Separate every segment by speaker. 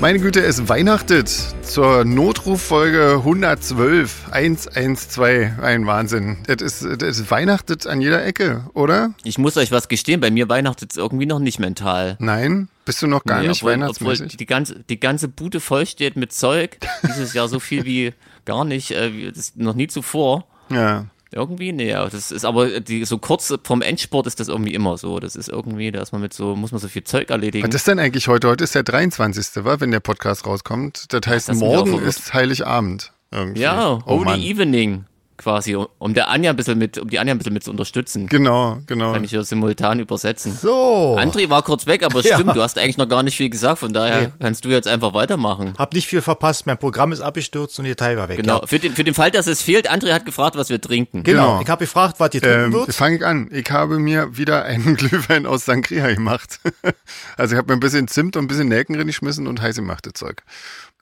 Speaker 1: Meine Güte, es weihnachtet zur Notruffolge 112 112. Ein Wahnsinn. Das ist, das ist weihnachtet an jeder Ecke, oder?
Speaker 2: Ich muss euch was gestehen, bei mir weihnachtet es irgendwie noch nicht mental.
Speaker 1: Nein? Bist du noch gar
Speaker 2: Nee,
Speaker 1: nicht
Speaker 2: obwohl, obwohl
Speaker 1: weihnachtsmäßig?
Speaker 2: die, ganze, die ganze Bude voll steht mit Zeug. Dieses Jahr so viel wie gar nicht, äh, wie- das noch nie zuvor.
Speaker 1: ja.
Speaker 2: Irgendwie, nee, ja, das ist aber die, so kurz vom Endsport ist das irgendwie immer so. Das ist irgendwie, da ist man mit so, muss man so viel Zeug erledigen.
Speaker 1: Was ist denn eigentlich heute? Heute ist der 23. War, wenn der Podcast rauskommt. Das heißt,
Speaker 2: Das ist mir auch
Speaker 1: morgen
Speaker 2: verwirrt.
Speaker 1: ist Heiligabend. Irgendwie.
Speaker 2: ja,
Speaker 1: oh
Speaker 2: Holy
Speaker 1: Mann.
Speaker 2: Evening quasi, um- um der Anja ein bisschen mit, um die Anja ein bisschen mit zu unterstützen.
Speaker 1: Genau, genau.
Speaker 2: Kann ich hier simultan übersetzen.
Speaker 3: So.
Speaker 2: André war kurz weg, aber
Speaker 3: Ja.
Speaker 2: stimmt, du hast eigentlich noch gar nicht viel gesagt, von daher kannst du jetzt einfach weitermachen.
Speaker 3: Hab nicht viel verpasst, mein Programm ist abgestürzt und ihr Teil war weg.
Speaker 2: Genau,
Speaker 3: Ja.
Speaker 2: für, den, für den Fall, dass es fehlt, André hat gefragt, was wir trinken.
Speaker 3: Genau.
Speaker 1: Genau.
Speaker 3: Ich habe gefragt, was ihr trinken
Speaker 1: Ähm,
Speaker 3: würdet.
Speaker 1: Fange ich an. Ich habe mir wieder einen Glühwein aus Sangria gemacht. also ich habe mir ein bisschen Zimt und ein bisschen Nelken reingeschmissen und heiß gemacht, das Zeug.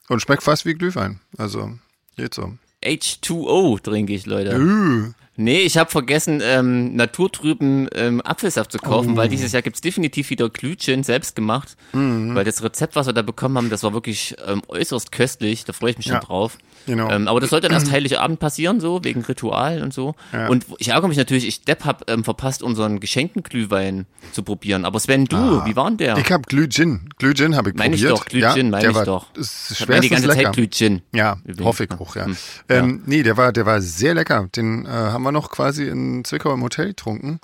Speaker 1: Und schmeckt fast wie Glühwein. Also geht so.
Speaker 2: H2O trinke ich, Leute.
Speaker 1: Üh.
Speaker 2: Nee, ich habe vergessen, ähm, naturtrüben ähm, Apfelsaft zu kaufen,
Speaker 1: Oh.
Speaker 2: weil dieses Jahr gibt's definitiv wieder Glühchen selbst gemacht.
Speaker 1: Mhm.
Speaker 2: Weil das Rezept, was wir da bekommen haben, das war wirklich ähm, äußerst köstlich. Da freue ich mich schon
Speaker 1: Ja,
Speaker 2: drauf.
Speaker 1: genau.
Speaker 2: Ähm, aber das sollte dann erst Heiligabend passieren, so, wegen Ritualen und so. Und ich ärgere mich natürlich, ich Depp hab ähm, verpasst, unseren geschenkten Glühwein zu probieren. Aber Sven, du, wie war denn der?
Speaker 1: Ah. Ich habe Glühgin. Glühgin habe ich
Speaker 2: Meine ich
Speaker 1: probiert.
Speaker 2: doch, Glühgin, meine
Speaker 1: der
Speaker 2: ich
Speaker 1: war,
Speaker 2: doch.
Speaker 1: Ist
Speaker 2: ich meine die ganze
Speaker 1: schwerstens lecker.
Speaker 2: Zeit Hm. Glühchen.
Speaker 1: Ja,
Speaker 2: Übrigens.
Speaker 1: hoffe ich auch, ja. Ähm, nee, der war, der war sehr lecker. Den äh, haben wir noch quasi in Zwickau im Hotel getrunken.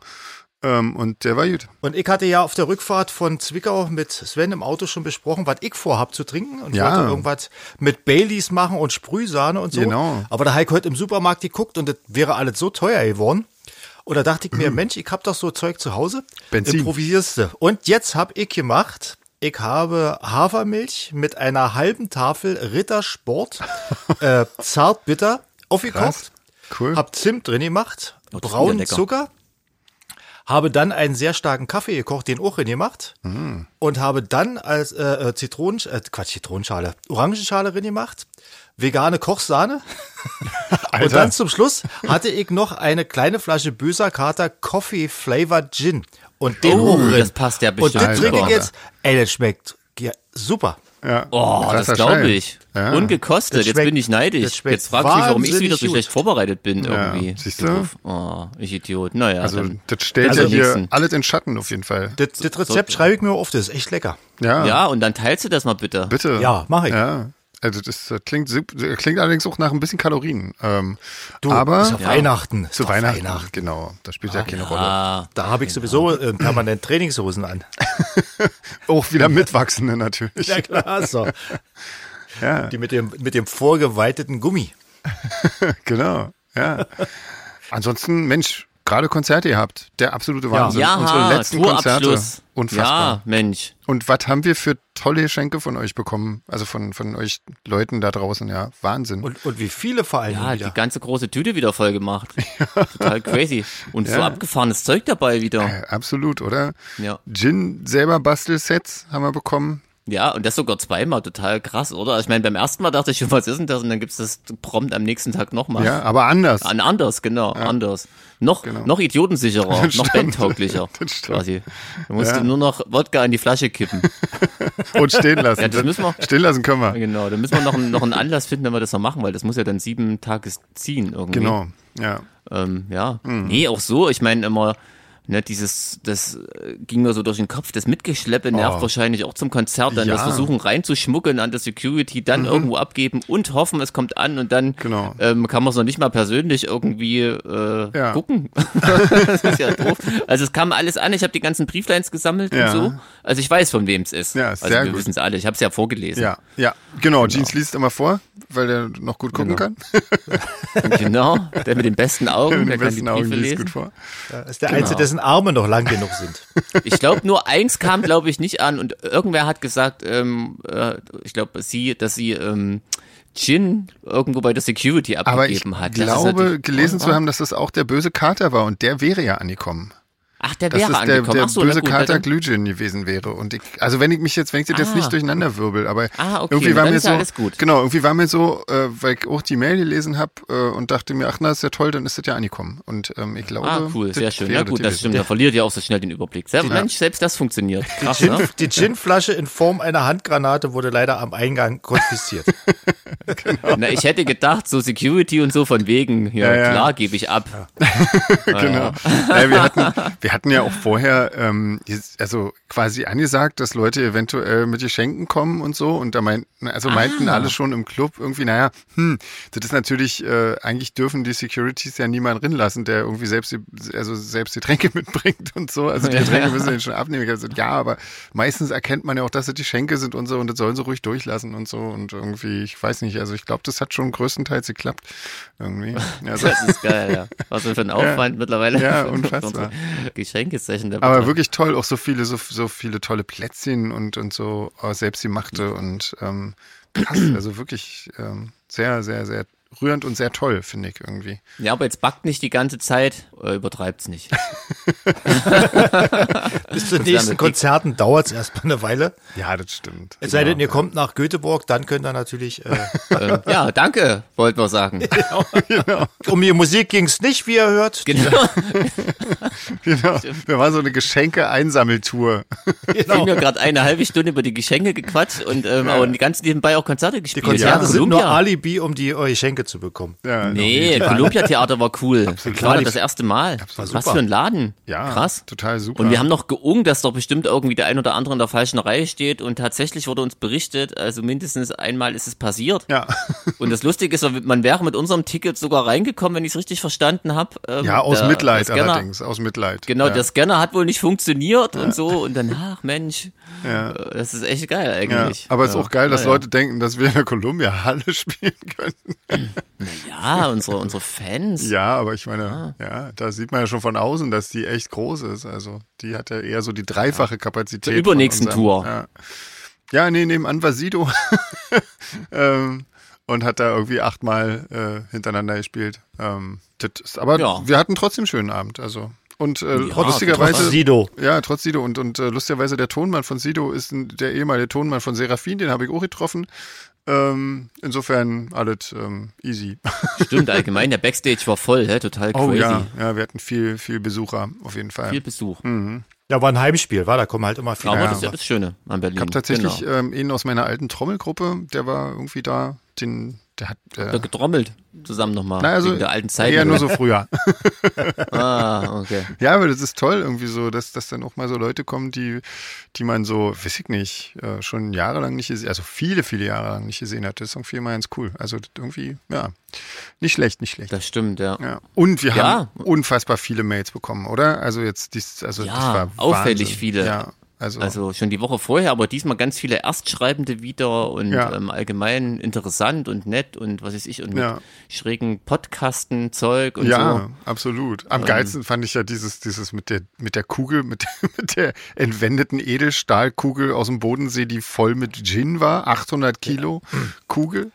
Speaker 1: Ähm, und der war gut.
Speaker 3: Und ich hatte ja auf der Rückfahrt von Zwickau mit Sven im Auto schon besprochen, was ich vorhab zu trinken und
Speaker 1: Ja.
Speaker 3: wollte irgendwas mit Baileys machen und Sprühsahne und so.
Speaker 1: Genau.
Speaker 3: Aber da habe ich heute im Supermarkt geguckt und das wäre alles so teuer geworden. Und da dachte ich mir, Mensch, ich hab doch so Zeug zu Hause.
Speaker 1: Mhm. Benzin.
Speaker 3: Improvisierst du. Und jetzt hab ich gemacht, ich habe Hafermilch mit einer halben Tafel Rittersport, äh, zartbitter, aufgekocht.
Speaker 1: Cool.
Speaker 3: Hab Zimt drin
Speaker 2: Oh,
Speaker 3: gemacht,
Speaker 2: das ist wieder
Speaker 3: braunen
Speaker 2: lecker.
Speaker 3: Zucker, habe dann einen sehr starken Kaffee gekocht, den auch drin gemacht und habe dann als äh, äh, Zitronen, äh, Quatsch, Zitronenschale, Orangenschale drin gemacht, vegane Kochsahne und dann zum Schluss hatte ich noch eine kleine Flasche Böser Kater Coffee Flavored Gin und den
Speaker 2: Oh,
Speaker 3: auch drin.
Speaker 2: das passt ja
Speaker 3: Und den
Speaker 2: bestimmt.
Speaker 3: trinke ich
Speaker 1: Alter.
Speaker 3: jetzt, ey, das schmeckt ja, super.
Speaker 1: Ja,
Speaker 2: Oh,
Speaker 1: krasser
Speaker 2: das glaube
Speaker 1: Scheiß.
Speaker 2: ich.
Speaker 1: Ja.
Speaker 2: Ungekostet.
Speaker 3: Das
Speaker 2: Jetzt
Speaker 3: schmeckt-
Speaker 2: bin ich
Speaker 3: das
Speaker 2: neidisch.
Speaker 3: schmeckt
Speaker 2: Jetzt fragst du mich, warum ich so wieder so
Speaker 3: wahnsinnig
Speaker 2: schlecht vorbereitet bin irgendwie.
Speaker 1: siehst du?
Speaker 2: Doof. Oh, ich Idiot. Naja.
Speaker 1: Also,
Speaker 2: dann-
Speaker 1: das stellt
Speaker 2: also
Speaker 1: ja hier
Speaker 2: nächsten.
Speaker 1: alles in Schatten auf jeden Fall.
Speaker 3: Das, das Rezept schreibe ich mir auf, das ist echt lecker.
Speaker 1: Ja,
Speaker 2: ja, und dann teilst du das mal bitte.
Speaker 1: bitte.
Speaker 3: Ja, mach ich.
Speaker 1: Ja. Also, das äh, klingt, sup- äh, klingt allerdings auch nach ein bisschen Kalorien. Ähm,
Speaker 3: Du,
Speaker 1: aber
Speaker 3: ist ja Weihnachten. Ist
Speaker 1: zu
Speaker 3: doch
Speaker 1: Weihnachten, genau. Da spielt ja keine Rolle.
Speaker 2: Ah,
Speaker 3: Da habe ich sowieso äh, permanent Trainingshosen an.
Speaker 1: Auch wieder Mitwachsende natürlich.
Speaker 3: Ja, klar, so.
Speaker 1: Ja,
Speaker 3: Die mit dem, mit dem vorgeweiteten Gummi.
Speaker 1: genau. Ja. Ansonsten, Mensch, gerade Konzerte gehabt. Der absolute Wahnsinn.
Speaker 2: ja,
Speaker 1: also Unsere letzten Konzerte.
Speaker 2: Tourabschluss.
Speaker 1: Unfassbar.
Speaker 2: Ja, Mensch.
Speaker 1: Und was haben wir für tolle Geschenke von euch bekommen? Also von, von euch Leuten da draußen, ja. Wahnsinn.
Speaker 3: Und, und wie viele vor allem
Speaker 2: Ja, Ah, die
Speaker 3: wieder.
Speaker 2: ganze große Tüte wieder voll gemacht. Total crazy. Und so
Speaker 1: Ja.
Speaker 2: abgefahrenes Zeug dabei wieder.
Speaker 1: Äh, Absolut, oder?
Speaker 2: Ja.
Speaker 1: Gin selber Bastelsets haben wir bekommen.
Speaker 2: Ja, und das sogar zweimal. Total krass, oder? Ich meine, beim ersten Mal dachte ich schon, was ist denn das? Und dann gibt's das prompt am nächsten Tag nochmal.
Speaker 1: Ja, aber anders.
Speaker 2: An anders, genau, anders. Noch, noch idiotensicherer, noch bandtauglicher.
Speaker 1: Genau. Das stimmt.
Speaker 2: Quasi. Da musst
Speaker 1: Ja.
Speaker 2: du nur noch Wodka in die Flasche kippen.
Speaker 1: Und stehen lassen.
Speaker 2: Ja, das müssen wir.
Speaker 1: Stehen lassen können wir.
Speaker 2: genau, da müssen wir noch, einen- noch einen Anlass finden, wenn wir das noch machen, weil das muss ja dann sieben Tage ziehen irgendwie.
Speaker 1: Genau. Ja.
Speaker 2: Ähm, ja.
Speaker 1: Mhm.
Speaker 2: Nee, auch so, ich meine immer, ne, dieses, das äh, ging mir so durch den Kopf, das Mitgeschleppe nervt wahrscheinlich auch zum Konzert, dann
Speaker 1: Oh. Ja. Mhm.
Speaker 2: das Versuchen reinzuschmuggeln an der Security, dann irgendwo abgeben und hoffen, es kommt an und dann
Speaker 1: Genau.
Speaker 2: ähm, kann man es noch nicht mal persönlich irgendwie äh,
Speaker 1: Ja.
Speaker 2: gucken. das ist ja doof. Also es kam alles an, ich habe die ganzen Brieflines gesammelt
Speaker 1: Ja.
Speaker 2: und so. Also ich weiß, von wem es ist.
Speaker 1: Ja,
Speaker 2: also
Speaker 1: sehr
Speaker 2: wir
Speaker 1: gut.
Speaker 2: wissen es alle, ich habe es ja vorgelesen.
Speaker 1: Ja, ja, genau. Jeans liest immer vor, weil der noch gut gucken kann.
Speaker 2: Genau, der mit den besten Augen,
Speaker 1: Mit
Speaker 2: der
Speaker 1: den
Speaker 2: kann die
Speaker 1: besten Augen
Speaker 2: Briefe
Speaker 1: liest
Speaker 2: lesen.
Speaker 1: gut vor.
Speaker 3: Das ist der Einzige, dessen Arme noch lang genug sind.
Speaker 2: Ich glaube, nur eins kam, glaube ich, nicht an. Und irgendwer hat gesagt, ähm, äh, ich glaube, sie, dass sie ähm, Gin irgendwo bei der Security
Speaker 1: Aber ich
Speaker 2: abgegeben hat. Das ist
Speaker 1: glaube,
Speaker 2: natürlich-
Speaker 1: gelesen zu haben, dass das auch der böse Kater war und der wäre ja angekommen.
Speaker 2: Ach, der
Speaker 1: dass
Speaker 2: wäre
Speaker 1: es der,
Speaker 2: angekommen.
Speaker 1: der
Speaker 2: Ach so, na
Speaker 1: böse
Speaker 2: gut, na
Speaker 1: Kater
Speaker 2: dann-
Speaker 1: Glühgin gewesen wäre. Und ich, also wenn ich mich jetzt, wenn ich das jetzt
Speaker 2: Ah.
Speaker 1: nicht durcheinander wirbel, aber
Speaker 2: Ah, okay,
Speaker 1: irgendwie
Speaker 2: na
Speaker 1: war
Speaker 2: dann
Speaker 1: mir
Speaker 2: ist ja
Speaker 1: so,
Speaker 2: alles gut.
Speaker 1: genau, irgendwie war mir so, äh, weil ich auch die Mail gelesen habe äh, und dachte mir, ach na, ist ja toll, dann ist das ja angekommen. Und ähm, ich glaube,
Speaker 2: Ah, cool,
Speaker 1: das
Speaker 2: sehr schön.
Speaker 1: wäre
Speaker 2: Ja gut, das
Speaker 1: gewesen.
Speaker 2: stimmt. Da verliert ihr auch so schnell den Überblick. Sehr, Mensch, selbst das funktioniert. Krass,
Speaker 3: Gin,
Speaker 2: ne?
Speaker 3: Die Ginflasche in Form einer Handgranate wurde leider am Eingang konfisziert.
Speaker 2: Na, ich hätte gedacht, so Security und so von wegen, ja,
Speaker 1: Ja, ja.
Speaker 2: klar, gebe ich ab.
Speaker 1: genau. Ja, wir, hatten, wir hatten ja auch vorher ähm, jetzt- also quasi angesagt, dass Leute eventuell mit Geschenken kommen und so. Und da meinten, also meinten alle schon im Club irgendwie, naja, hm, das ist natürlich, äh, eigentlich dürfen die Securities ja niemanden rinlassen, der irgendwie selbst die, also selbst die Tränke mitbringt und so. Also die
Speaker 2: Ja.
Speaker 1: Getränke müssen den schon abnehmen. Ich hab gesagt, ja, aber meistens erkennt man ja auch, dass das die Schenke sind und so und das sollen sie ruhig durchlassen und so. Und irgendwie, ich weiß nicht, also ich glaube, das hat schon größtenteils geklappt. Irgendwie. Also,
Speaker 2: Das ist geil, ja. Was denn für ein Aufwand mittlerweile.
Speaker 1: Ja,
Speaker 2: für
Speaker 1: unfassbar.
Speaker 2: unsere Geschenkesession. dabei.
Speaker 1: Aber wirklich toll, auch so viele, so, so viele tolle Plätzchen und, und so äh, selbstgemachte und ähm, krass, also wirklich ähm, sehr, sehr, sehr rührend und sehr toll, finde ich irgendwie.
Speaker 2: Ja, aber jetzt backt nicht die ganze Zeit, äh, übertreibt's nicht.
Speaker 3: Bis zu den nächsten
Speaker 2: dick.
Speaker 3: Konzerten dauert es erstmal eine Weile.
Speaker 1: Ja, das stimmt.
Speaker 3: Es sei denn, ihr kommt nach Göteborg, dann könnt ihr natürlich. Äh,
Speaker 2: ähm, ja, danke, wollten wir sagen.
Speaker 3: um die Musik ging es nicht, wie ihr hört.
Speaker 2: Genau.
Speaker 1: Genau. Wir waren so eine Geschenke-Einsammeltour.
Speaker 2: Wir haben ja gerade eine halbe Stunde über die Geschenke gequatscht und ähm, aber ganz nebenbei auch Konzerte
Speaker 3: Die
Speaker 2: gespielt.
Speaker 3: Konzerte
Speaker 2: ja,
Speaker 3: sind nur
Speaker 2: Columbia.
Speaker 3: Alibi, um die eure Geschenke zu bekommen.
Speaker 1: Ja,
Speaker 2: Nee, Columbia Theater war cool. Ich
Speaker 3: Klar,
Speaker 2: war
Speaker 3: die-
Speaker 2: da das erste Mal. Was
Speaker 3: super.
Speaker 2: für ein Laden.
Speaker 1: ja,
Speaker 2: Krass.
Speaker 1: Total super.
Speaker 2: Und wir haben noch geungt, dass doch bestimmt irgendwie der ein oder andere in der falschen Reihe steht. Und tatsächlich wurde uns berichtet, also mindestens einmal ist es passiert.
Speaker 1: ja.
Speaker 2: Und das Lustige ist, man wäre mit unserem Ticket sogar reingekommen, wenn ich es richtig verstanden habe. Ähm,
Speaker 1: ja, aus
Speaker 2: der-
Speaker 1: Mitleid
Speaker 2: der Scanner-
Speaker 1: allerdings, aus Mitleid.
Speaker 2: Genau,
Speaker 1: ja.
Speaker 2: der Scanner hat wohl nicht funktioniert und so. Und dann, ach Mensch, äh, das ist echt geil
Speaker 1: Ja,
Speaker 2: eigentlich.
Speaker 1: aber es ist auch geil, dass
Speaker 2: Naja.
Speaker 1: Leute denken, dass wir in der Columbia Halle spielen könnten.
Speaker 2: Ja, unsere, unsere Fans.
Speaker 1: Ja, aber ich
Speaker 2: Ah.
Speaker 1: meine, ja, da sieht man ja schon von außen, dass die echt groß ist. Also die hat ja eher so die dreifache Kapazität.
Speaker 2: Zur übernächsten
Speaker 1: von unserem-
Speaker 2: Tour.
Speaker 1: Ja. ja, nee, nebenan war Sido ähm, und hat da irgendwie achtmal äh, hintereinander gespielt. Ähm, das ist, aber
Speaker 2: Ja.
Speaker 1: wir hatten trotzdem einen schönen Abend. Also und äh,
Speaker 2: Ja,
Speaker 1: lustigerweise
Speaker 3: trotz Sido.
Speaker 1: ja, trotz Sido. Und, und äh, lustigerweise der Tonmann von Sido ist ein, der ehemalige Tonmann von Serafin, den habe ich auch getroffen. Ähm, insofern alles ähm, easy.
Speaker 2: Stimmt, allgemein, der Backstage war voll, hä? total
Speaker 1: Oh
Speaker 2: crazy.
Speaker 1: ja, Hm. ja, wir hatten viel, viel Besucher auf jeden Fall.
Speaker 2: Viel Besuch.
Speaker 3: Ja, war ein Heimspiel, war. Da kommen halt immer viele.
Speaker 2: Aber
Speaker 3: Ja.
Speaker 2: das ist ja das Schöne an Berlin.
Speaker 1: Ich habe tatsächlich
Speaker 2: Genau.
Speaker 1: ähm, einen aus meiner alten Trommelgruppe, der war irgendwie da, den, der hat,
Speaker 2: Da
Speaker 1: äh,
Speaker 2: getrommelt zusammen nochmal.
Speaker 1: na, also,
Speaker 2: wegen der alten Zeit.
Speaker 1: ja nur so früher.
Speaker 2: Ah, okay.
Speaker 1: ja, aber das ist toll irgendwie so, dass, dass dann auch mal so Leute kommen, die, die man so, weiß ich nicht, äh, schon jahrelang nicht gesehen, also viele, viele Jahre lang nicht gesehen hat. Das ist irgendwie mal ganz cool. Also das irgendwie, ja, nicht schlecht, nicht schlecht.
Speaker 2: Das stimmt, ja.
Speaker 1: Ja. Und wir
Speaker 2: Ja.
Speaker 1: haben unfassbar viele Mails bekommen, oder? Also jetzt, dies, also
Speaker 2: Ja,
Speaker 1: das war
Speaker 2: auffällig
Speaker 1: Wahnsinn.
Speaker 2: viele.
Speaker 1: Ja, also,
Speaker 2: Also schon die Woche vorher, aber diesmal ganz viele Erstschreibende wieder und
Speaker 1: Ja.
Speaker 2: ähm, allgemein interessant und nett und was weiß ich und
Speaker 1: Ja.
Speaker 2: mit schrägen Podcasten-Zeug und
Speaker 1: Ja,
Speaker 2: so.
Speaker 1: absolut. Am geilsten fand ich ja dieses, dieses mit der, mit der Kugel, mit, der- mit der entwendeten Edelstahlkugel aus dem Bodensee, die voll mit Gin war. 800 Kilo Kugel.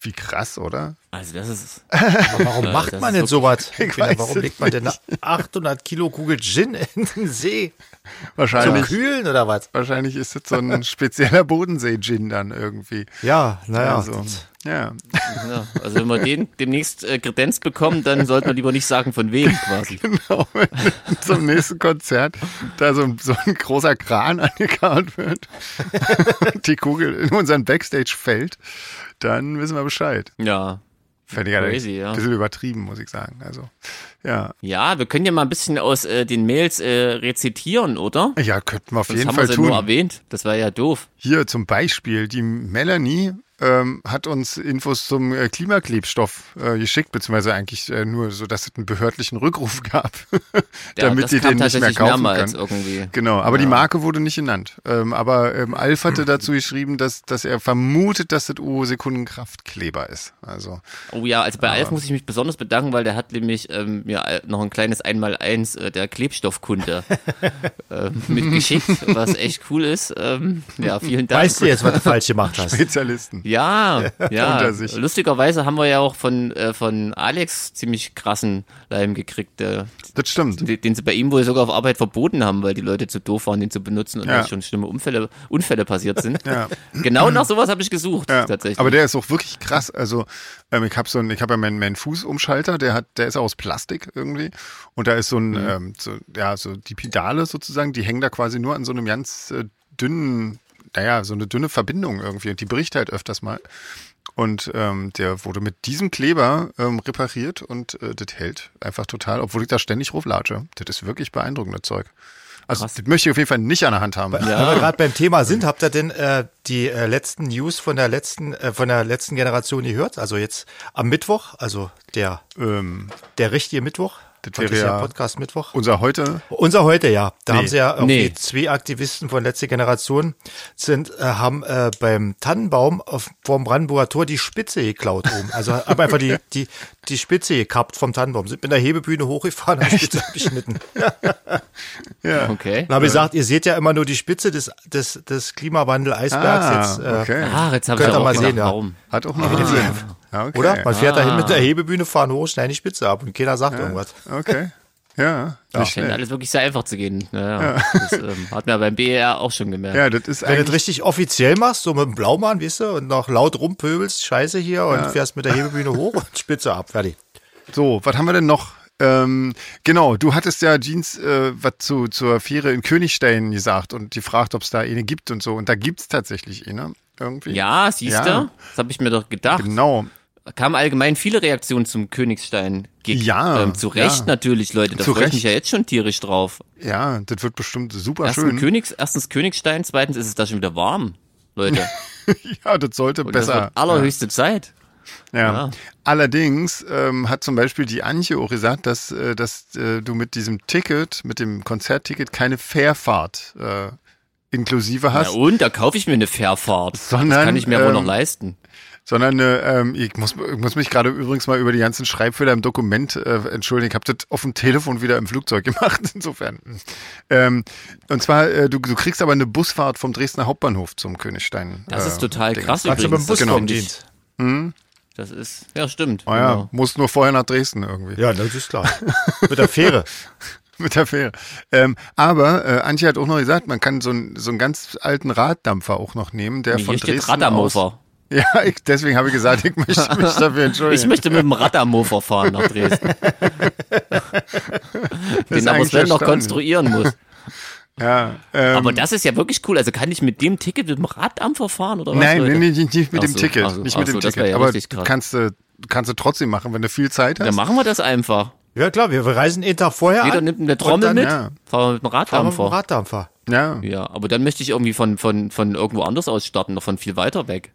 Speaker 1: Wie krass, oder?
Speaker 2: Also das ist,
Speaker 3: Aber warum macht
Speaker 2: das
Speaker 3: man
Speaker 2: ist
Speaker 3: denn sowas? Ich bin
Speaker 1: weiß
Speaker 3: ja, warum
Speaker 1: es
Speaker 3: legt man denn eine 800 Kilo Kugel Gin in den See? Zum
Speaker 1: Wahrscheinlich,
Speaker 3: Kühlen oder was?
Speaker 1: wahrscheinlich ist das so ein spezieller Bodensee-Gin dann irgendwie.
Speaker 3: Ja, naja.
Speaker 1: also, ja.
Speaker 2: ja, also wenn wir den demnächst äh, Kredenz bekommen, dann sollten wir lieber nicht sagen von wem quasi.
Speaker 1: Genau, wenn zum nächsten Konzert da so ein, so ein großer Kran angekarrt wird und die Kugel in unseren Backstage fällt, dann wissen wir Bescheid.
Speaker 2: Ja.
Speaker 1: Fände ich allerdings
Speaker 2: Crazy, ja.
Speaker 1: ein bisschen übertrieben, muss ich sagen. Also, ja.
Speaker 2: Ja, wir können ja mal ein bisschen aus äh, den Mails äh, rezitieren, oder?
Speaker 1: Ja, könnten wir auf
Speaker 2: Sonst
Speaker 1: jeden
Speaker 2: haben wir
Speaker 1: Fall
Speaker 2: es ja nur
Speaker 1: tun.
Speaker 2: erwähnt. Das war ja doof.
Speaker 1: Hier zum Beispiel, die Melanie ähm, hat uns Infos zum äh, Klimaklebstoff äh, geschickt, beziehungsweise eigentlich äh, nur so, dass es einen behördlichen Rückruf gab,
Speaker 2: Ja,
Speaker 1: damit
Speaker 2: das
Speaker 1: sie
Speaker 2: kam
Speaker 1: den nicht mehr
Speaker 2: tatsächlich
Speaker 1: kaufen
Speaker 2: mehrmals
Speaker 1: können.
Speaker 2: irgendwie.
Speaker 1: Genau, aber die Marke wurde nicht genannt. Ähm, aber ähm, Alf hatte dazu geschrieben, dass, dass er vermutet, dass das UO-Sekundenkraftkleber ist. Also,
Speaker 2: Oh ja, also bei Alf muss ich mich besonders bedanken, weil der hat nämlich ähm, mir äh, noch ein kleines Einmaleins äh, der Klebstoffkunde äh, mitgeschickt, was echt cool ist. Ähm, ja, vielen Dank.
Speaker 3: Weißt du jetzt, was du falsch gemacht hast?
Speaker 1: Spezialisten.
Speaker 2: Ja, ja.
Speaker 1: Unter sich.
Speaker 2: Lustigerweise haben wir ja auch von, äh, von Alex ziemlich krassen Leim gekriegt, der,
Speaker 1: Das stimmt.
Speaker 2: den, den sie bei ihm wohl sogar auf Arbeit verboten haben, weil die Leute zu doof waren, den zu benutzen und
Speaker 1: Ja.
Speaker 2: da schon schlimme Unfälle, Unfälle passiert sind. Genau nach sowas habe ich gesucht,
Speaker 1: Ja,
Speaker 2: tatsächlich.
Speaker 1: aber der ist auch wirklich krass. Also ähm, ich habe so ein, ich habe ja meinen, meinen Fußumschalter, der hat, der ist aus Plastik irgendwie und da ist so ein, ähm, so, ja, so die Pedale sozusagen, die hängen da quasi nur an so einem ganz äh, dünnen, naja, so eine dünne Verbindung irgendwie und die bricht halt öfters mal. Und ähm, der wurde mit diesem Kleber ähm, repariert und äh, das hält einfach total, obwohl ich da ständig rumlatsche. Das ist wirklich beeindruckendes Zeug. Also das möchte ich auf jeden Fall nicht an der Hand haben.
Speaker 3: Wenn wir gerade beim Thema sind, habt ihr denn äh, die äh, letzten News von der letzten äh, von der letzten Generation gehört? Also jetzt am Mittwoch, also der
Speaker 1: Ähm,
Speaker 3: der richtige Mittwoch,
Speaker 1: Das
Speaker 3: Heute
Speaker 1: wäre
Speaker 3: ist
Speaker 1: ja-
Speaker 3: Podcast Mittwoch.
Speaker 1: unser heute
Speaker 3: Unser heute, ja. Da haben sie ja irgendwie
Speaker 2: Nee.
Speaker 3: zwei Aktivisten von letzter Generation sind, äh, haben äh, beim Tannenbaum auf, vom Brandenburger Tor die Spitze geklaut oben. Also haben einfach die, die, die Spitze gekappt vom Tannenbaum. Sind mit der Hebebühne hochgefahren, haben die Spitze abgeschnitten.
Speaker 1: ja.
Speaker 2: okay.
Speaker 3: Und habe gesagt, ihr seht ja immer nur die Spitze des, des, des Klimawandel-Eisbergs
Speaker 1: Ah,
Speaker 3: jetzt. Äh,
Speaker 1: okay.
Speaker 2: Ah, jetzt habe ich
Speaker 3: Könnt ihr
Speaker 2: aber auch
Speaker 3: mal
Speaker 2: gedacht,
Speaker 3: sehen, ja.
Speaker 2: warum.
Speaker 1: Hat auch noch einen Sinn. Ah. Ja, okay. Ah.
Speaker 3: Oder? Man fährt dahin mit der Hebebühne, fahren hoch, schneiden die Spitze ab und keiner sagt irgendwas.
Speaker 1: Okay. Ja, nicht
Speaker 2: Scheint
Speaker 1: schnell.
Speaker 2: alles wirklich sehr einfach zu gehen. Naja, Das ähm, hat man beim BER auch schon gemerkt.
Speaker 1: Ja, das ist
Speaker 3: Wenn du das
Speaker 1: eigentlich.
Speaker 3: richtig offiziell machst, so mit dem Blaumann, weißt du, und noch laut rumpöbelst, scheiße hier, und fährst mit der Hebebühne hoch und Spitze ab, fertig.
Speaker 1: So, was haben wir denn noch? Ähm, genau, du hattest ja Jeans äh, was zu, zur Fähre in Königstein gesagt und die fragt, ob es da eine gibt und so. Und da gibt es tatsächlich eine irgendwie.
Speaker 2: Ja, siehst
Speaker 1: Ja.
Speaker 2: du? Das habe ich mir doch gedacht.
Speaker 1: Genau.
Speaker 2: Kamen allgemein viele Reaktionen zum Königstein. -Gig.
Speaker 1: Ja,
Speaker 2: Ähm, zu Recht
Speaker 1: ja.
Speaker 2: natürlich, Leute. Da
Speaker 1: Zu
Speaker 2: freue ich
Speaker 1: Recht.
Speaker 2: mich ja jetzt schon tierisch drauf.
Speaker 1: Ja, das wird bestimmt super
Speaker 2: Erstens,
Speaker 1: schön.
Speaker 2: Königs, erstens Königstein, zweitens ist es da schon wieder warm, Leute.
Speaker 1: Ja, das sollte
Speaker 2: Und das
Speaker 1: besser.
Speaker 2: wird allerhöchste Zeit.
Speaker 1: Ja.
Speaker 2: Ja.
Speaker 1: Allerdings ähm, hat zum Beispiel die Antje auch gesagt, dass, äh, dass äh, du mit diesem Ticket, mit dem Konzertticket, keine Fährfahrt äh, inklusive
Speaker 2: Ja,
Speaker 1: hast,
Speaker 2: und da kaufe ich mir eine Fährfahrt. das
Speaker 1: Sondern,
Speaker 2: kann ich mir wohl
Speaker 1: ähm,
Speaker 2: noch leisten.
Speaker 1: sondern äh, ähm, ich, muss, ich muss mich gerade übrigens mal über die ganzen Schreibfehler im Dokument äh, entschuldigen. Ich habe das auf dem Telefon wieder im Flugzeug gemacht, insofern. Ähm, und zwar, äh, du, du kriegst aber eine Busfahrt vom Dresdner Hauptbahnhof zum Königstein.
Speaker 2: Das
Speaker 1: äh,
Speaker 2: ist total
Speaker 1: Ding.
Speaker 2: krass
Speaker 3: Hast du mit
Speaker 2: übrigens.
Speaker 3: dem Bus
Speaker 2: das
Speaker 3: genau.
Speaker 2: finde ich- Das ist, ja stimmt.
Speaker 1: Ah ja,
Speaker 2: genau.
Speaker 1: musst nur vorher nach Dresden irgendwie.
Speaker 3: Ja, das ist klar. mit der Fähre.
Speaker 1: mit der Fähre. Ähm, aber äh, Antje hat auch noch gesagt, man kann so einen so einen ganz alten Raddampfer auch noch nehmen, der von
Speaker 2: Hier steht
Speaker 1: Dresden aus.
Speaker 2: Radamover.
Speaker 1: Ja, ich, deswegen habe ich gesagt, ich möchte mich dafür entschuldigen.
Speaker 2: Ich möchte mit dem Radamover fahren nach Dresden. Den aber
Speaker 1: eigentlich
Speaker 2: Sven
Speaker 1: erstaunlich.
Speaker 2: noch konstruieren muss.
Speaker 1: ja, ähm,
Speaker 2: Aber das ist ja wirklich cool. Also kann ich mit dem Ticket mit dem Radampfer fahren oder was?
Speaker 1: nein,
Speaker 2: Leute?
Speaker 1: nein, nein, nicht, nicht mit
Speaker 2: Ach
Speaker 1: dem
Speaker 2: so,
Speaker 1: Ticket,
Speaker 2: ach so,
Speaker 1: nicht
Speaker 2: ach
Speaker 1: mit dem
Speaker 2: so, das wär
Speaker 1: Ticket.
Speaker 2: ja
Speaker 1: aber
Speaker 2: richtig krass.
Speaker 1: kannst du kannst du trotzdem machen, wenn du viel Zeit
Speaker 2: Dann
Speaker 1: hast.
Speaker 2: machen wir das einfach.
Speaker 3: Ja, klar, wir reisen einen Tag vorher
Speaker 2: Jeder
Speaker 3: an.
Speaker 2: nimmt eine Trommel
Speaker 3: dann-
Speaker 2: mit,
Speaker 1: Ah, ja.
Speaker 2: fahren wir mit dem
Speaker 3: fahren wir mit dem
Speaker 2: Raddampfer.
Speaker 3: Raddampfer.
Speaker 1: Ja,
Speaker 2: ja, aber dann möchte ich irgendwie von, von, von irgendwo anders aus starten, noch von viel weiter weg.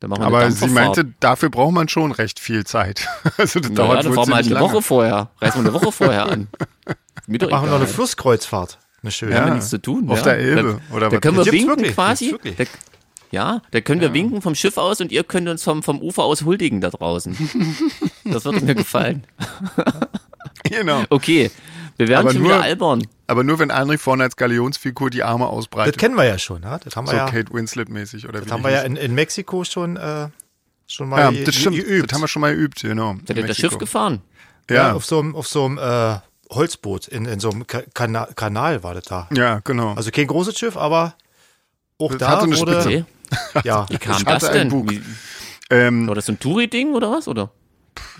Speaker 2: Dann machen wir eine
Speaker 1: aber sie
Speaker 2: Dampferfahrt.
Speaker 1: meinte, dafür braucht man schon recht viel Zeit. Also das
Speaker 2: naja,
Speaker 1: dauert
Speaker 2: dann
Speaker 1: wohl
Speaker 2: fahren wir halt
Speaker 1: ziemlich
Speaker 2: eine
Speaker 1: lange.
Speaker 2: Woche vorher. Reisen wir eine Woche vorher an. Ist Mir doch
Speaker 3: Machen wir noch
Speaker 2: egal.
Speaker 3: eine Flusskreuzfahrt. Eine schöne.
Speaker 2: Haben wir
Speaker 1: Ja.
Speaker 2: nichts zu tun.
Speaker 1: Auf
Speaker 2: ja.
Speaker 1: der Elbe,
Speaker 2: da,
Speaker 1: oder
Speaker 2: da
Speaker 1: was?
Speaker 2: können wir
Speaker 3: Das gibt's
Speaker 2: winken
Speaker 3: wirklich,
Speaker 2: quasi.
Speaker 3: gibt's wirklich.
Speaker 2: Da, ja, da können wir winken vom Schiff aus und ihr könnt uns vom, vom Ufer aus huldigen da draußen. das würde mir gefallen.
Speaker 1: Genau.
Speaker 2: Okay, wir werden
Speaker 1: Aber
Speaker 2: schon
Speaker 1: nur-
Speaker 2: wieder albern.
Speaker 1: Aber nur wenn André vorne als Galionsfigur die Arme
Speaker 3: Das
Speaker 1: ausbreitet.
Speaker 3: kennen wir ja schon, ne? Das haben wir
Speaker 1: so
Speaker 3: ja,
Speaker 1: Kate Winslet-mäßig oder wie
Speaker 3: das haben
Speaker 1: die
Speaker 3: wir ja
Speaker 1: hieß.
Speaker 3: in, in Mexiko schon, äh, schon mal
Speaker 1: Ja,
Speaker 3: ge-
Speaker 1: das stimmt.
Speaker 3: ge- geübt.
Speaker 1: Das haben wir schon mal geübt, genau.
Speaker 2: Seid
Speaker 1: In
Speaker 2: ihr das
Speaker 1: Mexiko.
Speaker 2: Schiff gefahren?
Speaker 3: ja.
Speaker 1: Ja,
Speaker 3: auf so einem, auf so einem äh, Holzboot, in, in so einem Ka Kana Kanal war das da.
Speaker 1: ja, genau.
Speaker 3: Also kein großes Schiff, aber auch
Speaker 1: Das
Speaker 3: da
Speaker 1: hat so eine
Speaker 3: wurde,
Speaker 1: Spitze.
Speaker 2: Nee.
Speaker 3: ja,
Speaker 2: Wie kam
Speaker 1: Ich
Speaker 2: das
Speaker 1: hatte einen
Speaker 2: denn?
Speaker 1: Bug.
Speaker 2: Wie,
Speaker 1: ähm,
Speaker 2: war das so ein Touri-Ding oder was? Oder?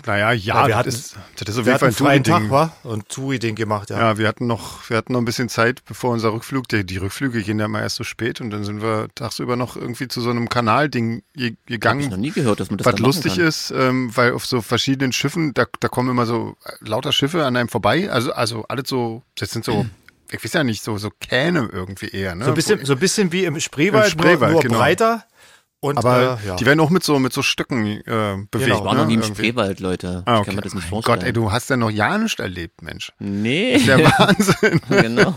Speaker 1: naja, ja,
Speaker 3: wir
Speaker 1: das,
Speaker 3: hatten-
Speaker 1: ist, das ist auf
Speaker 3: wir
Speaker 1: jeden
Speaker 3: hatten
Speaker 1: Fall ein
Speaker 3: einen freien Tag,
Speaker 1: Touri-Ding.
Speaker 3: war und Touri-Ding gemacht, ja.
Speaker 1: Ja, wir hatten, noch, wir hatten noch ein bisschen Zeit, bevor unser Rückflug, die, die Rückflüge gehen ja immer erst so spät und dann sind wir tagsüber noch irgendwie zu so einem Kanalding ge-
Speaker 2: Hab ich noch
Speaker 1: gegangen.
Speaker 2: nie gehört, dass man das
Speaker 1: Was
Speaker 2: da machen
Speaker 1: lustig
Speaker 2: kann.
Speaker 1: ist, ähm, weil auf so verschiedenen Schiffen, da, da kommen immer so äh, lauter Schiffe an einem vorbei. Also, also alles so, das sind
Speaker 2: Mhm.
Speaker 1: so, ich weiß ja nicht, so, so Kähne irgendwie eher. Ne?
Speaker 3: So ein bisschen, so ein bisschen wie im Spreewald,
Speaker 1: Im Spreewald,
Speaker 3: nur, nur
Speaker 1: genau.
Speaker 3: breiter. Und,
Speaker 1: Aber
Speaker 3: äh, ja.
Speaker 1: die werden auch mit so, mit so Stöcken äh, bewegt.
Speaker 3: Genau.
Speaker 2: Ich war noch
Speaker 1: ne?
Speaker 2: nie im
Speaker 1: Irgendwie.
Speaker 2: Spreewald, Leute.
Speaker 1: Ah,
Speaker 2: Ich kann
Speaker 1: okay.
Speaker 2: mir das nicht
Speaker 1: Mein
Speaker 2: vorstellen.
Speaker 1: Gott, ey, du hast ja noch ja nicht erlebt, Mensch.
Speaker 2: nee,
Speaker 1: Der Wahnsinn.
Speaker 2: genau.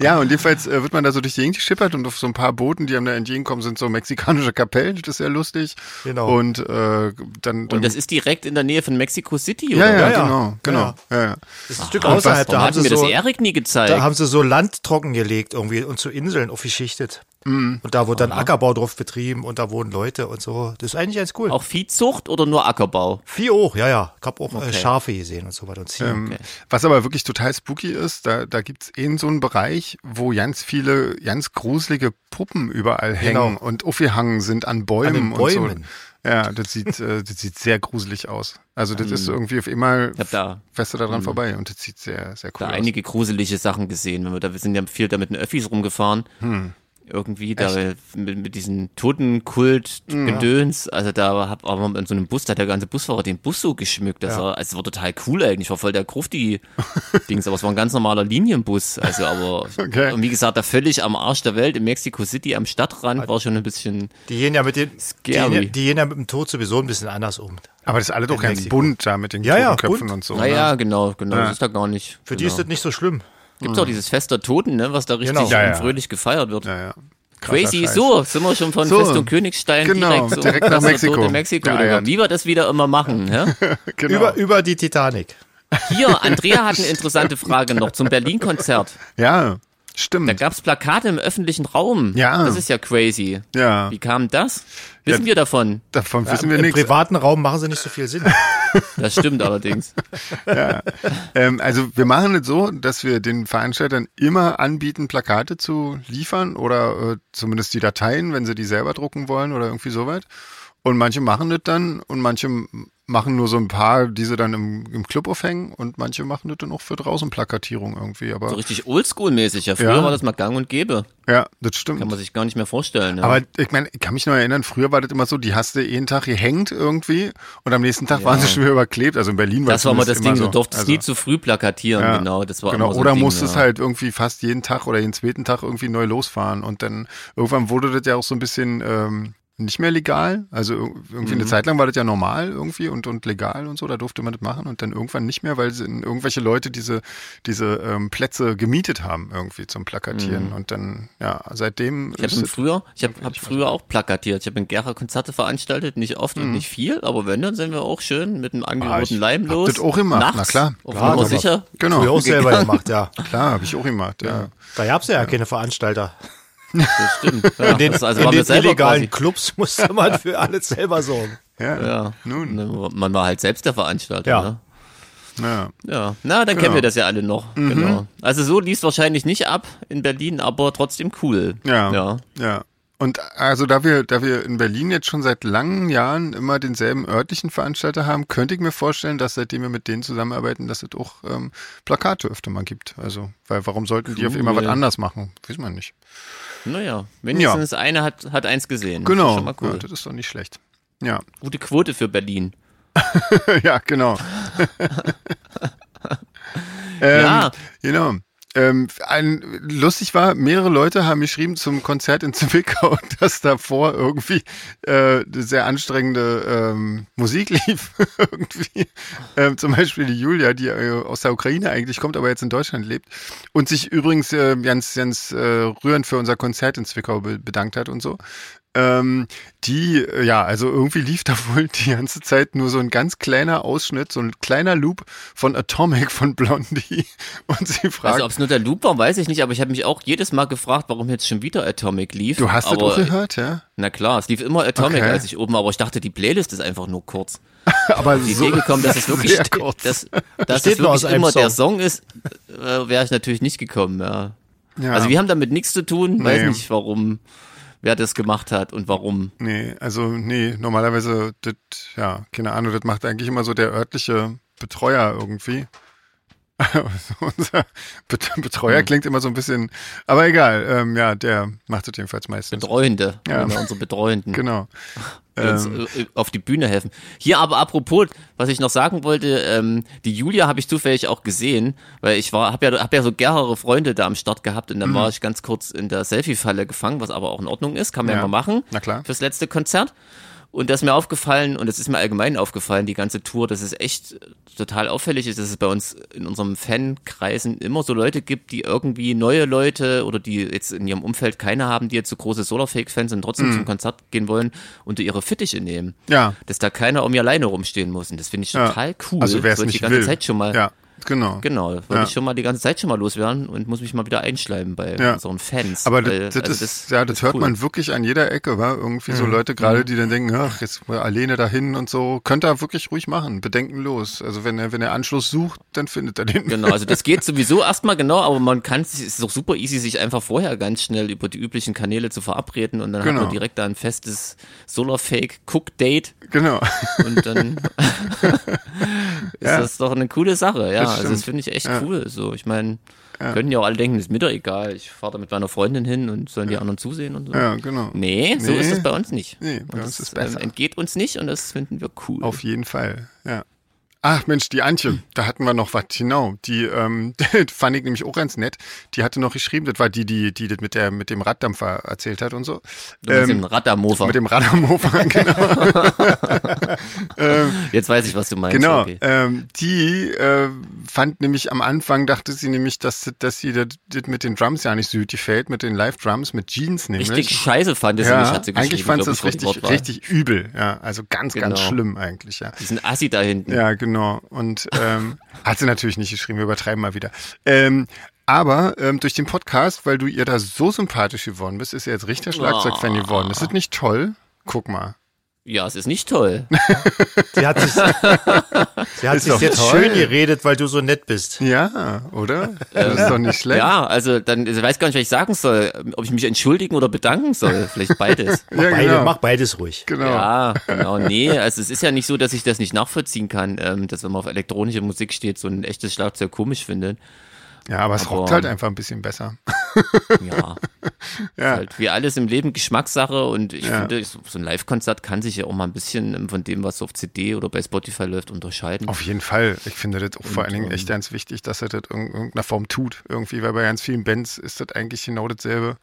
Speaker 1: ja, und jedenfalls äh, wird man da so durch die Gegend geschippert und auf so ein paar Booten, die einem da entgegenkommen, sind so mexikanische Kapellen, das ist ja lustig.
Speaker 3: Genau.
Speaker 1: Und äh, dann. dann
Speaker 2: Und das ist direkt in der Nähe von Mexico City,
Speaker 1: ja,
Speaker 2: oder?
Speaker 1: ja,
Speaker 3: Ja, ja.
Speaker 1: genau, genau. Ja, ja.
Speaker 3: das ist ein Stück
Speaker 1: Ach,
Speaker 3: außerhalb,
Speaker 1: was?
Speaker 3: da
Speaker 2: Warum
Speaker 3: haben
Speaker 2: hat
Speaker 3: sie
Speaker 2: mir das
Speaker 3: so,
Speaker 2: Erik nie gezeigt?
Speaker 3: da haben sie
Speaker 1: Mhm.
Speaker 3: so Land trocken gelegt irgendwie und zu Inseln aufgeschichtet. Und da wurde dann Ackerbau drauf betrieben und da wohnen Leute und so. Das ist eigentlich ganz cool.
Speaker 2: Auch Viehzucht oder nur Ackerbau?
Speaker 3: Vieh auch, ja, ja. Ich habe auch äh,
Speaker 2: Okay.
Speaker 3: Schafe gesehen und so weiter und Ziegen.
Speaker 1: Ähm, Was aber wirklich total spooky ist, da, da gibt's eh so einen Bereich, wo ganz viele ganz gruselige Puppen überall hängen und aufgehangen sind an Bäumen,
Speaker 3: Genau. den
Speaker 1: und
Speaker 3: Bäumen.
Speaker 1: so. Ja, das sieht, äh, das sieht sehr gruselig aus. Also das ist irgendwie auf immer
Speaker 2: Ich habe da,
Speaker 1: fährst du da dran vorbei und das sieht sehr, sehr cool
Speaker 2: Mhm. da
Speaker 1: aus.
Speaker 2: einige gruselige Sachen gesehen. Wenn wir, da, wir sind ja viel da mit den Öffis rumgefahren. Irgendwie da mit, mit diesem Totenkult-Gedöns. Also da hab aber in so einem Bus, da hat der ganze Busfahrer den Bus so geschmückt. Das war, also es war total cool eigentlich. War voll der Grufti-Dings, aber es war ein ganz normaler Linienbus. Also aber,
Speaker 1: Okay.
Speaker 2: und wie gesagt, da völlig am Arsch der Welt in Mexico City am Stadtrand war schon ein bisschen
Speaker 3: Die gehen ja mit den, die,
Speaker 2: Scary.
Speaker 3: gehen- die gehen ja mit dem Tod sowieso ein bisschen anders um.
Speaker 1: Aber das ist alle doch
Speaker 3: In
Speaker 1: ganz
Speaker 3: Mexiko.
Speaker 1: bunt da mit den
Speaker 3: Ja, ja,
Speaker 1: Totenköpfen
Speaker 3: bunt.
Speaker 1: und so.
Speaker 2: Na
Speaker 1: ne?
Speaker 2: ja, genau, genau, das ist da gar nicht.
Speaker 3: Für die
Speaker 2: genau.
Speaker 3: ist das nicht so schlimm.
Speaker 2: Gibt's auch dieses Fest der Toten, ne, was da richtig
Speaker 3: Genau.
Speaker 1: Ja, ja.
Speaker 2: fröhlich gefeiert wird.
Speaker 1: Ja, ja. Krasser
Speaker 2: Crazy,
Speaker 1: Scheiß.
Speaker 2: so, sind wir schon von
Speaker 1: So,
Speaker 2: Festung Königstein
Speaker 1: genau,
Speaker 2: direkt, zu
Speaker 1: direkt nach
Speaker 2: Fest der
Speaker 1: Mexiko.
Speaker 2: Toten Mexiko.
Speaker 1: Ja, ja.
Speaker 2: Wie wir das wieder immer machen. Ja?
Speaker 1: Genau.
Speaker 3: Über, über die Titanic.
Speaker 2: Hier, Andrea hat eine interessante Frage noch zum Berlin-Konzert.
Speaker 1: ja,
Speaker 2: Da
Speaker 1: stimmt.
Speaker 2: gab's Plakate im öffentlichen Raum.
Speaker 1: Ja.
Speaker 2: Das ist ja crazy.
Speaker 1: Ja,
Speaker 2: Wie kam das? Wissen wir davon?
Speaker 1: davon wissen wir
Speaker 3: Im
Speaker 1: nichts.
Speaker 3: privaten Raum machen sie nicht so viel Sinn.
Speaker 2: Das stimmt allerdings.
Speaker 1: Ähm, also wir machen es so, dass wir den Veranstaltern immer anbieten, Plakate zu liefern oder äh, zumindest die Dateien, wenn sie die selber drucken wollen oder irgendwie soweit. Und manche machen das dann und manche m- machen nur so ein paar, die sie dann im, im Club aufhängen und manche machen das dann auch für draußen Plakatierung irgendwie. Aber
Speaker 2: So richtig oldschool-mäßig. Ja, früher
Speaker 1: Ja.
Speaker 2: war das mal gang und gäbe.
Speaker 1: ja, das stimmt.
Speaker 2: Kann man sich gar nicht mehr vorstellen. Ja.
Speaker 1: Aber ich meine, ich kann mich noch erinnern, früher war das immer so, die hast du jeden Tag gehängt irgendwie und am nächsten Tag waren sie schon wieder überklebt. Also in Berlin war
Speaker 2: das war mal das
Speaker 1: zumindest
Speaker 2: Ding,
Speaker 1: immer
Speaker 2: du durftest
Speaker 1: Also-
Speaker 2: nie zu früh plakatieren,
Speaker 1: Ja,
Speaker 2: genau. Das war
Speaker 1: genau.
Speaker 2: immer so ein
Speaker 1: Oder
Speaker 2: Ding, ne?
Speaker 1: musstest
Speaker 2: ja.
Speaker 1: halt irgendwie fast jeden Tag oder jeden zweiten Tag irgendwie neu losfahren. Und dann irgendwann wurde das ja auch so ein bisschen ähm, nicht mehr legal. Also ir- irgendwie
Speaker 2: Mhm.
Speaker 1: eine Zeit lang war das ja normal irgendwie und, und legal und so, da durfte man das machen und dann irgendwann nicht mehr, weil sie- irgendwelche Leute diese, diese ähm, Plätze gemietet haben irgendwie zum Plakatieren. Und dann, ja, seitdem
Speaker 2: Mhm. Ich
Speaker 1: ist
Speaker 2: habe
Speaker 1: es-
Speaker 2: früher, ich habe hab früher auch plakatiert. Ich habe in Gera Konzerte veranstaltet, nicht oft und nicht viel, aber wenn, dann sind wir auch schön mit einem
Speaker 1: Mhm. Ah, ich
Speaker 2: angeroten Leim
Speaker 1: hab
Speaker 2: los.
Speaker 1: das auch gemacht,
Speaker 2: nachts,
Speaker 1: na klar.
Speaker 2: Auf
Speaker 1: Klar,
Speaker 2: Nummer
Speaker 1: aber-
Speaker 2: sicher.
Speaker 1: Genau.
Speaker 3: Früher auch selber gemacht, ja.
Speaker 1: Klar, habe ich auch gemacht, ja.
Speaker 3: Da gab's ja, keine Veranstalter.
Speaker 2: Das stimmt. Ja,
Speaker 3: In den,
Speaker 2: das, also
Speaker 3: in
Speaker 2: waren wir
Speaker 3: den
Speaker 2: selber
Speaker 3: illegalen
Speaker 2: quasi.
Speaker 3: Clubs musste man für alles selber sorgen.
Speaker 1: Ja,
Speaker 2: Ja.
Speaker 1: Nun.
Speaker 2: Ne, Man war halt selbst der Veranstalter,
Speaker 3: Ja.
Speaker 2: ne?
Speaker 1: ja.
Speaker 2: Ja. Na, dann kennen wir das ja alle noch.
Speaker 1: Mhm.
Speaker 2: Genau. Also so lief wahrscheinlich nicht ab in Berlin, aber trotzdem cool.
Speaker 1: Ja.
Speaker 2: ja.
Speaker 1: Ja. Und also da wir, da wir in Berlin jetzt schon seit langen Jahren immer denselben örtlichen Veranstalter haben, könnte ich mir vorstellen, dass seitdem wir mit denen zusammenarbeiten, dass es auch ähm, Plakate öfter mal gibt. Also, weil warum sollten die auf immer was
Speaker 2: Cool.
Speaker 1: anders machen? Wissen wir nicht.
Speaker 2: Naja, wenigstens eine hat, hat eins gesehen. Das ist
Speaker 1: Genau.
Speaker 2: schon mal cool.
Speaker 1: ja, das ist doch nicht schlecht. Ja,
Speaker 2: Gute Quote für Berlin.
Speaker 1: ja, genau. ähm,
Speaker 2: Ja.
Speaker 1: Genau. Ähm, ein, lustig war, mehrere Leute haben geschrieben zum Konzert in Zwickau, dass davor irgendwie äh, eine sehr anstrengende ähm, Musik lief. irgendwie. Ähm, zum Beispiel die Julia, die äh, aus der Ukraine eigentlich kommt, aber jetzt in Deutschland lebt und sich übrigens äh, ganz, ganz äh, rührend für unser Konzert in Zwickau be bedankt hat und so. Ähm, die, äh, ja, also irgendwie lief da wohl die ganze Zeit nur so ein ganz kleiner Ausschnitt, so ein kleiner Loop von Atomic von Blondie. Und sie fragt,
Speaker 2: Also ob es nur der Loop war, weiß ich nicht, aber ich habe mich auch jedes Mal gefragt, warum jetzt schon wieder Atomic lief.
Speaker 1: du hast das
Speaker 2: aber,
Speaker 1: auch gehört, ja?
Speaker 2: Na klar, es lief immer Atomic,
Speaker 1: Okay.
Speaker 2: als ich oben, war, aber ich dachte, die Playlist ist einfach nur kurz.
Speaker 1: Aber
Speaker 2: Die Idee gekommen, dass es wirklich,
Speaker 1: sehr
Speaker 2: ste-
Speaker 1: kurz.
Speaker 2: dass, dass
Speaker 3: Steht
Speaker 2: es
Speaker 3: nur aus
Speaker 2: wirklich
Speaker 3: einem
Speaker 2: immer der
Speaker 3: Song.
Speaker 2: Song ist, äh, wäre ich natürlich nicht gekommen. Ja.
Speaker 1: ja.
Speaker 2: Also wir haben damit nichts zu tun, weiß
Speaker 1: Nee.
Speaker 2: nicht, warum, wer das gemacht hat und warum.
Speaker 1: Nee, also nee, normalerweise, das, ja, keine Ahnung, das macht eigentlich immer so der örtliche Betreuer irgendwie. Also Unser Bet
Speaker 2: Hm.
Speaker 1: Betreuer klingt immer so ein bisschen, aber egal, ähm, ja, der macht das jedenfalls meistens.
Speaker 2: Betreuende,
Speaker 1: Ja.
Speaker 2: Oder unsere Betreuenden.
Speaker 1: genau. Ähm,
Speaker 2: die uns äh, auf die Bühne helfen. Hier aber apropos, was ich noch sagen wollte, ähm, die Julia habe ich zufällig auch gesehen, weil ich war, habe ja, hab ja so gerere Freunde da am Start gehabt
Speaker 1: Mhm.
Speaker 2: und dann war ich ganz kurz in der Selfie-Falle gefangen, was aber auch in Ordnung ist, kann man ja,
Speaker 1: Ja.
Speaker 2: mal machen.
Speaker 1: Na klar.
Speaker 2: Fürs letzte Konzert. Und das ist mir aufgefallen, und das ist mir allgemein aufgefallen, die ganze Tour, dass es echt äh, total auffällig ist, dass es bei uns in unserem Fankreisen immer so Leute gibt, die irgendwie neue Leute oder die jetzt in ihrem Umfeld keine haben, die jetzt so große Solarfake-Fans sind, trotzdem zum Konzert gehen wollen und ihre Fittiche nehmen.
Speaker 1: Mhm. Ja.
Speaker 2: Dass da keiner um ihr alleine rumstehen muss. Und das finde ich total cool.
Speaker 1: Also wer es
Speaker 2: Soll ich
Speaker 1: nicht
Speaker 2: die ganze
Speaker 1: will.
Speaker 2: Zeit schon mal.
Speaker 1: Ja. Genau.
Speaker 2: Genau, das wollte ich schon mal die ganze Zeit schon mal loswerden und muss mich mal wieder einschleimen bei
Speaker 1: Ja.
Speaker 2: unseren Fans.
Speaker 1: Aber
Speaker 2: weil,
Speaker 1: das, das,
Speaker 2: also
Speaker 1: ist, ja, das, hört
Speaker 2: cool. Mhm.
Speaker 1: man wirklich an jeder Ecke, wa? Irgendwie so Leute gerade, die dann denken, ach, jetzt mal alleine dahin und so. Könnt ihr wirklich ruhig machen, bedenkenlos. Also wenn er, wenn er Anschluss sucht, dann findet er den.
Speaker 2: Genau, also das geht sowieso erstmal genau, aber man kann es ist doch super easy, sich einfach vorher ganz schnell über die üblichen Kanäle zu verabreden und dann
Speaker 1: Genau.
Speaker 2: hat man direkt da ein festes Solarfake-Cook-Date
Speaker 1: Genau.
Speaker 2: und dann ist das doch eine coole Sache, ja.
Speaker 1: Das
Speaker 2: also
Speaker 1: stimmt.
Speaker 2: das finde ich echt cool. So, ich meine, können ja auch alle denken, ist mir doch egal, ich fahre da mit meiner Freundin hin und sollen die anderen zusehen und so.
Speaker 1: Ja, genau.
Speaker 2: Nee, so
Speaker 1: Nee.
Speaker 2: ist das bei uns nicht.
Speaker 1: Nee, bei
Speaker 2: und
Speaker 1: uns
Speaker 2: das
Speaker 1: ist besser.
Speaker 2: Ähm, entgeht uns nicht und das finden wir cool.
Speaker 1: Auf jeden Fall, ja. Ach Mensch, die Antje, da hatten wir noch was, genau. Die ähm, fand ich nämlich auch ganz nett. Die hatte noch geschrieben, das war die, die, die das mit, der, mit dem Raddampfer erzählt hat und so. Ähm,
Speaker 2: Du meinst den Raddamover.
Speaker 1: Mit dem Raddampfer, genau. ähm,
Speaker 2: Jetzt weiß ich, was du meinst.
Speaker 1: Genau.
Speaker 2: Okay.
Speaker 1: Ähm, die äh, fand nämlich am Anfang, dachte sie nämlich, dass, dass sie das, das mit den Drums ja nicht so gut gefällt, mit den Live-Drums, mit Jeans nämlich.
Speaker 2: Richtig scheiße fand es nämlich,
Speaker 1: ja,
Speaker 2: hat sie geschrieben.
Speaker 1: eigentlich fand sie
Speaker 2: glaub
Speaker 1: das
Speaker 2: ich, wo
Speaker 1: richtig,
Speaker 2: die Wortwahl.
Speaker 1: richtig übel. Ja, also ganz, ganz
Speaker 2: Genau.
Speaker 1: schlimm eigentlich, ja.
Speaker 2: Diesen Assi da hinten.
Speaker 1: Ja, genau. Und ähm, hat sie natürlich nicht geschrieben, wir übertreiben mal wieder. Ähm, aber ähm, durch den Podcast, weil du ihr da so sympathisch geworden bist, ist sie jetzt richtiger Schlagzeugfan
Speaker 2: Ah.
Speaker 1: geworden. Ist das nicht toll? Guck mal.
Speaker 2: Ja, es ist nicht toll.
Speaker 3: Sie hat sich, sie hat
Speaker 1: Ist
Speaker 3: sich
Speaker 1: doch
Speaker 3: jetzt
Speaker 1: toll.
Speaker 3: schön geredet, weil du so nett bist.
Speaker 1: Ja, oder? Das ist doch nicht schlecht.
Speaker 2: Ähm, Ja, also dann ich weiß gar nicht, was ich sagen soll. Ob ich mich entschuldigen oder bedanken soll. Vielleicht beides.
Speaker 1: ja
Speaker 3: Beide,
Speaker 1: genau.
Speaker 3: Mach beides ruhig.
Speaker 1: genau.
Speaker 2: Ja, genau. Nee, also es ist ja nicht so, dass ich das nicht nachvollziehen kann, ähm, dass wenn man auf elektronische Musik steht, so ein echtes Schlagzeug komisch findet.
Speaker 1: Ja, aber es
Speaker 2: Aber-
Speaker 1: rockt halt einfach ein bisschen besser.
Speaker 2: Ja.
Speaker 1: Ja.
Speaker 2: Ist Halt wie alles im Leben Geschmackssache und ich
Speaker 1: Ja.
Speaker 2: finde, so so ein Live-Konzert kann sich ja auch mal ein bisschen ähm, von dem, was auf CD oder bei Spotify läuft, unterscheiden.
Speaker 1: Auf jeden Fall. Ich finde das auch vor allen Dingen echt ganz wichtig, dass er das in irgendeiner Form tut. Irgendwie, weil bei ganz vielen Bands ist das eigentlich genau dasselbe,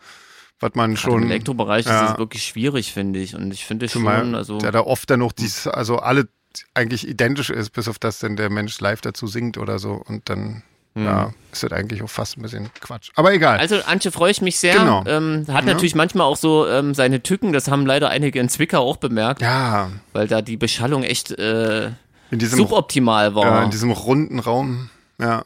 Speaker 1: was man
Speaker 2: Im
Speaker 1: schon,
Speaker 2: Elektrobereich
Speaker 1: ja.
Speaker 2: ist es wirklich schwierig, finde ich. Und ich finde schon,
Speaker 1: zumal
Speaker 2: also
Speaker 1: der da oft dann noch dies, also alle eigentlich identisch ist, bis auf das dann der Mensch live dazu singt oder so. Und dann, ja, ist das eigentlich auch fast ein bisschen Quatsch. Aber egal.
Speaker 2: Hm. Also, Antje, freue ich mich sehr.
Speaker 1: Genau.
Speaker 2: Ähm, hat natürlich manchmal auch so ähm, seine Tücken, das haben leider einige in Zwickau auch bemerkt,
Speaker 1: ja,
Speaker 2: weil da die Beschallung echt äh,
Speaker 1: in diesem,
Speaker 2: suboptimal
Speaker 1: ja,
Speaker 2: war.
Speaker 1: in diesem runden Raum. Ja,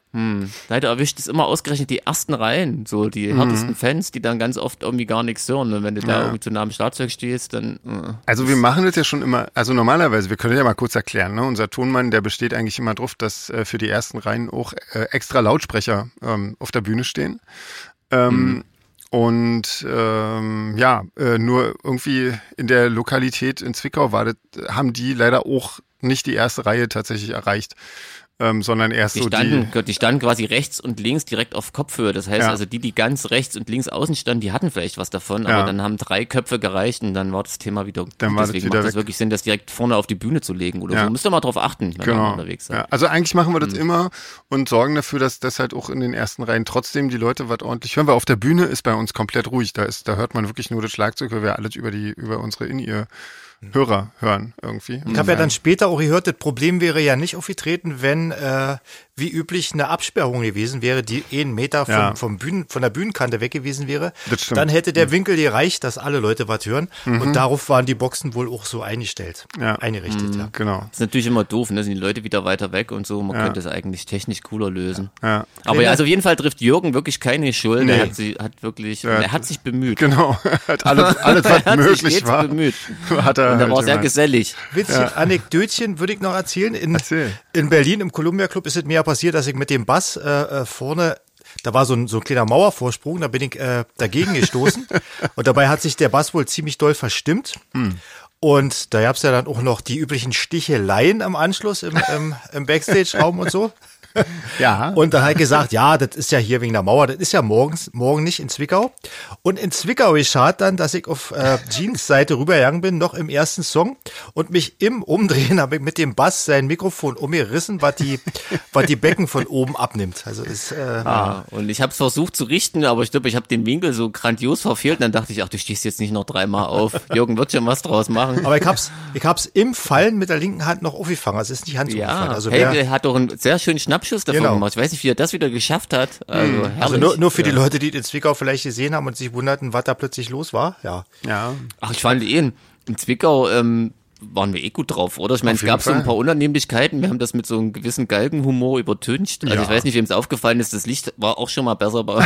Speaker 2: leider erwischt es immer ausgerechnet die ersten Reihen, so
Speaker 1: Mhm.
Speaker 2: die härtesten Fans, die dann ganz oft irgendwie gar nichts hören. Und wenn du da irgendwie zu nah am Schlagzeug stehst, dann. Äh.
Speaker 1: Also wir machen das ja schon immer, also normalerweise, wir können ja mal kurz erklären, ne? unser Tonmann, der besteht eigentlich immer drauf, dass äh, für die ersten Reihen auch äh, extra Lautsprecher ähm, auf der Bühne stehen. Ähm, Und ähm, ja, äh, nur irgendwie in der Lokalität in Zwickau war das, haben die leider auch nicht die erste Reihe tatsächlich erreicht, ähm, sondern erst
Speaker 2: Die
Speaker 1: so
Speaker 2: standen,
Speaker 1: die...
Speaker 2: Gott, die standen quasi rechts und links direkt auf Kopfhöhe. Das heißt
Speaker 1: Ja.
Speaker 2: also, die, die ganz rechts und links außen standen, die hatten vielleicht was davon,
Speaker 1: Ja.
Speaker 2: aber dann haben drei Köpfe gereicht und dann war das Thema wieder gut.
Speaker 1: Dann war das
Speaker 2: Deswegen
Speaker 1: wieder
Speaker 2: macht es
Speaker 1: weg.
Speaker 2: wirklich Sinn, das direkt vorne auf die Bühne zu legen oder
Speaker 1: Ja.
Speaker 2: so. Müsst ihr mal drauf achten, wenn ihr
Speaker 1: Genau.
Speaker 2: unterwegs Mhm. seid.
Speaker 1: Ja, also eigentlich machen wir das immer und sorgen dafür, dass das halt auch in den ersten Reihen trotzdem die Leute was ordentlich hören. Weil auf der Bühne ist bei uns komplett ruhig. Da ist, da hört man wirklich nur das Schlagzeug, weil wir alles über die, über unsere
Speaker 2: Mhm.
Speaker 1: In-Ear-Hörer hören irgendwie.
Speaker 3: Ich habe ja dann später auch gehört, das Problem wäre ja nicht aufgetreten, wenn äh, wie üblich eine Absperrung gewesen wäre, die eh einen Meter vom,
Speaker 1: Ja.
Speaker 3: vom Bühnen, von der Bühnenkante weg gewesen wäre.
Speaker 1: Das stimmt. Mhm.
Speaker 3: Dann hätte der Winkel gereicht, dass alle Leute was hören. Und darauf waren die Boxen wohl auch so eingestellt,
Speaker 1: Ja.
Speaker 2: Mhm.
Speaker 3: eingerichtet. Ja.
Speaker 1: Genau.
Speaker 2: Ist natürlich immer doof, ne? Sind die Leute wieder weiter weg und so. Man könnte es eigentlich technisch cooler lösen.
Speaker 1: Ja.
Speaker 2: Aber ja, also auf jeden Fall trifft Jürgen wirklich keine Schuld.
Speaker 1: Nee.
Speaker 2: Er hat sie, hat wirklich, er hat sich bemüht.
Speaker 1: Genau. Hat alles, alles was
Speaker 2: Er hat sich
Speaker 1: möglich
Speaker 2: stets
Speaker 1: war.
Speaker 2: bemüht.
Speaker 1: Hat er
Speaker 2: Und er
Speaker 1: halt
Speaker 2: war sehr
Speaker 1: gemacht.
Speaker 2: gesellig.
Speaker 3: Witzchen, Anekdötchen würde ich noch erzählen. In,
Speaker 1: Erzähl.
Speaker 3: in Berlin im Columbia Club ist es mir ja passiert, dass ich mit dem Bass äh, äh, vorne, da war so ein, so ein kleiner Mauervorsprung, da bin ich äh, dagegen gestoßen. und dabei hat sich der Bass wohl ziemlich doll verstimmt. Und da gab es ja dann auch noch die üblichen Sticheleien am Anschluss im, im, im Backstage-Raum und so.
Speaker 1: Ja.
Speaker 3: Und dann halt gesagt, ja, das ist ja hier wegen der Mauer, das ist ja morgens, morgen nicht in Zwickau. Und in Zwickau schad dann, dass ich auf äh, Jeans Seite rübergegangen bin, noch im ersten Song und mich im Umdrehen habe ich mit dem Bass sein Mikrofon umgerissen, was die, was die Becken von oben abnimmt. Also ist, äh,
Speaker 2: Ja, und ich habe es versucht zu richten, aber ich glaube, ich habe den Winkel so grandios verfehlt. Und dann dachte ich, ach, du stehst jetzt nicht noch dreimal auf. Jürgen wird schon was draus machen.
Speaker 3: aber ich hab's, ich hab's im Fallen mit der linken Hand noch aufgefangen. Es ist nicht Hand
Speaker 2: ja,
Speaker 3: umgefallen. Also, wer,
Speaker 2: Helge hat doch einen sehr schönen Schnappschuss davon
Speaker 3: Genau.
Speaker 2: gemacht. Ich weiß nicht, wie er das wieder geschafft hat. Also,
Speaker 3: also
Speaker 2: herrlich.
Speaker 3: nur, nur für die
Speaker 2: Ja.
Speaker 3: Leute, die den Zwickau vielleicht gesehen haben und sich wunderten, was da plötzlich los war. Ja.
Speaker 1: Ja.
Speaker 2: Ach, ich fand ihn in eh Zwickau ähm, waren wir eh gut drauf, oder? Ich meine,
Speaker 1: Auf
Speaker 2: es gab
Speaker 1: jeden
Speaker 2: so ein
Speaker 1: Fall.
Speaker 2: paar Unannehmlichkeiten. Wir haben das mit so einem gewissen Galgenhumor übertüncht. Also
Speaker 1: Ja.
Speaker 2: ich weiß nicht, wem es aufgefallen ist, das Licht war auch schon mal besser bei,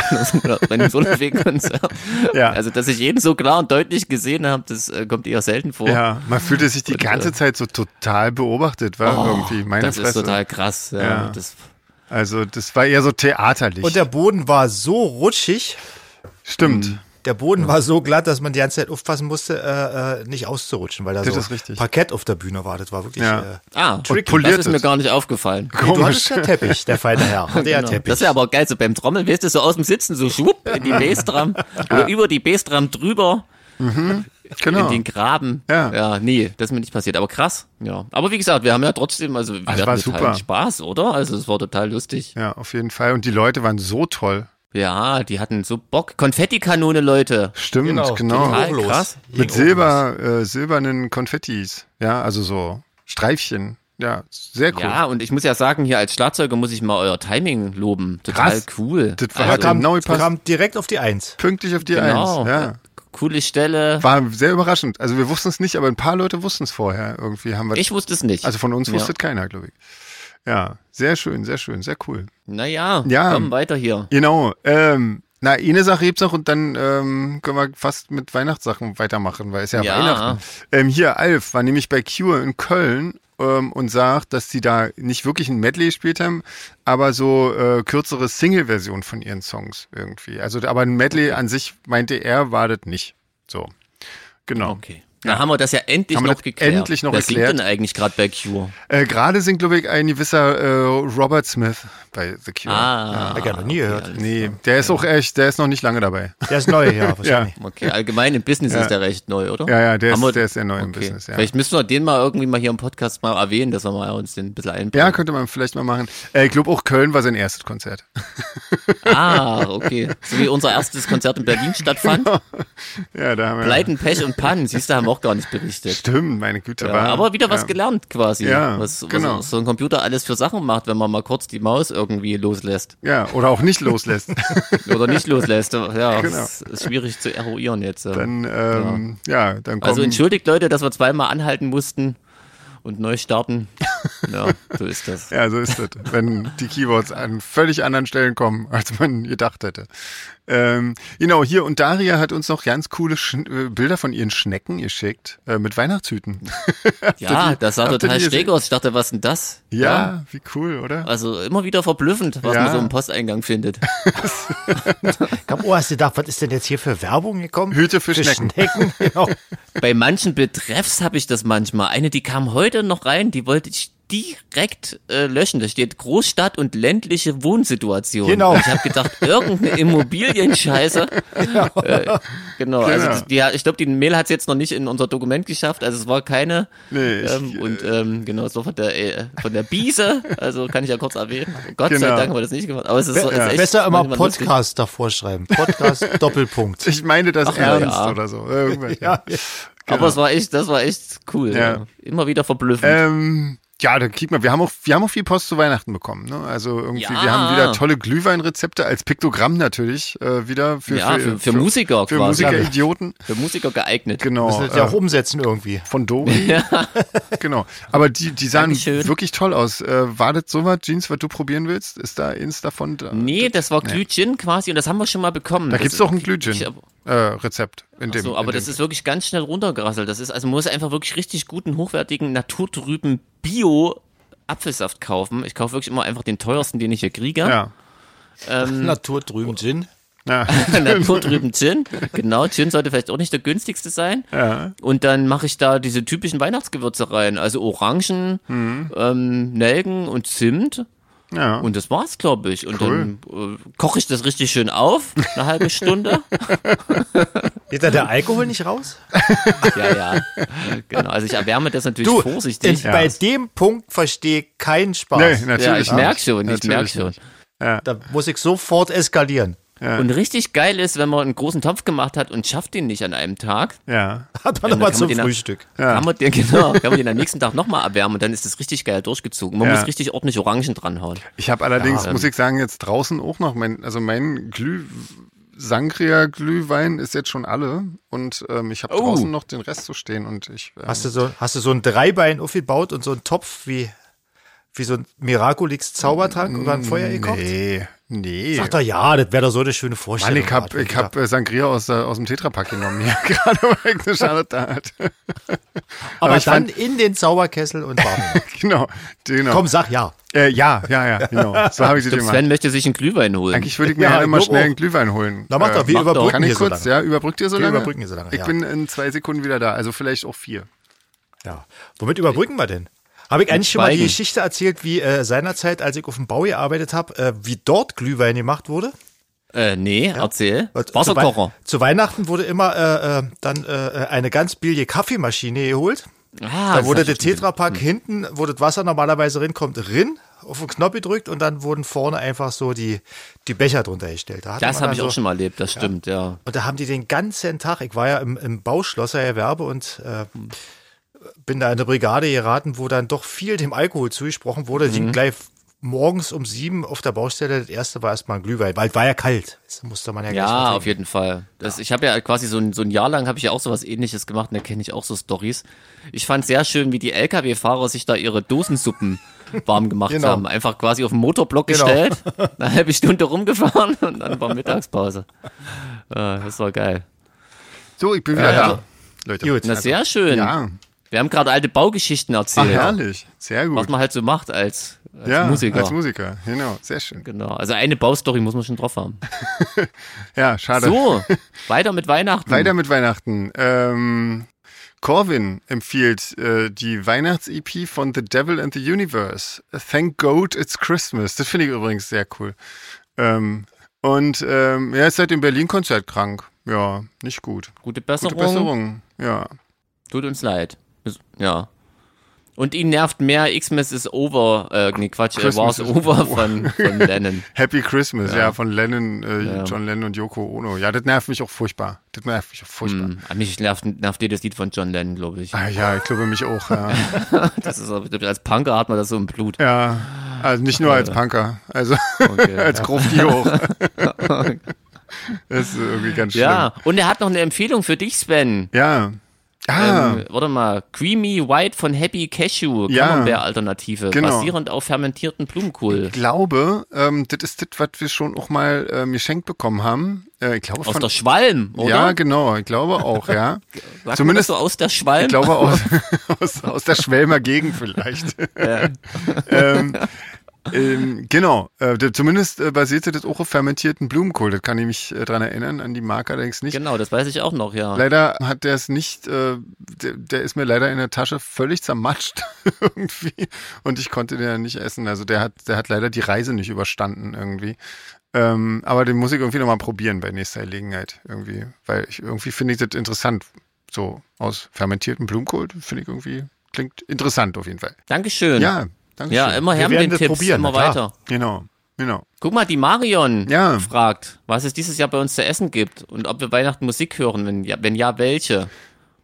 Speaker 2: bei einem Soloweg-Konzert.
Speaker 1: Ja.
Speaker 2: Also, dass ich jeden so klar und deutlich gesehen habe, das äh, kommt eher selten vor.
Speaker 1: Ja, man fühlte sich die ganze Zeit so total beobachtet, war
Speaker 2: äh, Oh,
Speaker 1: irgendwie meine
Speaker 2: das
Speaker 1: Fresse.
Speaker 2: ist total krass. Ja,
Speaker 1: Ja.
Speaker 2: Das,
Speaker 1: also das war eher so theaterlich.
Speaker 3: Und der Boden war so rutschig,
Speaker 1: Stimmt.
Speaker 2: Mhm.
Speaker 3: der Boden war so glatt, dass man die ganze Zeit aufpassen musste, äh, äh, nicht auszurutschen, weil da
Speaker 1: Das
Speaker 3: so
Speaker 1: ist richtig.
Speaker 3: Parkett auf der Bühne war. Das war wirklich
Speaker 1: Ja.
Speaker 3: äh,
Speaker 2: ah,
Speaker 1: Tricky.
Speaker 2: das ist mir
Speaker 1: Poliertes.
Speaker 2: gar nicht aufgefallen.
Speaker 3: nee, du hattest ja Teppich, der feine Herr. Hatte ja
Speaker 2: Genau.
Speaker 3: Teppich.
Speaker 2: Das wäre aber geil, so beim Trommeln, weißt du, so aus dem Sitzen, so schwupp in die Bassdrum oder über die Bassdrum drüber
Speaker 1: Genau.
Speaker 2: in den Graben.
Speaker 1: Ja.
Speaker 2: ja, nee, das ist mir nicht passiert, aber krass. Ja, aber wie gesagt, wir haben ja trotzdem, also wir
Speaker 1: Ah, es
Speaker 2: hatten
Speaker 1: war
Speaker 2: totalen
Speaker 1: super.
Speaker 2: Spaß, oder? Also es war total lustig.
Speaker 1: Ja, auf jeden Fall. Und die Leute waren so toll.
Speaker 2: Ja, die hatten so Bock. Konfettikanone, Leute.
Speaker 1: Stimmt, genau.
Speaker 2: Total
Speaker 3: Ging auch los.
Speaker 2: krass.
Speaker 3: Ging
Speaker 1: Mit
Speaker 3: auch
Speaker 1: Silber, äh, silbernen Konfettis. Ja, also so Streifchen. Ja, sehr cool.
Speaker 2: Ja, und ich muss ja sagen, hier als Schlagzeuger muss ich mal euer Timing loben. Total
Speaker 1: Krass.
Speaker 2: cool.
Speaker 1: Das war
Speaker 3: los. Da
Speaker 1: also,
Speaker 3: kam,
Speaker 1: genau gepasst.
Speaker 3: kam direkt auf die Eins.
Speaker 1: Pünktlich auf die
Speaker 2: genau.
Speaker 1: Eins. Ja.
Speaker 2: Coole Stelle.
Speaker 1: War sehr überraschend. Also wir wussten es nicht, aber ein paar Leute wussten es vorher. Irgendwie haben wir.
Speaker 2: Ich wusste es nicht.
Speaker 1: also von uns
Speaker 2: Ja.
Speaker 1: wusste es keiner, glaube ich. Ja, sehr schön, sehr schön, sehr cool.
Speaker 2: Naja,
Speaker 1: Ja.
Speaker 2: komm weiter hier.
Speaker 1: Genau. Ähm, na, eine Sache heb's noch und dann ähm, können wir fast mit Weihnachtssachen weitermachen, weil es ja,
Speaker 2: Ja.
Speaker 1: Weihnachten. Ähm, hier, Alf war nämlich bei Cure in Köln ähm, und sagt, dass sie da nicht wirklich ein Medley gespielt haben, aber so äh, kürzere Single-Version von ihren Songs irgendwie. Also, aber ein Medley an sich, meinte er, war das nicht. So. Genau.
Speaker 2: Okay. Na, haben wir das ja endlich
Speaker 1: Haben wir
Speaker 2: noch
Speaker 1: das
Speaker 2: geklärt.
Speaker 1: endlich noch
Speaker 2: Wer
Speaker 1: geklärt?
Speaker 2: singt denn eigentlich gerade bei Cure?
Speaker 1: Äh, Gerade singt, glaube ich, ein gewisser äh, Robert Smith bei The Cure.
Speaker 2: Ah,
Speaker 3: Hab ich ja noch nie gehört.
Speaker 1: Nee, der ist auch echt, der ist noch nicht lange dabei.
Speaker 3: Der ist neu, ja, wahrscheinlich.
Speaker 2: okay. Allgemein im Business ist der recht neu, oder?
Speaker 1: Ja, ja, der,
Speaker 2: Haben
Speaker 1: ist,
Speaker 2: wir-
Speaker 1: der ist sehr neu im
Speaker 2: okay.
Speaker 1: Business. Ja.
Speaker 2: Vielleicht müssen wir den mal irgendwie mal hier im Podcast mal erwähnen, dass wir mal uns den ein bisschen
Speaker 1: Ja,
Speaker 2: einbringen.
Speaker 1: könnte man vielleicht mal machen. Äh, ich glaube auch Köln war sein erstes Konzert.
Speaker 2: Ah, okay. So wie unser erstes Konzert in Berlin stattfand.
Speaker 1: Genau. Ja, da haben wir.
Speaker 2: Pleiten, Pech und Pannen, siehst du, haben wir auch gar nicht berichtet.
Speaker 1: Stimmt, meine Güte.
Speaker 2: Ja,
Speaker 1: war,
Speaker 2: aber wieder was
Speaker 1: ja.
Speaker 2: gelernt quasi,
Speaker 1: Ja,
Speaker 2: was, was
Speaker 1: genau.
Speaker 2: so ein Computer alles für Sachen macht, wenn man mal kurz die Maus irgendwie loslässt
Speaker 1: Ja, oder auch nicht loslässt.
Speaker 2: oder nicht loslässt. Ja,
Speaker 1: Genau.
Speaker 2: das ist schwierig zu eruieren jetzt. ja.
Speaker 1: dann, ähm, ja. dann kommen.
Speaker 2: Also entschuldigt Leute, dass wir zweimal anhalten mussten und neu starten. Ja, so ist das.
Speaker 1: ja, so ist das. Wenn die Keywords an völlig anderen Stellen kommen, als man gedacht hätte. Ähm, genau, hier und Daria hat uns noch ganz coole Sch äh, Bilder von ihren Schnecken geschickt, äh, mit Weihnachtshüten.
Speaker 2: Ja, das sah
Speaker 1: habt ihr
Speaker 2: total
Speaker 1: die gesehen?
Speaker 2: schräg aus. Ich dachte, was denn das?
Speaker 1: Ja, wie cool, oder?
Speaker 2: Also immer wieder verblüffend, was
Speaker 1: Ja.
Speaker 2: man so im Posteingang findet.
Speaker 3: Ich hab, oh, hast du gedacht, was ist denn jetzt hier für Werbung gekommen?
Speaker 1: Hüte für Schnecken.
Speaker 3: Schnecken, genau.
Speaker 2: Bei manchen Betreffs habe ich das manchmal. Eine, die kam heute noch rein, die wollte ich direkt äh, löschen. Da steht Großstadt und ländliche Wohnsituation.
Speaker 3: Genau.
Speaker 2: Und ich habe gedacht, irgendeine Immobilienscheiße. Äh, genau.
Speaker 1: Genau.
Speaker 2: Also das- die, ich glaube, die Mail hat es jetzt noch nicht in unser Dokument geschafft. Also es war keine.
Speaker 1: Nee, ich- äh,
Speaker 2: ähm, und ähm, genau, es war von der äh, von der Biese. Also kann ich ja kurz erwähnen. Oh Gott
Speaker 1: Genau.
Speaker 2: sei Dank haben wir das nicht gemacht. Aber es ist, so- es ist echt
Speaker 3: Besser immer
Speaker 2: manchmal lustig.
Speaker 3: Podcast davor schreiben. Podcast Doppelpunkt.
Speaker 1: Ich meine das
Speaker 2: Ach, na ja.
Speaker 1: ernst oder so. Irgendwas, ja.
Speaker 2: Aber es war echt, das war echt cool.
Speaker 1: Ja.
Speaker 2: Ja. Immer wieder verblüffend.
Speaker 1: Ähm, ja, dann kriegt man, wir haben auch, wir haben auch viel Post zu Weihnachten bekommen, ne? Also irgendwie,
Speaker 2: Ja.
Speaker 1: wir haben wieder tolle Glühweinrezepte als Piktogramm natürlich, äh, wieder für,
Speaker 2: ja, für, für, Musiker
Speaker 1: für
Speaker 2: quasi.
Speaker 1: Musiker-Idioten.
Speaker 2: für Musiker geeignet.
Speaker 1: Genau.
Speaker 3: Müssen das ja auch
Speaker 1: äh,
Speaker 3: umsetzen irgendwie.
Speaker 1: von Dori. Genau. Aber die, die sahen
Speaker 2: Dankeschön.
Speaker 1: wirklich toll aus. Äh, war das sowas, Jeans, was du probieren willst? Ist da eins davon? Da,
Speaker 2: Nee, das war Glühgin quasi und das haben wir schon mal bekommen.
Speaker 1: da
Speaker 2: Das
Speaker 1: gibt's
Speaker 2: ist-
Speaker 1: doch ein
Speaker 2: Ich-
Speaker 1: Glühwein-Rezept. in dem,
Speaker 2: So,
Speaker 1: in
Speaker 2: aber
Speaker 1: dem.
Speaker 2: das ist wirklich ganz schnell runtergerasselt. Das ist, also man muss einfach wirklich richtig guten, hochwertigen, naturtrüben Bio Apfelsaft kaufen. Ich kaufe wirklich immer einfach den teuersten, den ich hier kriege.
Speaker 1: Ja.
Speaker 2: Ähm,
Speaker 3: Natur
Speaker 2: oh.
Speaker 3: drüben Gin.
Speaker 1: ja.
Speaker 2: Naturtrüben Gin. Genau, Gin sollte vielleicht auch nicht der günstigste sein. Und dann mache ich da diese typischen Weihnachtsgewürze rein. Also Orangen, ähm, Nelken und Zimt.
Speaker 1: Mhm. Ja.
Speaker 2: Und das war's, glaube ich. Und dann äh, koche ich das richtig schön auf, eine halbe Stunde.
Speaker 3: Geht da der Alkohol nicht raus?
Speaker 2: ja, ja. Genau. Also ich erwärme das natürlich
Speaker 3: in,
Speaker 2: vorsichtig.
Speaker 3: bei dem Punkt verstehe ich keinen Spaß.
Speaker 1: Nee, natürlich.
Speaker 2: ja, ich
Speaker 1: nicht.
Speaker 2: merke schon, ich
Speaker 1: Natürlich
Speaker 2: merke schon.
Speaker 1: nicht.
Speaker 3: Da muss ich sofort eskalieren.
Speaker 2: Und richtig geil ist, wenn man einen großen Topf gemacht hat und schafft den nicht an einem Tag,
Speaker 1: Ja.
Speaker 3: Hat man
Speaker 2: Ja,
Speaker 3: nochmal
Speaker 2: dann kann
Speaker 3: zum
Speaker 2: man den-
Speaker 3: Frühstück.
Speaker 2: kann man den, genau, kann man den am nächsten Tag nochmal erwärmen und dann ist das richtig geil durchgezogen. Man
Speaker 1: Ja.
Speaker 2: muss richtig ordentlich Orangen dranhauen.
Speaker 1: Ich habe allerdings, muss ich sagen, jetzt draußen auch noch mein, also mein Glüh, Sangria-Glühwein ist jetzt schon alle und ähm, ich habe
Speaker 2: Oh.
Speaker 1: draußen noch den Rest zu stehen und ich. Ähm,
Speaker 3: Hast du so, hast du so ein Dreibein aufgebaut und so einen Topf wie, wie so ein Miraculix Zaubertrank über ein Feuer gekocht?
Speaker 1: Mm, Nee, nee.
Speaker 3: Sagt er, ja, das wäre doch so eine schöne
Speaker 1: Mann,
Speaker 3: Vorstellung.
Speaker 1: ich hab, ich hab äh, Sangria aus, der- aus dem Tetrapack genommen hier gerade, weil ich eine Schale da hatte.
Speaker 3: aber
Speaker 1: ich
Speaker 3: dann in den Zauberkessel und warm.
Speaker 1: genau, genau.
Speaker 3: Komm, sag ja.
Speaker 1: Äh, ja, ja, ja, genau. So habe ich sie
Speaker 2: Sven
Speaker 1: gemacht.
Speaker 2: möchte sich einen Glühwein holen.
Speaker 1: Eigentlich würde ich mir
Speaker 3: Ja,
Speaker 1: ja, immer
Speaker 3: ich glaub
Speaker 1: schnell
Speaker 3: auch.
Speaker 1: einen Glühwein holen.
Speaker 3: Na, mach doch, wir
Speaker 2: mach doch.
Speaker 3: überbrücken
Speaker 1: Äh, Kann ich
Speaker 3: hier
Speaker 1: kurz,
Speaker 3: so lange.
Speaker 1: ja, überbrückt ihr so
Speaker 3: Wir
Speaker 1: lange?
Speaker 3: überbrücken hier so lange,
Speaker 1: Ich
Speaker 3: ja.
Speaker 1: bin in zwei Sekunden wieder da, also vielleicht auch vier.
Speaker 3: Ja. Womit überbrücken wir denn? Habe ich eigentlich schon mal die
Speaker 2: Schweigen.
Speaker 3: Geschichte erzählt, wie äh, seinerzeit, als ich auf dem Bau gearbeitet habe, äh, wie dort Glühwein gemacht wurde?
Speaker 2: äh, nee, erzähl.
Speaker 3: Und Zu,
Speaker 2: Wasserkocher.
Speaker 3: Wei- zu Weihnachten wurde immer äh, äh, dann äh, eine ganz billige Kaffeemaschine geholt.
Speaker 2: Ah,
Speaker 3: Da
Speaker 2: das
Speaker 3: wurde der
Speaker 2: hab ich schon
Speaker 3: Tetrapack hinten, wo das Wasser normalerweise rinkommt, rin auf den Knopf gedrückt und dann wurden vorne einfach so die, die Becher drunter gestellt. Da hatte
Speaker 2: gesehen. Das habe
Speaker 3: man dann
Speaker 2: ich
Speaker 3: so,
Speaker 2: auch schon mal erlebt, das stimmt, ja.
Speaker 3: Und da haben die den ganzen Tag, ich war ja im, im Bauschlossererwerbe und äh, bin da in eine Brigade geraten, wo dann doch viel dem Alkohol zugesprochen wurde.
Speaker 2: Mhm.
Speaker 3: Die gleich morgens um sieben auf der Baustelle, das erste war erstmal ein Glühwein, weil war ja kalt. Das musste man ja gleich mal
Speaker 2: Ja, auf
Speaker 3: trinken.
Speaker 2: jeden Fall. Das, Ich habe ja quasi so ein, so ein Jahr lang habe ich ja auch sowas ähnliches gemacht und da kenne ich auch so Stories. Ich fand sehr schön, wie die Lkw-Fahrer sich da ihre Dosensuppen warm gemacht
Speaker 3: Genau.
Speaker 2: haben. Einfach quasi auf den Motorblock
Speaker 3: Genau.
Speaker 2: gestellt, eine halbe Stunde rumgefahren und dann war Mittagspause. Äh, Das war geil.
Speaker 1: So, ich bin wieder
Speaker 2: ja.
Speaker 1: da. Leute.
Speaker 3: Gut.
Speaker 2: Na, sehr schön.
Speaker 1: Also, Ja.
Speaker 2: Wir haben gerade alte Baugeschichten
Speaker 1: Ach,
Speaker 2: erzählt,
Speaker 1: herrlich. Sehr gut.
Speaker 2: was man halt so macht als, als
Speaker 1: ja,
Speaker 2: Musiker.
Speaker 1: als Musiker. Genau, sehr schön.
Speaker 2: Genau, also eine Baustory muss man schon drauf haben.
Speaker 1: Ja, schade.
Speaker 2: So, weiter mit Weihnachten.
Speaker 1: Also, Weiter mit Weihnachten. Ähm, Corvin empfiehlt äh, die Weihnachts-EP von The Devil and the Universe. Thank God It's Christmas. Das finde ich übrigens sehr cool. Ähm, und ähm, er ist seit dem Berlin-Konzert krank. Ja, nicht gut. Gute
Speaker 2: Gute Besserung.
Speaker 1: Besserung. Ja.
Speaker 2: Tut uns leid. Ja. Und ihn nervt mehr Xmas is over, äh, nee, Quatsch, äh,
Speaker 1: Christmas
Speaker 2: War's
Speaker 1: is
Speaker 2: over von, von Lennon.
Speaker 1: Happy Christmas, ja, von Lennon, äh, John Lennon und Yoko Ono. Ja, das nervt mich auch furchtbar. Das nervt mich auch furchtbar.
Speaker 2: Hm, Mich nervt, nervt dir das Lied von John Lennon, glaube ich.
Speaker 1: Ah, ja, ich glaube mich auch. Ja.
Speaker 2: Das ist, aber- als Punker hat man das so im Blut.
Speaker 1: ja. Also nicht nur als
Speaker 2: Äh.
Speaker 1: Punker, also als Grufti auch. das ist irgendwie ganz schlimm.
Speaker 2: Ja, und er hat noch eine Empfehlung für dich, Sven.
Speaker 1: Ja. Ah,
Speaker 2: Ähm, warte mal, Creamy White von Happy Cashew,
Speaker 1: Ja.
Speaker 2: Camembert-Alternative,
Speaker 1: Genau.
Speaker 2: basierend auf fermentierten Blumenkohl.
Speaker 1: ich glaube, ähm, das ist das, was wir schon auch mal ähm, geschenkt bekommen haben. Äh, ich glaube
Speaker 2: Aus
Speaker 1: von
Speaker 2: der Schwalm, oder?
Speaker 1: Ja, genau, ich glaube auch, ja.
Speaker 2: Sagt man
Speaker 1: Zumindest-
Speaker 2: das so aus der Schwalm.
Speaker 1: Ich glaube aus, aus, aus der Schwelmer Gegend vielleicht. ähm, ähm, genau, äh, d- zumindest äh, basierte das auch auf fermentierten Blumenkohl. Das kann ich mich äh, dran erinnern, an die Marke allerdings nicht.
Speaker 2: Genau, das weiß ich auch noch, ja.
Speaker 1: Leider hat der es nicht, äh, der, der ist mir leider in der Tasche völlig zermatscht irgendwie und ich konnte den ja nicht essen. Also der hat, der hat leider die Reise nicht überstanden irgendwie. Ähm, aber den muss ich irgendwie nochmal probieren bei nächster Gelegenheit irgendwie, weil ich irgendwie finde ich das interessant. So aus fermentiertem Blumenkohl finde ich irgendwie, klingt interessant auf jeden Fall.
Speaker 2: Dankeschön.
Speaker 1: Ja, danke
Speaker 2: Ja,
Speaker 1: schön.
Speaker 2: immer her
Speaker 3: Wir
Speaker 2: mit
Speaker 3: werden
Speaker 2: den
Speaker 3: das
Speaker 2: Tipps,
Speaker 3: probieren,
Speaker 2: immer
Speaker 3: na klar.
Speaker 2: weiter.
Speaker 1: Genau, genau.
Speaker 2: Guck mal, die Marion
Speaker 1: Ja.
Speaker 2: fragt, was es dieses Jahr bei uns zu essen gibt und ob wir Weihnachten Musik hören, wenn ja, wenn ja welche.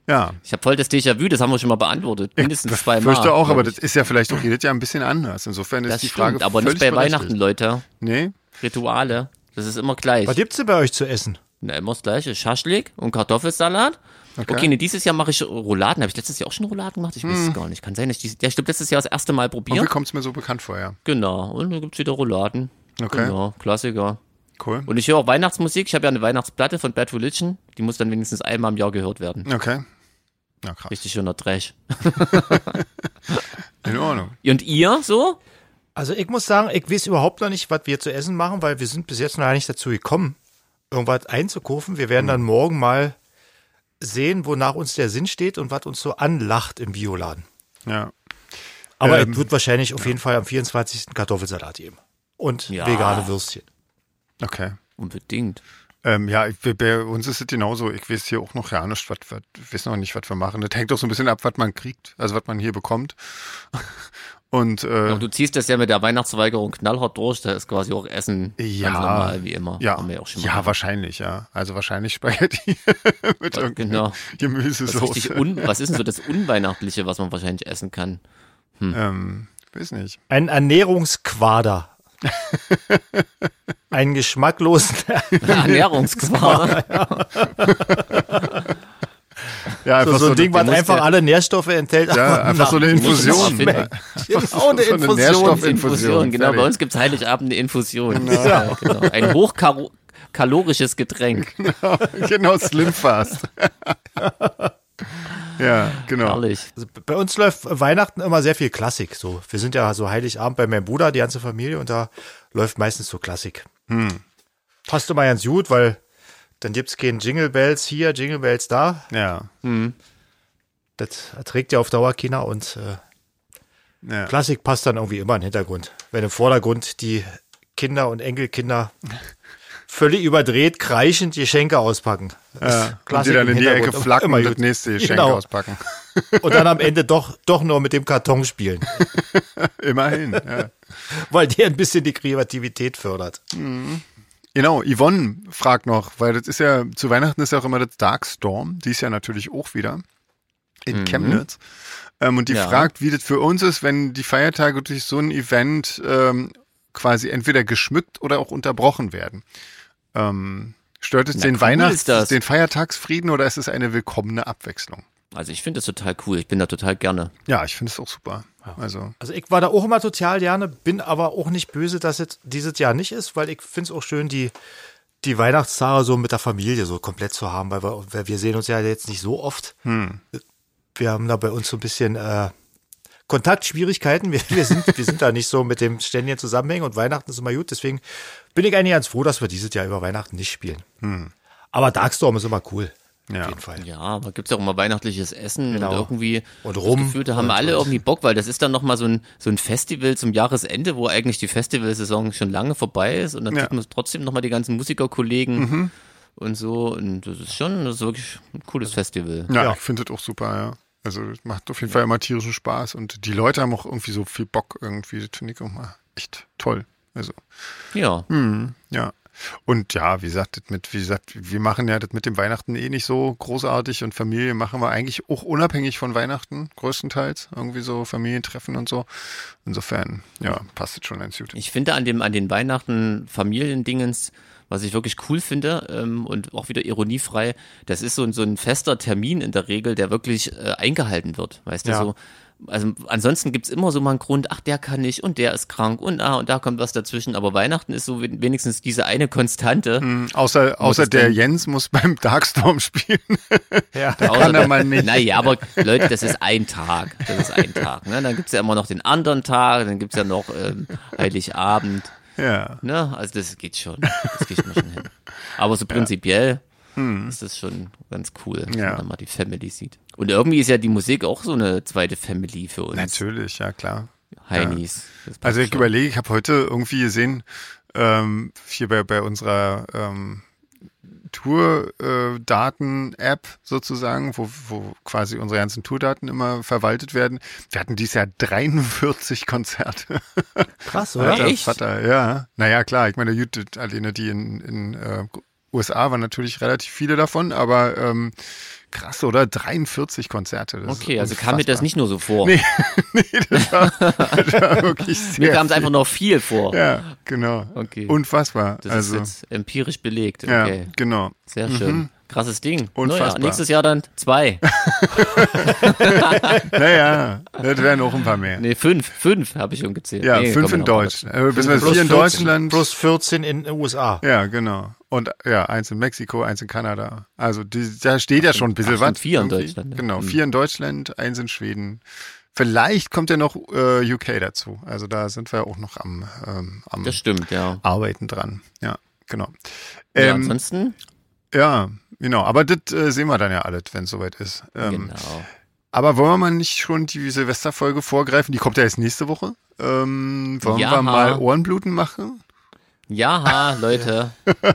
Speaker 1: Ja,
Speaker 2: Ich habe voll das Déjà-vu, das haben wir schon mal beantwortet, mindestens zweimal.
Speaker 1: fürchte auch,
Speaker 2: glaub
Speaker 1: aber
Speaker 2: ich.
Speaker 1: das ist ja vielleicht auch jedes Jahr ein bisschen anders. Insofern ist
Speaker 2: das
Speaker 1: die
Speaker 2: stimmt,
Speaker 1: Frage
Speaker 2: aber nicht
Speaker 1: völlig
Speaker 2: bei
Speaker 1: berechtigt.
Speaker 2: Weihnachten, Leute.
Speaker 1: Nee,
Speaker 2: Rituale, das ist immer gleich.
Speaker 3: Was gibt's denn bei euch zu essen?
Speaker 2: Na, immer das gleiche, Schaschlik und Kartoffelsalat. Okay, ne, dieses Jahr mache ich Rouladen. Habe ich letztes Jahr auch schon Rouladen gemacht? Ich weiß
Speaker 1: Hm.
Speaker 2: es gar nicht. Kann sein, dass ich dieses, ja, ich glaub, letztes Jahr das erste Mal
Speaker 1: irgendwie
Speaker 2: probiert.
Speaker 1: kommt es mir so bekannt vor, ja.
Speaker 2: Genau, und dann gibt's wieder Rouladen.
Speaker 1: Okay.
Speaker 2: Genau, Klassiker.
Speaker 1: Cool.
Speaker 2: Und ich höre auch Weihnachtsmusik. Ich habe ja eine Weihnachtsplatte von Bad Religion. Die muss dann wenigstens einmal im Jahr gehört werden.
Speaker 1: Okay. Na krass.
Speaker 2: Richtig schöner Trash.
Speaker 1: In Ordnung.
Speaker 2: Und ihr so?
Speaker 3: Also ich muss sagen, ich weiß überhaupt noch nicht, was wir zu essen machen, weil wir sind bis jetzt noch gar nicht dazu gekommen, irgendwas einzukaufen. Wir werden dann morgen mal sehen, wonach uns der Sinn steht und was uns so anlacht im Bioladen.
Speaker 1: Ja.
Speaker 3: Aber
Speaker 1: Ähm,
Speaker 3: es wird wahrscheinlich auf jeden Fall am 24. Kartoffelsalat geben. Und
Speaker 2: Ja.
Speaker 3: vegane Würstchen.
Speaker 1: Okay.
Speaker 2: Unbedingt.
Speaker 1: Ähm, ja, ich, bei- bei uns ist es genauso. Ich weiß hier auch noch ja nicht, was, was, ich weiß noch nicht, was wir machen. Das hängt doch so ein bisschen ab, was man kriegt, also was man hier bekommt. Und äh,
Speaker 2: Und du ziehst das ja mit der Weihnachtsverweigerung knallhart durch. Da ist quasi auch Essen
Speaker 1: ja,
Speaker 2: ganz normal, wie immer.
Speaker 1: ja,
Speaker 2: Haben wir auch schon mal.
Speaker 1: ja, wahrscheinlich, ja. Also wahrscheinlich Spaghetti mit irgendeiner
Speaker 2: genau. was,
Speaker 1: Gemüsesoße.
Speaker 2: richtig un, was ist denn so das Unweihnachtliche, was man wahrscheinlich essen kann?
Speaker 1: ähm, weiß nicht.
Speaker 3: Ein Ernährungsquader. Einen geschmacklosen
Speaker 2: Ernährungsqual.
Speaker 1: Ja,
Speaker 3: also so, so ein Ding,
Speaker 2: der
Speaker 3: was
Speaker 2: muss
Speaker 3: einfach
Speaker 2: der-
Speaker 3: alle Nährstoffe enthält.
Speaker 1: ja,
Speaker 3: aber
Speaker 1: einfach so eine
Speaker 3: nach-
Speaker 2: Muss man
Speaker 1: Infusion.
Speaker 2: finden.
Speaker 3: Genau, eine
Speaker 1: So eine
Speaker 3: Infusion.
Speaker 1: Nährstoff-
Speaker 2: Infusion,
Speaker 1: Infusion,
Speaker 2: genau.
Speaker 1: fertig.
Speaker 2: Bei uns gibt es Heiligabend eine Infusion. Ja, genau. Ein hochkalorisches Getränk.
Speaker 1: genau, Slim Fast. ja, genau.
Speaker 2: Herrlich.
Speaker 3: Also bei uns läuft Weihnachten immer sehr viel Klassik. So, wir sind ja so Heiligabend bei meinem Bruder, die ganze Familie, und da läuft meistens so Klassik.
Speaker 1: Hm.
Speaker 3: Passt immer ganz gut, weil dann gibt's keinen Jingle Bells hier, Jingle Bells da.
Speaker 1: Ja.
Speaker 3: Das erträgt ja auf Dauer keiner und äh,
Speaker 1: ja.
Speaker 3: Klassik passt dann irgendwie immer in den Hintergrund. Wenn im Vordergrund die Kinder und Enkelkinder völlig überdreht, kreischend Geschenke auspacken. Das ist
Speaker 1: Äh, Und die
Speaker 3: Klassik
Speaker 1: dann
Speaker 3: im
Speaker 1: in die Ecke
Speaker 3: Hintergrund.
Speaker 1: flacken und das
Speaker 3: gut.
Speaker 1: nächste Geschenk
Speaker 3: Genau.
Speaker 1: auspacken.
Speaker 3: Und dann am Ende doch, doch nur mit dem Karton spielen,
Speaker 1: Immerhin. Ja.
Speaker 3: weil der ein bisschen die Kreativität fördert.
Speaker 1: Genau, Yvonne fragt noch, weil das ist ja, zu Weihnachten ist ja auch immer das Darkstorm, dies Jahr natürlich auch wieder
Speaker 3: Mhm.
Speaker 1: in Chemnitz. Ähm, und die
Speaker 2: Ja.
Speaker 1: fragt, wie das für uns ist, wenn die Feiertage durch so ein Event ähm, quasi entweder geschmückt oder auch unterbrochen werden. Ähm, stört es den
Speaker 2: cool
Speaker 1: Weihnachts-,
Speaker 2: ist das.
Speaker 1: den Feiertagsfrieden oder ist es eine willkommene Abwechslung?
Speaker 2: Also ich finde das total cool. Ich bin da total gerne.
Speaker 1: Ja, ich finde es auch super. Also,
Speaker 3: Also ich war da auch immer total gerne, bin aber auch nicht böse, dass es dieses Jahr nicht ist, weil ich finde es auch schön, die, die Weihnachtstage so mit der Familie so komplett zu haben, weil wir, weil wir sehen uns ja jetzt nicht so oft. Wir haben da bei uns so ein bisschen äh, Kontaktschwierigkeiten. Wir, wir, sind, wir sind da nicht so mit dem ständigen Zusammenhängen und Weihnachten ist immer gut. Deswegen bin ich eigentlich ganz froh, dass wir dieses Jahr über Weihnachten nicht spielen. Aber Darkstorm ist immer cool.
Speaker 1: Ja.
Speaker 3: Auf jeden Fall.
Speaker 2: Ja, aber gibt es auch immer weihnachtliches Essen
Speaker 3: Genau.
Speaker 2: und irgendwie
Speaker 3: Und
Speaker 2: das
Speaker 3: Rum
Speaker 2: Gefühl, da haben
Speaker 3: und-
Speaker 2: alle irgendwie Bock, weil das ist dann nochmal so ein, so ein Festival zum Jahresende, wo eigentlich die Festivalsaison schon lange vorbei ist und dann
Speaker 1: Ja.
Speaker 2: sieht man trotzdem nochmal die ganzen Musikerkollegen
Speaker 3: Mhm.
Speaker 2: und so und das ist schon, das ist wirklich ein cooles Festival.
Speaker 1: ja,
Speaker 3: Also Ja.
Speaker 1: ich finde das auch super, ja. Also, das macht auf jeden Fall immer tierischen Spaß und die Leute haben auch irgendwie so viel Bock irgendwie. Das finde ich auch mal echt toll. Also,
Speaker 2: Ja,
Speaker 1: ja. Und ja, wie gesagt, das mit, wie gesagt, wir machen ja das mit dem Weihnachten eh nicht so großartig und Familie machen wir eigentlich auch unabhängig von Weihnachten, größtenteils. Irgendwie so Familientreffen und so. Insofern, ja, passt das schon ganz gut.
Speaker 2: ich finde an dem, an den Weihnachten Familiendingens, was ich wirklich cool finde ähm, und auch wieder ironiefrei, das ist so, ein- so ein fester Termin in der Regel, der wirklich äh, eingehalten wird, weißt
Speaker 3: Ja.
Speaker 2: du, so also ansonsten gibt's immer so mal einen Grund, ach, der kann nicht und der ist krank und ah, und da kommt was dazwischen. Aber Weihnachten ist so wen- wenigstens diese eine Konstante.
Speaker 1: Hm, Außer, außer
Speaker 2: es
Speaker 1: der
Speaker 2: denn-
Speaker 1: Jens muss beim Darkstorm spielen.
Speaker 3: Ja.
Speaker 1: Kann er
Speaker 2: Außer-
Speaker 1: mal nicht.
Speaker 2: Naja, aber Leute, das ist ein Tag. Das ist ein Tag. Ne? Dann gibt's ja immer noch den anderen Tag, dann gibt's ja noch ähm, Heiligabend.
Speaker 1: Ja.
Speaker 2: Ne? Also das geht schon. Das geht mir schon hin. Aber so prinzipiell ist das schon ganz cool, wenn
Speaker 1: Hm. Ja.
Speaker 2: man mal die Family sieht. Und irgendwie ist ja die Musik auch so eine zweite Family für uns.
Speaker 1: Natürlich, ja klar.
Speaker 2: Heinis. Das passt
Speaker 1: Also ich
Speaker 2: schon.
Speaker 1: überlege, ich habe heute irgendwie gesehen, ähm, hier bei, bei unserer ähm, Tourdaten-App sozusagen, wo, wo quasi unsere ganzen Tourdaten immer verwaltet werden. Wir hatten dieses Jahr 43 Konzerte.
Speaker 3: Krass, oder?
Speaker 2: Ja, echt?
Speaker 1: Vater, ja. Naja, klar, ich meine, gut, alleine die in, in äh, USA waren natürlich relativ viele davon, aber ähm, krass, oder? 43 Konzerte. das ist
Speaker 2: Okay, also kam mir das
Speaker 1: unfassbar.
Speaker 2: nicht nur so vor.
Speaker 1: Ja, wirklich sehr
Speaker 2: Mir kam es
Speaker 1: viel.
Speaker 2: einfach noch viel vor.
Speaker 1: Ja, genau.
Speaker 2: Okay.
Speaker 1: Unfassbar.
Speaker 2: Das
Speaker 1: also,
Speaker 2: ist jetzt empirisch belegt.
Speaker 1: ja,
Speaker 2: Okay.
Speaker 1: genau.
Speaker 2: Sehr schön. Krasses Ding. Naja,
Speaker 1: Unfassbar.
Speaker 2: nächstes Jahr dann zwei.
Speaker 1: Naja, das wären auch ein paar mehr.
Speaker 2: Nee, fünf. Fünf habe ich schon gezählt.
Speaker 1: ja,
Speaker 2: nee,
Speaker 1: fünf
Speaker 2: kommen
Speaker 1: in
Speaker 2: noch.
Speaker 1: Deutschland. Äh, bis wir
Speaker 3: Plus
Speaker 1: vier in
Speaker 3: 14,
Speaker 1: Deutschland.
Speaker 3: Plus 14 in den USA.
Speaker 1: Ja, genau. Und ja, eins in Mexiko, eins in Kanada. Also die, da steht ja schon ein bisschen
Speaker 2: ach, stimmt,
Speaker 1: was.
Speaker 2: vier in
Speaker 1: irgendwie.
Speaker 2: Deutschland, ja.
Speaker 1: Genau,
Speaker 2: Hm.
Speaker 1: vier in Deutschland, eins in Schweden. Vielleicht kommt ja noch äh, UK dazu. Also da sind wir auch noch am, ähm, am
Speaker 2: Das stimmt, ja.
Speaker 1: Arbeiten dran. Ja, genau.
Speaker 2: ja
Speaker 1: Ähm,
Speaker 2: ansonsten?
Speaker 1: ja, genau. Aber das äh, sehen wir dann ja alles, wenn es soweit ist. Ähm,
Speaker 2: genau.
Speaker 1: Aber wollen wir mal nicht schon die Silvesterfolge vorgreifen? Die kommt ja erst nächste Woche. Ähm, wollen
Speaker 2: Ja.
Speaker 1: wir mal Ohrenbluten machen?
Speaker 2: Ja, ha, Leute.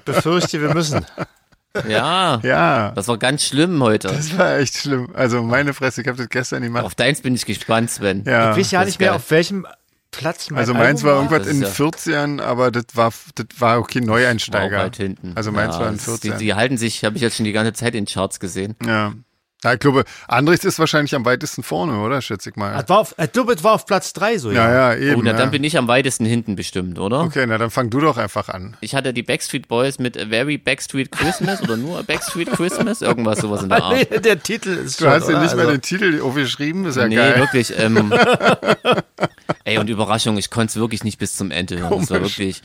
Speaker 3: Befürchte, wir müssen.
Speaker 2: Ja.
Speaker 1: Ja,
Speaker 2: Das war ganz schlimm heute.
Speaker 1: das war echt schlimm. Also meine Fresse, ich habe das gestern gemacht.
Speaker 2: Auf deins bin ich gespannt, Sven.
Speaker 1: Ja.
Speaker 3: ich weiß ja
Speaker 2: das
Speaker 3: nicht
Speaker 2: ist
Speaker 3: mehr,
Speaker 2: geil.
Speaker 3: auf welchem Platz mein
Speaker 1: Also meins war
Speaker 3: Album
Speaker 1: irgendwas
Speaker 2: Oh, Das ist
Speaker 1: in den
Speaker 2: ja-
Speaker 1: 40ern, aber das war das war okay
Speaker 2: War auch
Speaker 1: Neueinsteiger.
Speaker 2: weit hinten.
Speaker 1: Also meins
Speaker 2: ja,
Speaker 1: war in
Speaker 2: das- Die,
Speaker 1: 40ern.
Speaker 2: die halten sich, habe ich jetzt schon die ganze Zeit in Charts gesehen.
Speaker 1: Ja. Ja, ich glaube, Andres ist wahrscheinlich am weitesten vorne, oder? Schätze ich mal.
Speaker 3: Das war auf, ich glaube, das war auf Platz 3 so,
Speaker 1: Ja, ja, eben.
Speaker 2: Ah, Oh, na,
Speaker 1: ja.
Speaker 2: dann bin ich am weitesten hinten bestimmt, oder?
Speaker 1: okay, na dann fang du doch einfach an.
Speaker 2: Ich hatte die Backstreet Boys mit A Very Backstreet Christmas oder nur A Backstreet Christmas, irgendwas sowas in der
Speaker 3: Ah, nee,
Speaker 2: Art.
Speaker 3: der Titel ist
Speaker 1: Du
Speaker 3: schon,
Speaker 1: hast dir
Speaker 3: oder?
Speaker 1: nicht mehr
Speaker 3: Also-
Speaker 1: den Titel aufgeschrieben, ist ja
Speaker 2: Nee,
Speaker 1: geil.
Speaker 2: wirklich. Ähm, ey, und Überraschung, ich konnte es wirklich nicht bis zum Ende hören. Das war
Speaker 1: Komisch.
Speaker 2: wirklich,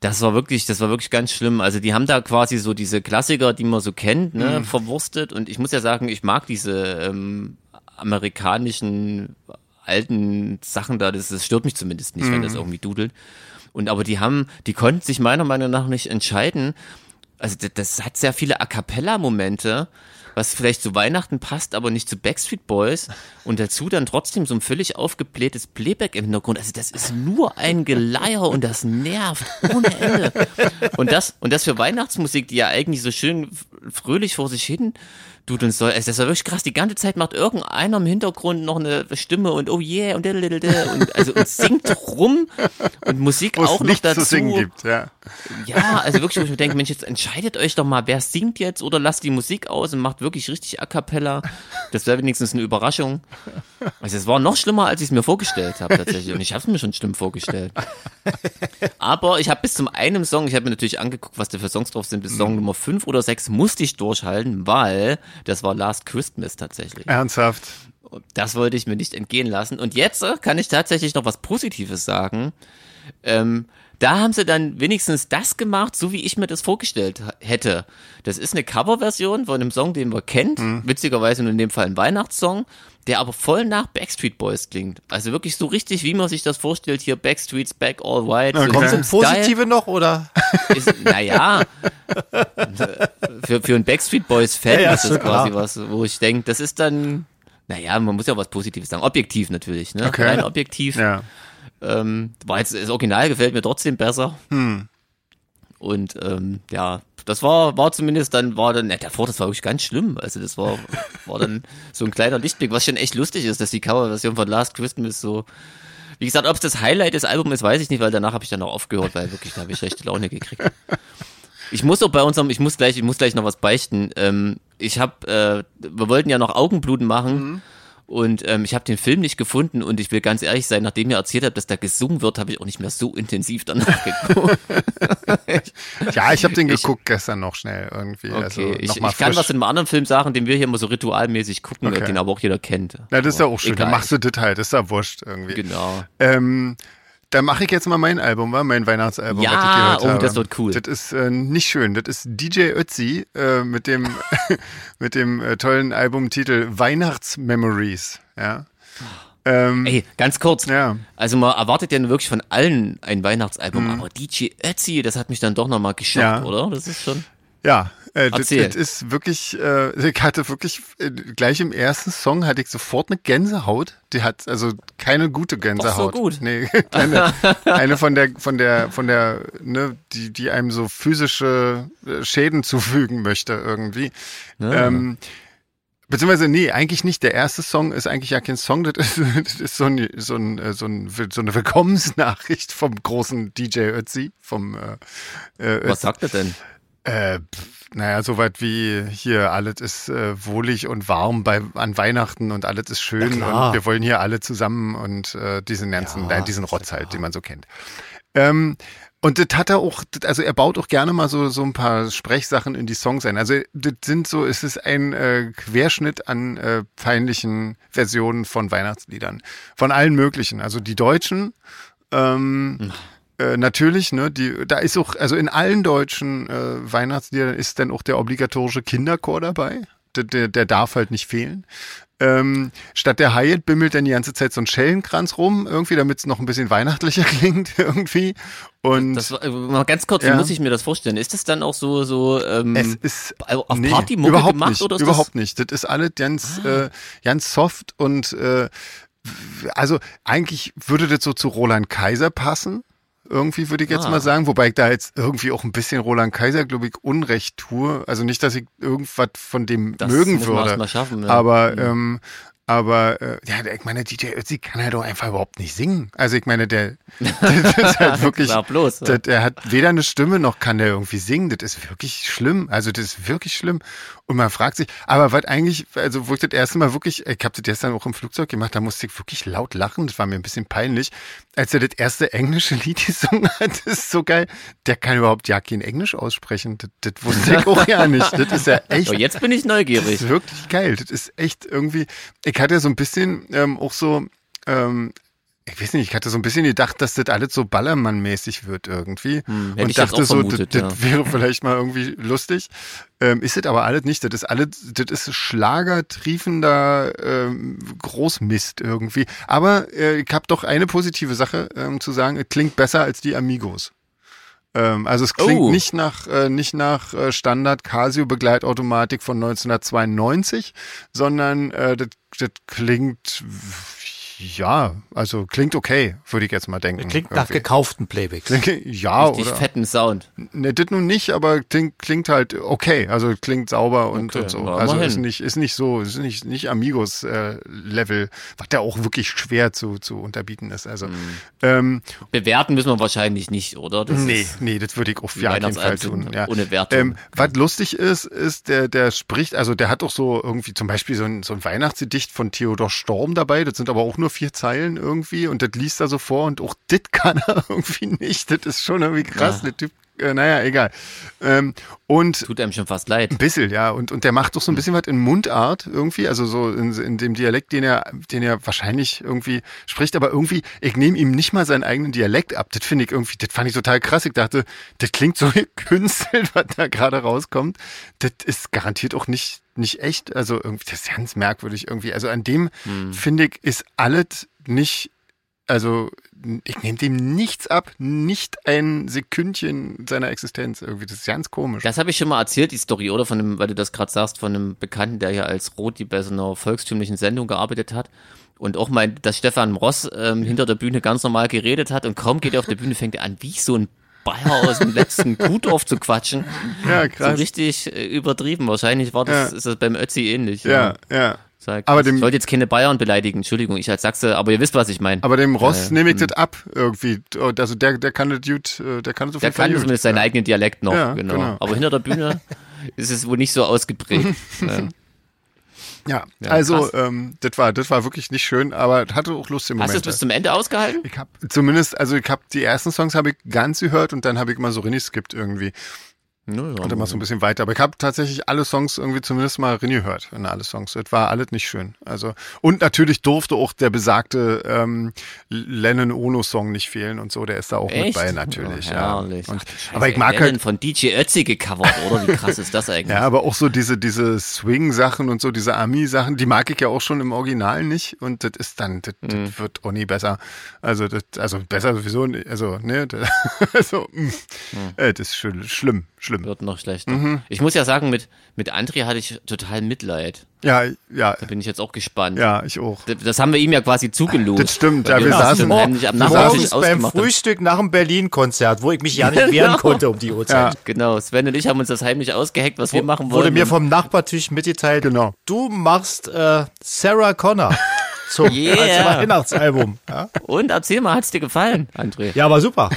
Speaker 2: das war wirklich, das war wirklich ganz schlimm. Also die haben da quasi so diese Klassiker, die man so kennt, ne,
Speaker 1: Mhm.
Speaker 2: verwurstet. Und ich muss ja sagen, ich mag diese ähm, amerikanischen alten Sachen da. Das, das stört mich zumindest nicht,
Speaker 1: Mhm.
Speaker 2: wenn das irgendwie dudelt. Und aber die haben, die konnten sich meiner Meinung nach nicht entscheiden. Also das, das hat sehr viele A cappella-Momente, was vielleicht zu Weihnachten passt, aber nicht zu Backstreet Boys. Und dazu dann trotzdem so ein völlig aufgeblähtes Playback im Hintergrund. Also das ist nur ein Geleier und das nervt ohne Ende. Und das, und das für Weihnachtsmusik, die ja eigentlich so schön f- fröhlich vor sich hin dudeln soll. Also das war wirklich krass. Die ganze Zeit macht irgendeiner im Hintergrund noch eine Stimme und oh yeah und, diddle-diddle-diddle und also und singt rum und Musik
Speaker 1: Wo es
Speaker 2: auch noch
Speaker 1: nichts
Speaker 2: dazu.
Speaker 1: zu singen gibt, ja.
Speaker 2: Ja, also wirklich, wo ich mir denke, Mensch, jetzt entscheidet euch doch mal, wer singt jetzt oder lasst die Musik aus und macht wirklich richtig A Cappella. Das wäre wenigstens eine Überraschung. Also es war noch schlimmer, als ich es mir vorgestellt habe tatsächlich. Und ich habe es mir schon schlimm vorgestellt. Aber ich habe bis zum einen Song, ich habe mir natürlich angeguckt, was da für Songs drauf sind, bis Song Nummer 5 oder 6 musste ich durchhalten, weil das war Last Christmas tatsächlich.
Speaker 1: Ernsthaft.
Speaker 2: Und Das wollte ich mir nicht entgehen lassen. Und jetzt äh, kann ich tatsächlich noch was Positives sagen. Ähm, da haben sie dann wenigstens das gemacht, so wie ich mir das vorgestellt h- hätte. Das ist eine Coverversion von einem Song, den man kennt,
Speaker 1: Mhm.
Speaker 2: witzigerweise nur in dem Fall ein Weihnachtssong, der aber voll nach Backstreet Boys klingt. Also wirklich so richtig, wie man sich das vorstellt, hier Backstreets, Back All White.
Speaker 1: Na,
Speaker 2: so
Speaker 1: komm,
Speaker 2: diesen
Speaker 1: zum
Speaker 2: Style
Speaker 3: Positive noch, oder?
Speaker 2: ist, naja, für, für einen Backstreet Boys-Fan
Speaker 3: Ja, ja,
Speaker 2: ist das
Speaker 3: schon
Speaker 2: quasi
Speaker 3: klar.
Speaker 2: was, wo ich denke, das ist dann, naja, man muss ja was Positives sagen. Objektiv natürlich, ne?
Speaker 1: Okay.
Speaker 2: Rein objektiv.
Speaker 1: Ja.
Speaker 2: Ähm, war jetzt, das Original gefällt mir trotzdem besser. Und ähm, ja, das war, war zumindest dann, war dann, na, davor, das war wirklich ganz schlimm. Also das war, war dann so ein kleiner Lichtblick, was schon echt lustig ist, dass die Coverversion von Last Christmas so. Wie gesagt, ob es das Highlight des Albums ist, weiß ich nicht, weil danach habe ich dann noch aufgehört, weil wirklich, da habe ich rechte Laune gekriegt. Ich muss auch bei unserem, ich muss gleich, ich muss gleich noch was beichten. Ähm, ich habe, äh, wir wollten ja noch Augenbluten machen. Und ähm, ich habe den Film nicht gefunden und ich will ganz ehrlich sein, nachdem ihr erzählt habt, dass da gesungen wird, habe ich auch nicht mehr so intensiv danach geguckt.
Speaker 1: Ja, ich habe den geguckt gestern noch schnell irgendwie.
Speaker 2: Okay,
Speaker 1: also
Speaker 2: ich,
Speaker 1: noch
Speaker 2: ich
Speaker 1: mal
Speaker 2: kann
Speaker 1: frisch.
Speaker 2: was in einem anderen Film sagen, den wir hier immer so ritualmäßig gucken,
Speaker 1: Okay.
Speaker 2: den aber auch jeder kennt.
Speaker 1: Na, das ist ja auch schön.
Speaker 2: egal.
Speaker 1: Dann machst du das halt, das ist ja wurscht irgendwie.
Speaker 2: Genau.
Speaker 1: Ähm, da mache ich jetzt mal mein Album, wa? mein Weihnachtsalbum,
Speaker 2: Ja,
Speaker 1: was ich gehört
Speaker 2: oh,
Speaker 1: habe.
Speaker 2: das wird cool.
Speaker 1: Das ist äh, nicht schön. Das ist DJ Ötzi äh, mit dem, mit dem äh, tollen Albumtitel Weihnachtsmemories. Ja. Ähm,
Speaker 2: Ey, ganz kurz.
Speaker 1: Ja.
Speaker 2: Also man erwartet ja nun wirklich von allen ein Weihnachtsalbum, aber DJ Ötzi, das hat mich dann doch nochmal geschockt,
Speaker 1: Mhm. Ja.
Speaker 2: oder? Das ist schon.
Speaker 1: Ja, äh, das,
Speaker 2: Erzähl.
Speaker 1: das ist wirklich, äh, ich hatte wirklich, äh, gleich im ersten Song hatte ich sofort eine Gänsehaut. Die hat, also keine gute Gänsehaut.
Speaker 2: gut.
Speaker 1: Nee, eine, eine von der, von der, von der, ne, die, die einem so physische äh, Schäden zufügen möchte irgendwie.
Speaker 2: Ah.
Speaker 1: Ähm, Beziehungsweise, nee, eigentlich nicht. Der erste Song ist eigentlich ja kein Song, das ist, das ist so, ein, so, ein, äh, so, ein, so eine Willkommensnachricht vom großen DJ Ötzi, vom äh, äh,
Speaker 2: Was sagt er denn?
Speaker 1: äh, pf, naja, soweit wie hier, alles ist äh, wohlig und warm bei, an Weihnachten und alles ist schön
Speaker 3: klar.
Speaker 1: und wir wollen hier alle zusammen und äh, diesen ganzen, nein, diesen Rotz halt, den man so kennt. Ähm, und das hat er auch, das- also er baut auch gerne mal so, so ein paar Sprechsachen in die Songs ein. Also das sind so, es ist ein äh, Querschnitt an äh, peinlichen Versionen von Weihnachtsliedern. Von allen möglichen. Also die deutschen, äh, natürlich, ne, die, da ist auch, also in allen deutschen äh, Weihnachtsliedern ist dann auch der obligatorische Kinderchor dabei. Der, der, der darf halt nicht fehlen. Ähm, statt der Hyatt bimmelt dann die ganze Zeit so ein Schellenkranz rum, irgendwie, damit es noch ein bisschen weihnachtlicher klingt, irgendwie. Und
Speaker 2: Das war, äh, mal ganz kurz,
Speaker 1: Ja.
Speaker 2: wie muss ich mir das vorstellen? Ist das dann auch so, so ähm,
Speaker 1: es ist
Speaker 2: auf Partymucke
Speaker 1: überhaupt
Speaker 2: gemacht
Speaker 1: nicht,
Speaker 2: oder Ah. ist
Speaker 1: überhaupt nicht. Das ist alles ganz, äh, ganz soft und äh, also eigentlich würde das so zu Roland Kaiser passen. Irgendwie würde ich jetzt
Speaker 2: Ah.
Speaker 1: mal sagen, wobei ich da jetzt irgendwie auch ein bisschen Roland Kaiser, glaube ich, Unrecht tue. Also nicht, dass ich irgendwas von dem
Speaker 2: Das
Speaker 1: mögen
Speaker 2: müssen wir
Speaker 1: würde.
Speaker 2: erst mal schaffen, ja. Mhm.
Speaker 1: Aber ähm, Aber äh, ja, ich meine, DJ Ötzi kann halt auch einfach überhaupt nicht singen. Also ich meine, der, das ist halt wirklich,
Speaker 2: Klar, bloß, ja.
Speaker 1: der, der hat weder eine Stimme noch kann der irgendwie singen. Das ist wirklich schlimm. Also das ist wirklich schlimm. Und man fragt sich, aber was eigentlich, also wo ich das erste Mal wirklich, ich habe das gestern auch im Flugzeug gemacht, da musste ich wirklich laut lachen. Das war mir ein bisschen peinlich. Als er das erste englische Lied gesungen hat, das ist so geil. Der kann überhaupt ja kein Englisch aussprechen. Das, das wusste ich auch ja nicht. Das ist ja echt
Speaker 2: So, jetzt bin ich neugierig.
Speaker 1: das ist wirklich geil. Das ist echt irgendwie. Ich hatte so ein bisschen ähm, auch so. Ähm, ich weiß nicht, ich hatte so ein bisschen gedacht, dass das alles so Ballermann-mäßig wird irgendwie.
Speaker 2: Hm, hätte ich
Speaker 1: und
Speaker 2: jetzt
Speaker 1: dachte
Speaker 2: auch
Speaker 1: so,
Speaker 2: vermutet,
Speaker 1: das, das wäre vielleicht mal irgendwie lustig. Ähm, ist das aber alles nicht. Das ist alles, das ist schlagertriefender ähm, Großmist irgendwie. Aber äh, ich habe doch eine positive Sache ähm, zu sagen. Es klingt besser als die Amigos. Ähm, also es klingt
Speaker 2: Oh.
Speaker 1: nicht nach, äh, nicht nach äh, Standard Casio Begleitautomatik von 1992, sondern äh, das, das klingt ja, also klingt okay, würde ich jetzt mal denken.
Speaker 3: Klingt nach
Speaker 1: Irgendwie.
Speaker 3: gekauften Playbacks.
Speaker 1: ja,
Speaker 2: Richtig
Speaker 1: oder?
Speaker 2: fetten Sound.
Speaker 1: Ne, das nun nicht, aber klingt, klingt halt okay. Also klingt sauber und,
Speaker 2: Okay,
Speaker 1: und so.
Speaker 2: na,
Speaker 1: Also
Speaker 2: immerhin.
Speaker 1: ist nicht, ist nicht so, ist nicht, nicht Amigos-Level, was da auch wirklich schwer zu, zu unterbieten ist. Also
Speaker 2: Mhm.
Speaker 1: ähm,
Speaker 2: Bewerten müssen wir wahrscheinlich nicht, oder? Das
Speaker 1: Nee,
Speaker 2: Ist,
Speaker 1: nee, das würde ich auf ja, jeden Fall
Speaker 2: Weihnachtsalben
Speaker 1: tun.
Speaker 2: sind
Speaker 1: Ja.
Speaker 2: ohne Wertung.
Speaker 1: Ähm, was lustig ist, ist, der, der spricht, also der hat auch so irgendwie zum Beispiel so ein, so ein Weihnachtsgedicht von Theodor Storm dabei, das sind aber auch nur vier Zeilen irgendwie und das liest er so vor und auch das kann er irgendwie nicht. Das ist schon irgendwie krass, der Typ. Äh, naja, egal. Ähm, und
Speaker 2: tut einem schon fast leid.
Speaker 1: ein bisschen, ja. Und, und der macht doch so ein bisschen was in Mundart irgendwie, also so in, in dem Dialekt, den er, den er wahrscheinlich irgendwie spricht, aber irgendwie, ich nehme ihm nicht mal seinen eigenen Dialekt ab. Das finde ich irgendwie, das fand ich total krass. Ich dachte, das klingt so gekünstelt, was da gerade rauskommt. Das ist garantiert auch nicht, nicht echt. Also irgendwie, das ist ganz merkwürdig irgendwie. Also an dem, finde ich, ist alles nicht also ich nehme dem nichts ab, nicht ein Sekündchen seiner Existenz irgendwie. Das ist ganz komisch.
Speaker 2: Das habe ich schon mal erzählt, die Story, oder? Von dem, weil du das gerade sagst, von einem Bekannten, der ja als Roti bei so einer volkstümlichen Sendung gearbeitet hat. Und auch mein, dass Stefan Ross ähm, hinter der Bühne ganz normal geredet hat und kaum geht er auf der Bühne, fängt er an, wie so ein Bayer aus dem letzten Kuhdorf zu quatschen.
Speaker 1: ja,
Speaker 2: So richtig äh, übertrieben. Wahrscheinlich war das,
Speaker 1: Ja.
Speaker 2: ist das beim Ötzi ähnlich.
Speaker 1: Ja, ja.
Speaker 2: Sag,
Speaker 1: Aber
Speaker 2: aber
Speaker 1: dem-
Speaker 2: ich wollte jetzt keine Bayern beleidigen, Entschuldigung, ich als Sachse, aber ihr wisst, was ich meine.
Speaker 1: Aber dem Ross
Speaker 2: Ja, Hm.
Speaker 1: nehme ich das ab irgendwie. Also der, der kann das gut, äh, der kann das auf
Speaker 2: Der
Speaker 1: jeden Fall
Speaker 2: kann
Speaker 1: gut.
Speaker 2: zumindest seinen eigenen Dialekt noch,
Speaker 1: Ja,
Speaker 2: genau.
Speaker 1: genau. Hm.
Speaker 2: Aber hinter der Bühne ist es wohl nicht so ausgeprägt. ja.
Speaker 1: Ja, also
Speaker 2: krass.
Speaker 1: ähm, das war, das war wirklich nicht schön, aber hatte auch Lust im
Speaker 2: Hast du es
Speaker 1: Moment.
Speaker 2: bis zum Ende ausgehalten?
Speaker 1: ich habe zumindest, also ich habe die ersten Songs habe ich ganz gehört und dann habe ich immer so reingeskippt irgendwie
Speaker 2: Nö,
Speaker 1: und dann mal so ein bisschen weiter. Aber ich habe tatsächlich alle Songs irgendwie zumindest mal reingehört in alle Songs. Das war alles nicht schön. Also und natürlich durfte auch der besagte ähm, Lennon Ono Song nicht fehlen und so. Der ist da auch mit
Speaker 2: Echt?
Speaker 1: bei natürlich.
Speaker 2: Oh,
Speaker 1: ja.
Speaker 2: herrlich.
Speaker 1: Und,
Speaker 2: Ach, du Scheiße,
Speaker 1: aber ich mag
Speaker 2: Lennon
Speaker 1: halt
Speaker 2: von DJ Ötzi gecovert, oder? Wie krass ist das eigentlich?
Speaker 1: Ja, aber auch so diese, diese Swing-Sachen und so, diese Ami-Sachen, die mag ich ja auch schon im Original nicht. Und das ist dann, das,
Speaker 2: Mhm.
Speaker 1: das wird auch nie besser. Also, das, also besser sowieso, nicht. also, ne, das, also, mm.
Speaker 2: Mhm.
Speaker 1: äh, das ist schön, schlimm, schlimm.
Speaker 2: Wird noch schlechter.
Speaker 1: Mhm.
Speaker 2: Ich muss ja sagen, mit, mit André hatte ich total Mitleid.
Speaker 1: Ja, ja,
Speaker 2: Bin ich jetzt auch gespannt.
Speaker 1: ja, ich auch.
Speaker 2: Das, das haben wir ihm ja quasi zugelost.
Speaker 1: Das stimmt, ja,
Speaker 2: Weil
Speaker 1: wir
Speaker 2: uns
Speaker 3: also
Speaker 1: saßen-
Speaker 2: dann heimlich am
Speaker 1: wir saßen sich
Speaker 2: Nachmittag
Speaker 3: Morgens beim
Speaker 2: ausgemacht haben.
Speaker 3: Frühstück nach dem Berlin-Konzert, wo ich mich ja nicht wehren konnte um die Uhrzeit.
Speaker 2: Genau, Sven und ich haben uns das heimlich ausgeheckt, was wir machen
Speaker 3: Wurde
Speaker 2: wollen.
Speaker 3: mir vom Nachbartisch mitgeteilt,
Speaker 1: Genau.
Speaker 3: du machst äh, Sarah Connor zum
Speaker 2: Yeah.
Speaker 3: als Weihnachtsalbum. Ja?
Speaker 2: Und erzähl mal, hat's dir gefallen, André?
Speaker 3: Ja, war super.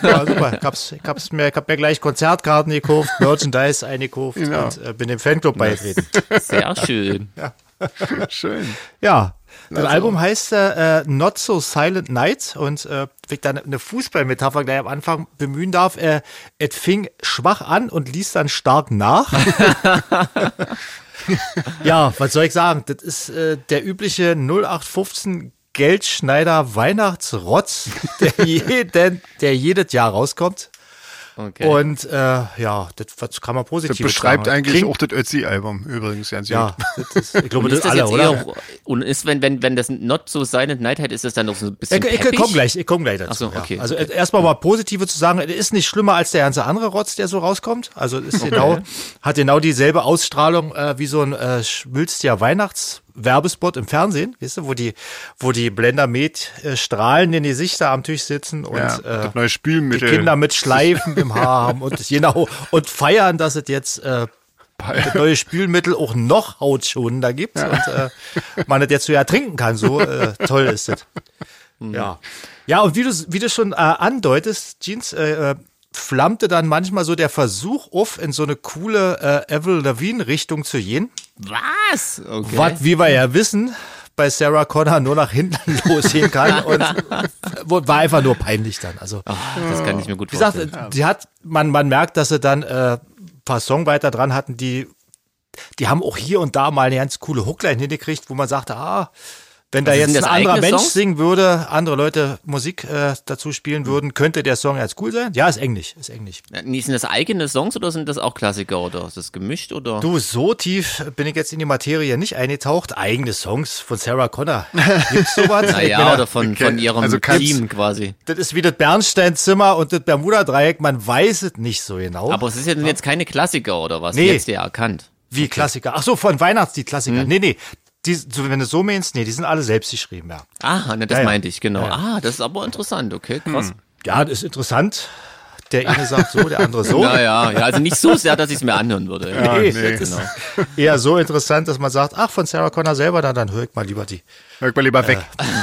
Speaker 3: War super. Ich hab's, ich hab's mir, ich hab mir gleich Konzertkarten gekauft, Merchandise eingekauft
Speaker 1: Genau.
Speaker 3: und äh, bin dem Fanclub beigetreten.
Speaker 2: Sehr schön.
Speaker 1: Schön.
Speaker 3: Ja. Das Album heißt äh, äh, Not So Silent Night und äh, wenn ich dann eine Fußballmetapher gleich am Anfang bemühen darf, äh, es fing schwach an und ließ dann stark nach. ja, was soll ich sagen? Das ist äh, der übliche 0815 Geldschneider Weihnachtsrotz, der, jeden, der jedes Jahr rauskommt.
Speaker 2: Okay.
Speaker 3: Und äh, ja, das, was kann man positiv
Speaker 1: Das beschreibt
Speaker 3: sagen.
Speaker 1: eigentlich
Speaker 3: Klingt-
Speaker 1: auch das Ötzi-Album übrigens ganz
Speaker 3: Ja,
Speaker 1: gut.
Speaker 3: das ist, ich glaube,
Speaker 2: Und
Speaker 3: das,
Speaker 2: ist das
Speaker 3: alle,
Speaker 2: jetzt
Speaker 3: oder?
Speaker 2: eher, und ist, wenn, wenn, wenn das not so Silent Night hat, ist das dann noch so ein bisschen
Speaker 3: Ich, ich
Speaker 2: peppig?
Speaker 3: komm gleich, ich komm gleich dazu.
Speaker 2: Ach so,
Speaker 3: ja.
Speaker 2: okay,
Speaker 3: Also äh, erstmal mal positive zu sagen, es ist nicht schlimmer als der ganze andere Rotz, der so rauskommt. Also es ist genau, hat genau dieselbe Ausstrahlung äh, wie so ein äh, schwülstiger Weihnachtswerbespot im Fernsehen, weißt du, wo die, wo die Blender mit äh, strahlen in die Gesichter am Tisch sitzen und
Speaker 1: Ja,
Speaker 3: äh,
Speaker 1: das neue Spülmittel.
Speaker 3: die Kinder mit Schleifen im Haar haben und genau und feiern, dass es jetzt äh, neue Spülmittel auch noch hautschonender gibt und äh, man das jetzt so ja trinken kann. So äh, toll ist das.
Speaker 1: Mhm.
Speaker 3: Ja. Ja, und wie du, wie du schon äh, andeutest, Jeans, äh, äh, flammte dann manchmal so der Versuch auf, in so eine coole äh, Avril Lavigne-Richtung zu gehen.
Speaker 2: Was? Okay.
Speaker 3: Was, wie wir ja wissen, bei Sarah Connor nur nach hinten losgehen kann und wurde- war einfach nur peinlich dann. Also,
Speaker 2: Ach, das kann ich mir gut
Speaker 3: wie gesagt,
Speaker 2: vorstellen.
Speaker 3: die hat, man, man merkt, dass sie dann äh, ein paar Song weiter dran hatten, die, die haben auch hier und da mal eine ganz coole Hookline hingekriegt, wo man sagte, ah, wenn da
Speaker 2: Also
Speaker 3: jetzt
Speaker 2: sind
Speaker 3: ein
Speaker 2: das
Speaker 3: anderer
Speaker 2: eigene
Speaker 3: Mensch
Speaker 2: Songs?
Speaker 3: singen würde, andere Leute Musik äh, dazu spielen würden, könnte der Song jetzt cool sein? Ja, ist Englisch, ist Englisch.
Speaker 2: Nee, Äh, Sind das eigene Songs oder sind das auch Klassiker oder ist das gemischt oder?
Speaker 3: Du, so tief bin ich jetzt in die Materie nicht eingetaucht. Eigene Songs von Sarah Connor. Gibt's sowas? Ich
Speaker 2: naja,
Speaker 3: meine,
Speaker 2: oder von,
Speaker 1: okay.
Speaker 2: von ihrem
Speaker 1: Also kannst-
Speaker 2: Team quasi.
Speaker 3: Das ist wie das Bernsteinzimmer und das Bermuda-Dreieck. Man weiß es nicht so genau.
Speaker 2: Aber es ist ja nun jetzt keine Klassiker oder was?
Speaker 3: Nee.
Speaker 2: Jetzt ja erkannt.
Speaker 3: wie Klassiker. Ach so, von Weihnachtslied Klassiker. Nee, nee. Die, so, wenn du so meinst, nee, die sind alle selbst geschrieben, ja.
Speaker 2: Ah, ne, das
Speaker 3: Ja, ja. Hm.
Speaker 2: meinte ich, genau. Ah, das ist aber interessant, okay, krass.
Speaker 3: Ja, das ist interessant. Der eine sagt so, der andere so.
Speaker 2: Naja, ja, also nicht so sehr, dass ich es mir anhören würde. genau.
Speaker 1: Ah,
Speaker 3: Oh. nee, genau.
Speaker 1: nee.
Speaker 3: das ist eher so interessant, dass man sagt, ach, von Sarah Connor selber, dann, dann höre ich mal lieber die.
Speaker 1: Hört mal
Speaker 2: Äh.
Speaker 1: lieber weg.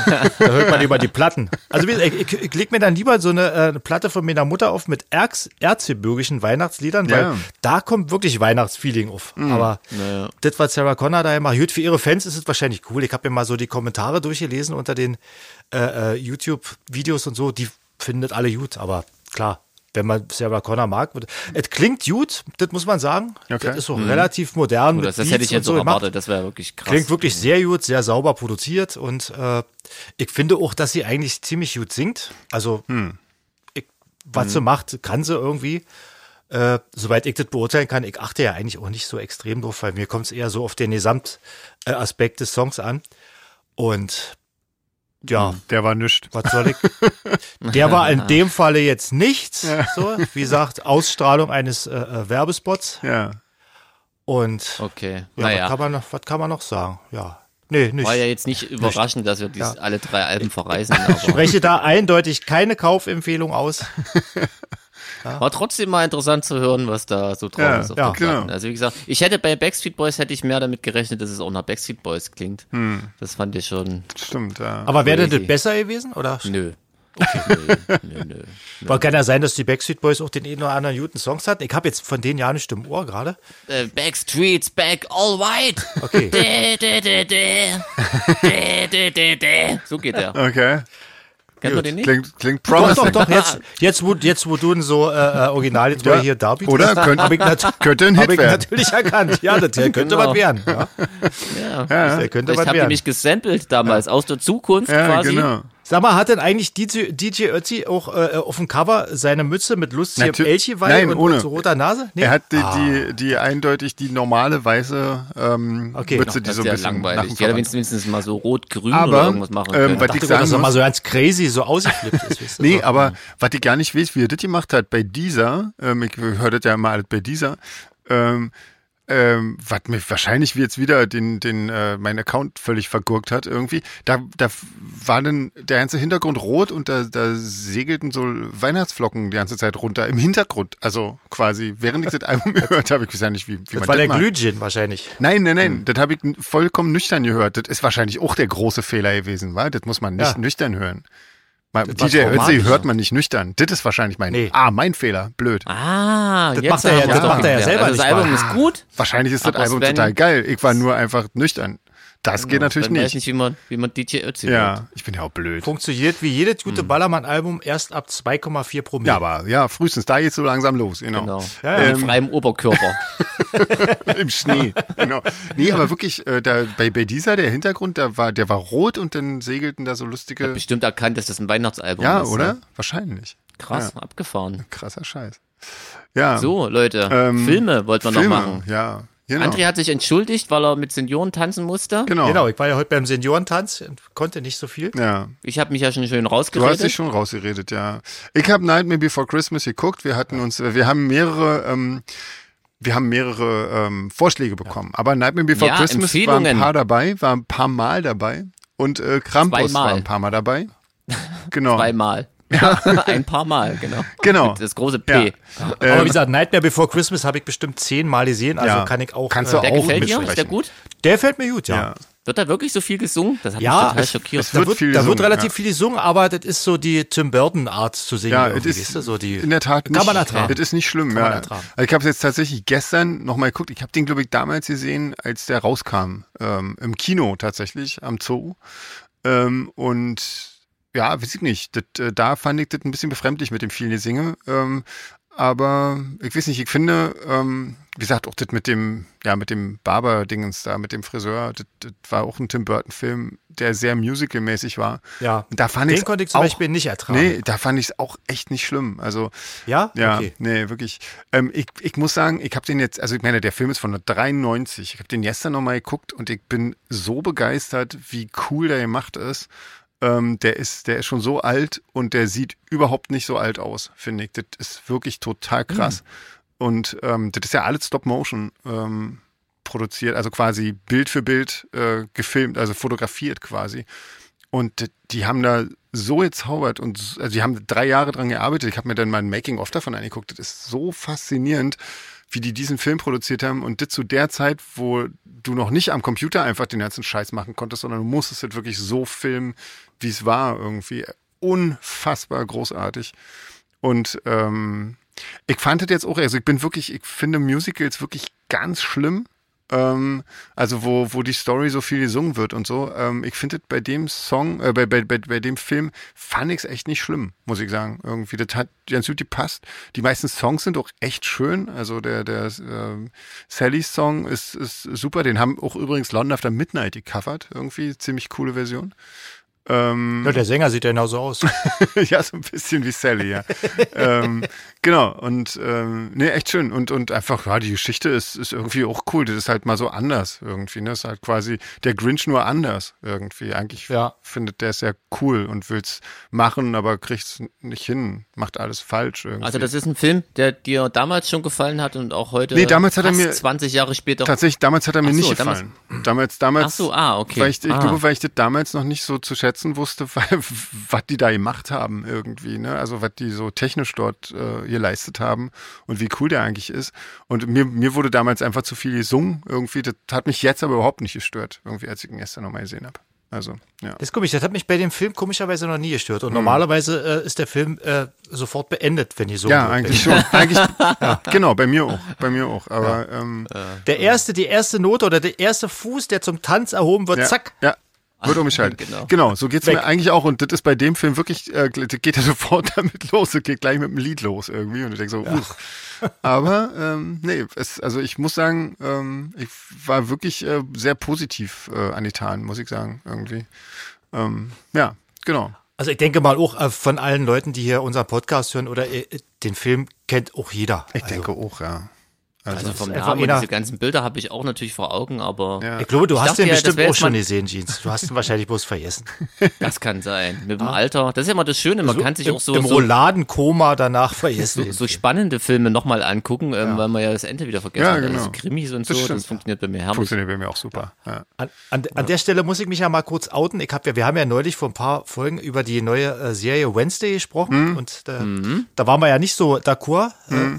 Speaker 3: Da hört man lieber die Platten. Also wie gesagt, ich, ich, ich leg mir dann lieber so eine, äh, eine Platte von meiner Mutter auf mit Erz, erzgebirgischen Weihnachtsliedern, weil
Speaker 1: Ja.
Speaker 3: da kommt wirklich Weihnachtsfeeling auf. Aber das, was Sarah Connor da immer hört, für ihre Fans ist es wahrscheinlich cool. Ich habe mir mal so die Kommentare durchgelesen unter den äh, äh, YouTube-Videos und so. Die findet alle gut, aber klar. Wenn man Sarah Connor mag, wird- es klingt gut, das muss man sagen.
Speaker 1: Okay.
Speaker 3: Das ist so relativ
Speaker 2: Oder
Speaker 3: modern. mit
Speaker 2: das, das hätte ich
Speaker 3: Beats und
Speaker 2: jetzt so
Speaker 3: gemacht.
Speaker 2: erwartet, das wäre wirklich krass.
Speaker 3: Klingt wirklich sehr gut, sehr sauber produziert und äh, ich finde auch, dass sie eigentlich ziemlich gut singt. Also,
Speaker 2: Hm.
Speaker 3: ich, was sie macht, kann sie irgendwie. Äh, soweit ich das beurteilen kann, ich achte ja eigentlich auch nicht so extrem drauf, weil mir kommt es eher so auf den Gesamtaspekt äh, Aspekt des Songs an. Und ja,
Speaker 2: Hm.
Speaker 1: Der war nischt.
Speaker 3: was soll ich? Der war in dem Falle jetzt nichts. So, wie gesagt, Ausstrahlung eines äh, äh, Werbespots.
Speaker 1: Ja.
Speaker 3: Und
Speaker 2: Okay,
Speaker 3: ja,
Speaker 2: naja.
Speaker 3: Was, kann man noch, was kann man noch sagen? Ja. Nee, nicht.
Speaker 2: War ja jetzt nicht überraschend, dass wir dies, alle drei Alben verreisen, aber
Speaker 3: spreche da eindeutig keine Kaufempfehlung aus.
Speaker 2: war trotzdem mal interessant zu hören, was da so drauf
Speaker 1: Ja,
Speaker 2: ist auf
Speaker 1: ja,
Speaker 2: der Platte.
Speaker 1: genau.
Speaker 2: Also wie gesagt, ich hätte bei Backstreet Boys hätte ich mehr damit gerechnet, dass es auch nach Backstreet Boys klingt.
Speaker 1: Hm.
Speaker 2: Das fand ich schon,
Speaker 1: Stimmt, ja.
Speaker 3: Aber wäre das
Speaker 2: Crazy.
Speaker 3: besser gewesen? Oder?
Speaker 2: nö. Okay. nö, nö, nö.
Speaker 3: Weil kann ja sein, dass die Backstreet Boys auch den einen oder anderen guten Songs hatten. Ich habe jetzt von denen ja nicht im Ohr gerade.
Speaker 2: Äh, Backstreets back, all white.
Speaker 3: Okay.
Speaker 2: Dä, dä, dä, dä. Dä, dä, dä, dä. So geht der.
Speaker 1: okay.
Speaker 2: Kennt man den nicht?
Speaker 1: Klingt, klingt
Speaker 3: Doch,
Speaker 1: promising.
Speaker 3: doch, doch, jetzt, jetzt, wo, jetzt, wo du ihn so äh, äh, original jetzt
Speaker 1: Ja.
Speaker 3: mal hier darbietest,
Speaker 1: Oder? Könnte-
Speaker 3: hab ich, nat
Speaker 1: Könnte ein
Speaker 3: hab
Speaker 1: Hit
Speaker 3: ich
Speaker 1: werden.
Speaker 3: natürlich erkannt. Ja, das könnte
Speaker 2: Genau.
Speaker 3: was werden. Ja,
Speaker 2: Ja.
Speaker 3: der könnte
Speaker 2: Vielleicht
Speaker 3: was
Speaker 2: habt ihr
Speaker 3: werden.
Speaker 2: mich gesampelt damals, aus der Zukunft
Speaker 1: Ja,
Speaker 2: quasi.
Speaker 1: genau.
Speaker 3: Sag mal, hat denn eigentlich DJ, DJ Ötzi auch äh, auf dem Cover seine Mütze mit lustigem
Speaker 1: Natür-
Speaker 3: Elchweih
Speaker 1: Nein,
Speaker 3: und,
Speaker 1: ohne.
Speaker 3: und so roter Nase? Nee?
Speaker 1: Er hat die, die, die eindeutig die normale weiße ähm,
Speaker 3: Okay,
Speaker 1: Mütze, die
Speaker 2: Das
Speaker 1: so
Speaker 2: ist
Speaker 1: ein
Speaker 2: ja
Speaker 1: bisschen nach
Speaker 2: langweilig.
Speaker 1: dem
Speaker 2: Die hätte
Speaker 1: Verband-
Speaker 2: wenigstens, wenigstens mal so rot-grün
Speaker 1: Aber,
Speaker 2: oder irgendwas machen
Speaker 1: ähm,
Speaker 2: können.
Speaker 1: weil
Speaker 3: ich dachte,
Speaker 1: ich sagen
Speaker 3: dass er
Speaker 1: muss-
Speaker 3: mal so ganz crazy so ausgeflippt ist. weißt du?
Speaker 1: Nee, aber was ich gar nicht weiß, wie er das gemacht hat, bei dieser, ähm, ich höre das ja immer alles bei dieser, ähm, ähm, was mir wahrscheinlich wie jetzt wieder den, den, äh, mein Account völlig vergurkt hat irgendwie, da, da war dann der ganze Hintergrund rot und da, da segelten so Weihnachtsflocken die ganze Zeit runter, im Hintergrund, also quasi, während ich das Album gehört habe, ich weiß ja nicht, wie, wie
Speaker 3: Das
Speaker 1: man
Speaker 3: war der
Speaker 1: macht.
Speaker 3: Glühgin wahrscheinlich.
Speaker 1: Nein, nein, nein, das habe ich n- vollkommen nüchtern gehört. Das ist wahrscheinlich auch der große Fehler gewesen, weil das muss man nicht
Speaker 3: Ja.
Speaker 1: nüchtern hören. Mal,
Speaker 3: war
Speaker 1: DJ Ötzi
Speaker 3: traumatisch,
Speaker 1: hört man nicht nüchtern. Das ist wahrscheinlich mein,
Speaker 3: Nee.
Speaker 1: ah, mein Fehler, blöd.
Speaker 2: ah, jetzt
Speaker 3: macht er ja-
Speaker 2: haben wir
Speaker 3: das
Speaker 2: doch
Speaker 3: macht er ja
Speaker 2: geklärt.
Speaker 3: selber
Speaker 2: also Das
Speaker 3: nicht
Speaker 2: Album
Speaker 3: mal.
Speaker 2: ist gut.
Speaker 1: Wahrscheinlich ist das
Speaker 2: Aber
Speaker 1: Album
Speaker 2: Sven-
Speaker 1: total geil. Ich war nur einfach nüchtern. Das geht natürlich
Speaker 2: Dann weiß
Speaker 1: nicht.
Speaker 2: ich nicht, wie man, wie man DJ Ötzi hört.
Speaker 1: Ja, ich bin ja auch blöd.
Speaker 3: Funktioniert wie jedes gute Ballermann-Album erst ab 2,4
Speaker 1: Hm.
Speaker 3: Promille.
Speaker 1: Ja, aber ja, frühestens da geht's so langsam los, genau.
Speaker 2: Genau.
Speaker 3: Ja,
Speaker 2: Mit
Speaker 3: ja.
Speaker 2: freiem Oberkörper.
Speaker 1: Im Schnee. genau. Nee, aber wirklich, äh, da, bei, bei dieser, der Hintergrund, da war, der war rot und dann segelten da so lustige.
Speaker 2: Bestimmt erkannt, dass das ein Weihnachtsalbum
Speaker 1: Ja,
Speaker 2: ist.
Speaker 1: oder?
Speaker 2: ne?
Speaker 1: Wahrscheinlich.
Speaker 2: Krass, abgefahren.
Speaker 1: Krasser Scheiß. Ja.
Speaker 2: So, Leute,
Speaker 1: Ähm,
Speaker 2: Filme wollten wir noch machen.
Speaker 1: Ja, genau.
Speaker 2: André hat sich entschuldigt, weil er mit Senioren tanzen musste.
Speaker 1: genau.
Speaker 3: Genau, ich war ja heute beim Seniorentanz und konnte nicht so viel.
Speaker 1: Ja,
Speaker 2: Ich habe mich ja schon schön
Speaker 1: du hast dich
Speaker 2: rausgeredet.
Speaker 1: schon rausgeredet, ja. Ich habe Nightmare Before Christmas geguckt. Wir hatten uns, wir haben mehrere, ähm, wir haben mehrere ähm, Vorschläge bekommen. Aber Nightmare Before
Speaker 2: Ja,
Speaker 1: Christmas war ein
Speaker 2: Empfehlungen.
Speaker 1: paar dabei, war ein paar Mal dabei und äh, Krampus
Speaker 2: Zweimal.
Speaker 1: war ein paar Mal dabei. Genau.
Speaker 2: Zweimal. Ein paar Mal, genau.
Speaker 1: Genau.
Speaker 2: Mit Das große
Speaker 1: Ja.
Speaker 2: P.
Speaker 3: Aber wie gesagt, Nightmare Before Christmas habe ich bestimmt zehnmal gesehen, also
Speaker 1: äh, Ja.
Speaker 3: kann ich auch.
Speaker 1: Kannst du
Speaker 2: Der
Speaker 1: Auch
Speaker 2: gefällt dir? Ist der
Speaker 1: mitsprechen.
Speaker 2: gut?
Speaker 3: Der fällt mir gut, ja.
Speaker 1: Ja.
Speaker 2: Wird da wirklich so viel gesungen? Das hat
Speaker 3: Ja,
Speaker 2: mich total
Speaker 3: es-
Speaker 2: schockiert.
Speaker 1: es
Speaker 3: Da, wird,
Speaker 1: viel
Speaker 3: da wird
Speaker 1: gesungen,
Speaker 3: relativ
Speaker 1: ja.
Speaker 3: viel gesungen, aber das ist so die Tim Burton-Art zu singen.
Speaker 1: Ja, es
Speaker 3: irgendwie,
Speaker 1: ist
Speaker 3: weißt du, so die,
Speaker 1: in der Tat
Speaker 3: Kann
Speaker 1: nicht,
Speaker 3: man ertragen.
Speaker 1: Es ist nicht schlimm.
Speaker 3: man
Speaker 1: ja.
Speaker 3: ertragen.
Speaker 1: Also ich habe es jetzt tatsächlich gestern nochmal geguckt. Ich habe den, glaube ich, damals gesehen, als der rauskam. Ähm, Im Kino tatsächlich, am Zoo. Ähm, und ja, weiß ich nicht. Das, äh, da fand ich das ein bisschen befremdlich mit dem vielen Singe. Ähm, aber ich weiß nicht, ich finde, ähm, wie gesagt, auch das mit dem, ja, mit dem Barber-Dingens da, mit dem Friseur, das, das war auch ein Tim Burton-Film, der sehr musicalmäßig war.
Speaker 3: Ja.
Speaker 1: Und da fand
Speaker 3: Den
Speaker 1: ich's
Speaker 3: konnte ich zum
Speaker 1: auch-
Speaker 3: Beispiel nicht ertragen.
Speaker 1: Nee, da fand ich es auch echt nicht schlimm. Also,
Speaker 3: Ja?
Speaker 1: ja,
Speaker 3: Okay.
Speaker 1: nee, wirklich. Ähm, ich, ich muss sagen, ich habe den jetzt, also ich meine, der Film ist von 93. Ich habe den gestern nochmal geguckt und ich bin so begeistert, wie cool der gemacht ist. Ähm, der ist, der ist schon so alt und der sieht überhaupt nicht so alt aus, finde ich. Das ist wirklich total krass. Und ähm, das ist ja alles Stop-Motion ähm, produziert, also quasi Bild für Bild äh, gefilmt, also fotografiert quasi. Und die haben da so gezaubert und s- also die haben drei Jahre dran gearbeitet. Ich habe mir dann mal ein Making-of davon angeguckt. Das ist so faszinierend, wie die diesen Film produziert haben und das zu der Zeit, wo du noch nicht am Computer einfach den ganzen Scheiß machen konntest, sondern du musstest das wirklich so filmen, wie es war irgendwie. Unfassbar großartig. Und ähm, ich fand das jetzt auch, also ich bin wirklich, ich finde Musicals wirklich ganz schlimm. Ähm, also wo, wo die Story so viel gesungen wird und so. Ähm, ich finde das bei dem Song, äh, bei, bei, bei, bei dem Film fand ich es echt nicht schlimm, muss ich sagen. Irgendwie, das hat ganz gut gepasst. Die meisten Songs sind auch echt schön. Also der, der ähm, Sallys Song ist, ist super. Den haben auch übrigens London After Midnight gecovert. Irgendwie ziemlich coole Version. Hm.
Speaker 3: Ja, der Sänger sieht ja genauso aus.
Speaker 1: ja, so ein bisschen wie Sally, ja. ähm, genau, und ähm, nee, echt schön. Und, und einfach, ja, die Geschichte ist, ist irgendwie auch cool. Das ist halt mal so anders irgendwie. Ne? Das ist halt quasi der Grinch nur anders irgendwie. Eigentlich
Speaker 3: Ja.
Speaker 1: findet der es ja cool und will's machen, aber kriegt's nicht hin, macht alles falsch irgendwie.
Speaker 2: Also das ist ein Film, der dir damals schon gefallen hat und auch heute
Speaker 1: Nee, damals hat er
Speaker 2: fast
Speaker 1: mir-
Speaker 2: 20 Jahre später
Speaker 1: Tatsächlich, damals hat er mir
Speaker 2: Ach so,
Speaker 1: nicht
Speaker 2: damals-
Speaker 1: gefallen. Damals, damals.
Speaker 2: Ach so, ah, okay.
Speaker 1: Weil ich, ich
Speaker 2: Ah.
Speaker 1: glaube, weil ich das damals noch nicht so zu schätzen wusste, weil, was die da gemacht haben irgendwie, ne? Also was die so technisch dort äh, geleistet haben und wie cool der eigentlich ist. Und mir, mir wurde damals einfach zu viel gesungen irgendwie. Das hat mich jetzt aber überhaupt nicht gestört, irgendwie, als ich ihn gestern nochmal gesehen habe. Also, ja.
Speaker 3: Das ist komisch, das hat mich bei dem Film komischerweise noch nie gestört. Und
Speaker 1: Hm.
Speaker 3: normalerweise äh, ist der Film äh, sofort beendet, wenn die so
Speaker 1: Ja,
Speaker 3: wird.
Speaker 1: eigentlich schon. Eigentlich, Genau, bei mir auch. Bei mir auch. Aber ähm,
Speaker 3: Der erste, die erste Note oder der erste Fuß, der zum Tanz erhoben wird,
Speaker 1: Ja,
Speaker 3: zack.
Speaker 1: Ja. Wird umgeschaltet. genau.
Speaker 2: Genau.
Speaker 1: so geht's
Speaker 3: Weg.
Speaker 1: mir eigentlich auch. Und das ist bei dem Film wirklich, äh, das geht ja sofort damit los. Das geht gleich mit dem Lied los irgendwie. Und ich denke so, uff. Aber ähm, nee, es, also ich muss sagen, ähm, ich war wirklich äh, sehr positiv äh, angetan, muss ich sagen, irgendwie. Ähm, ja, genau.
Speaker 3: Also ich denke mal auch äh, von allen Leuten, die hier unseren Podcast hören oder äh, den Film kennt auch jeder.
Speaker 1: Ich denke auch, ja.
Speaker 2: Also vom
Speaker 3: ist einfach
Speaker 2: Namen und
Speaker 3: einer-
Speaker 2: diese ganzen Bilder habe ich auch natürlich vor Augen, aber
Speaker 1: Ja.
Speaker 3: Ich glaube, du hast
Speaker 2: dachte
Speaker 3: den
Speaker 2: ja, das
Speaker 3: bestimmt
Speaker 2: wär
Speaker 3: auch
Speaker 2: jetzt
Speaker 3: schon
Speaker 2: mal-
Speaker 3: gesehen, Jeans. Du hast ihn wahrscheinlich bloß vergessen.
Speaker 2: das kann sein. Mit dem Alter. Das ist ja immer das Schöne, man kann sich
Speaker 3: Im,
Speaker 2: auch so,
Speaker 3: im
Speaker 2: so,
Speaker 3: Rouladenkoma danach vergessen.
Speaker 2: so spannende Filme nochmal angucken, ähm, weil man ja das Ende wieder vergessen
Speaker 1: Ja,
Speaker 2: hat.
Speaker 1: genau.
Speaker 2: Also Krimis und
Speaker 1: Das
Speaker 2: so,
Speaker 1: stimmt.
Speaker 2: das funktioniert bei mir herrlich.
Speaker 1: Funktioniert bei mir auch super. Ja.
Speaker 3: An, an, an der Stelle muss ich mich ja mal kurz outen. Ich hab ja, wir haben ja neulich vor ein paar Folgen über die neue äh, Serie Wednesday
Speaker 1: Hm.
Speaker 3: gesprochen und äh, da waren wir ja nicht so d'accord, äh,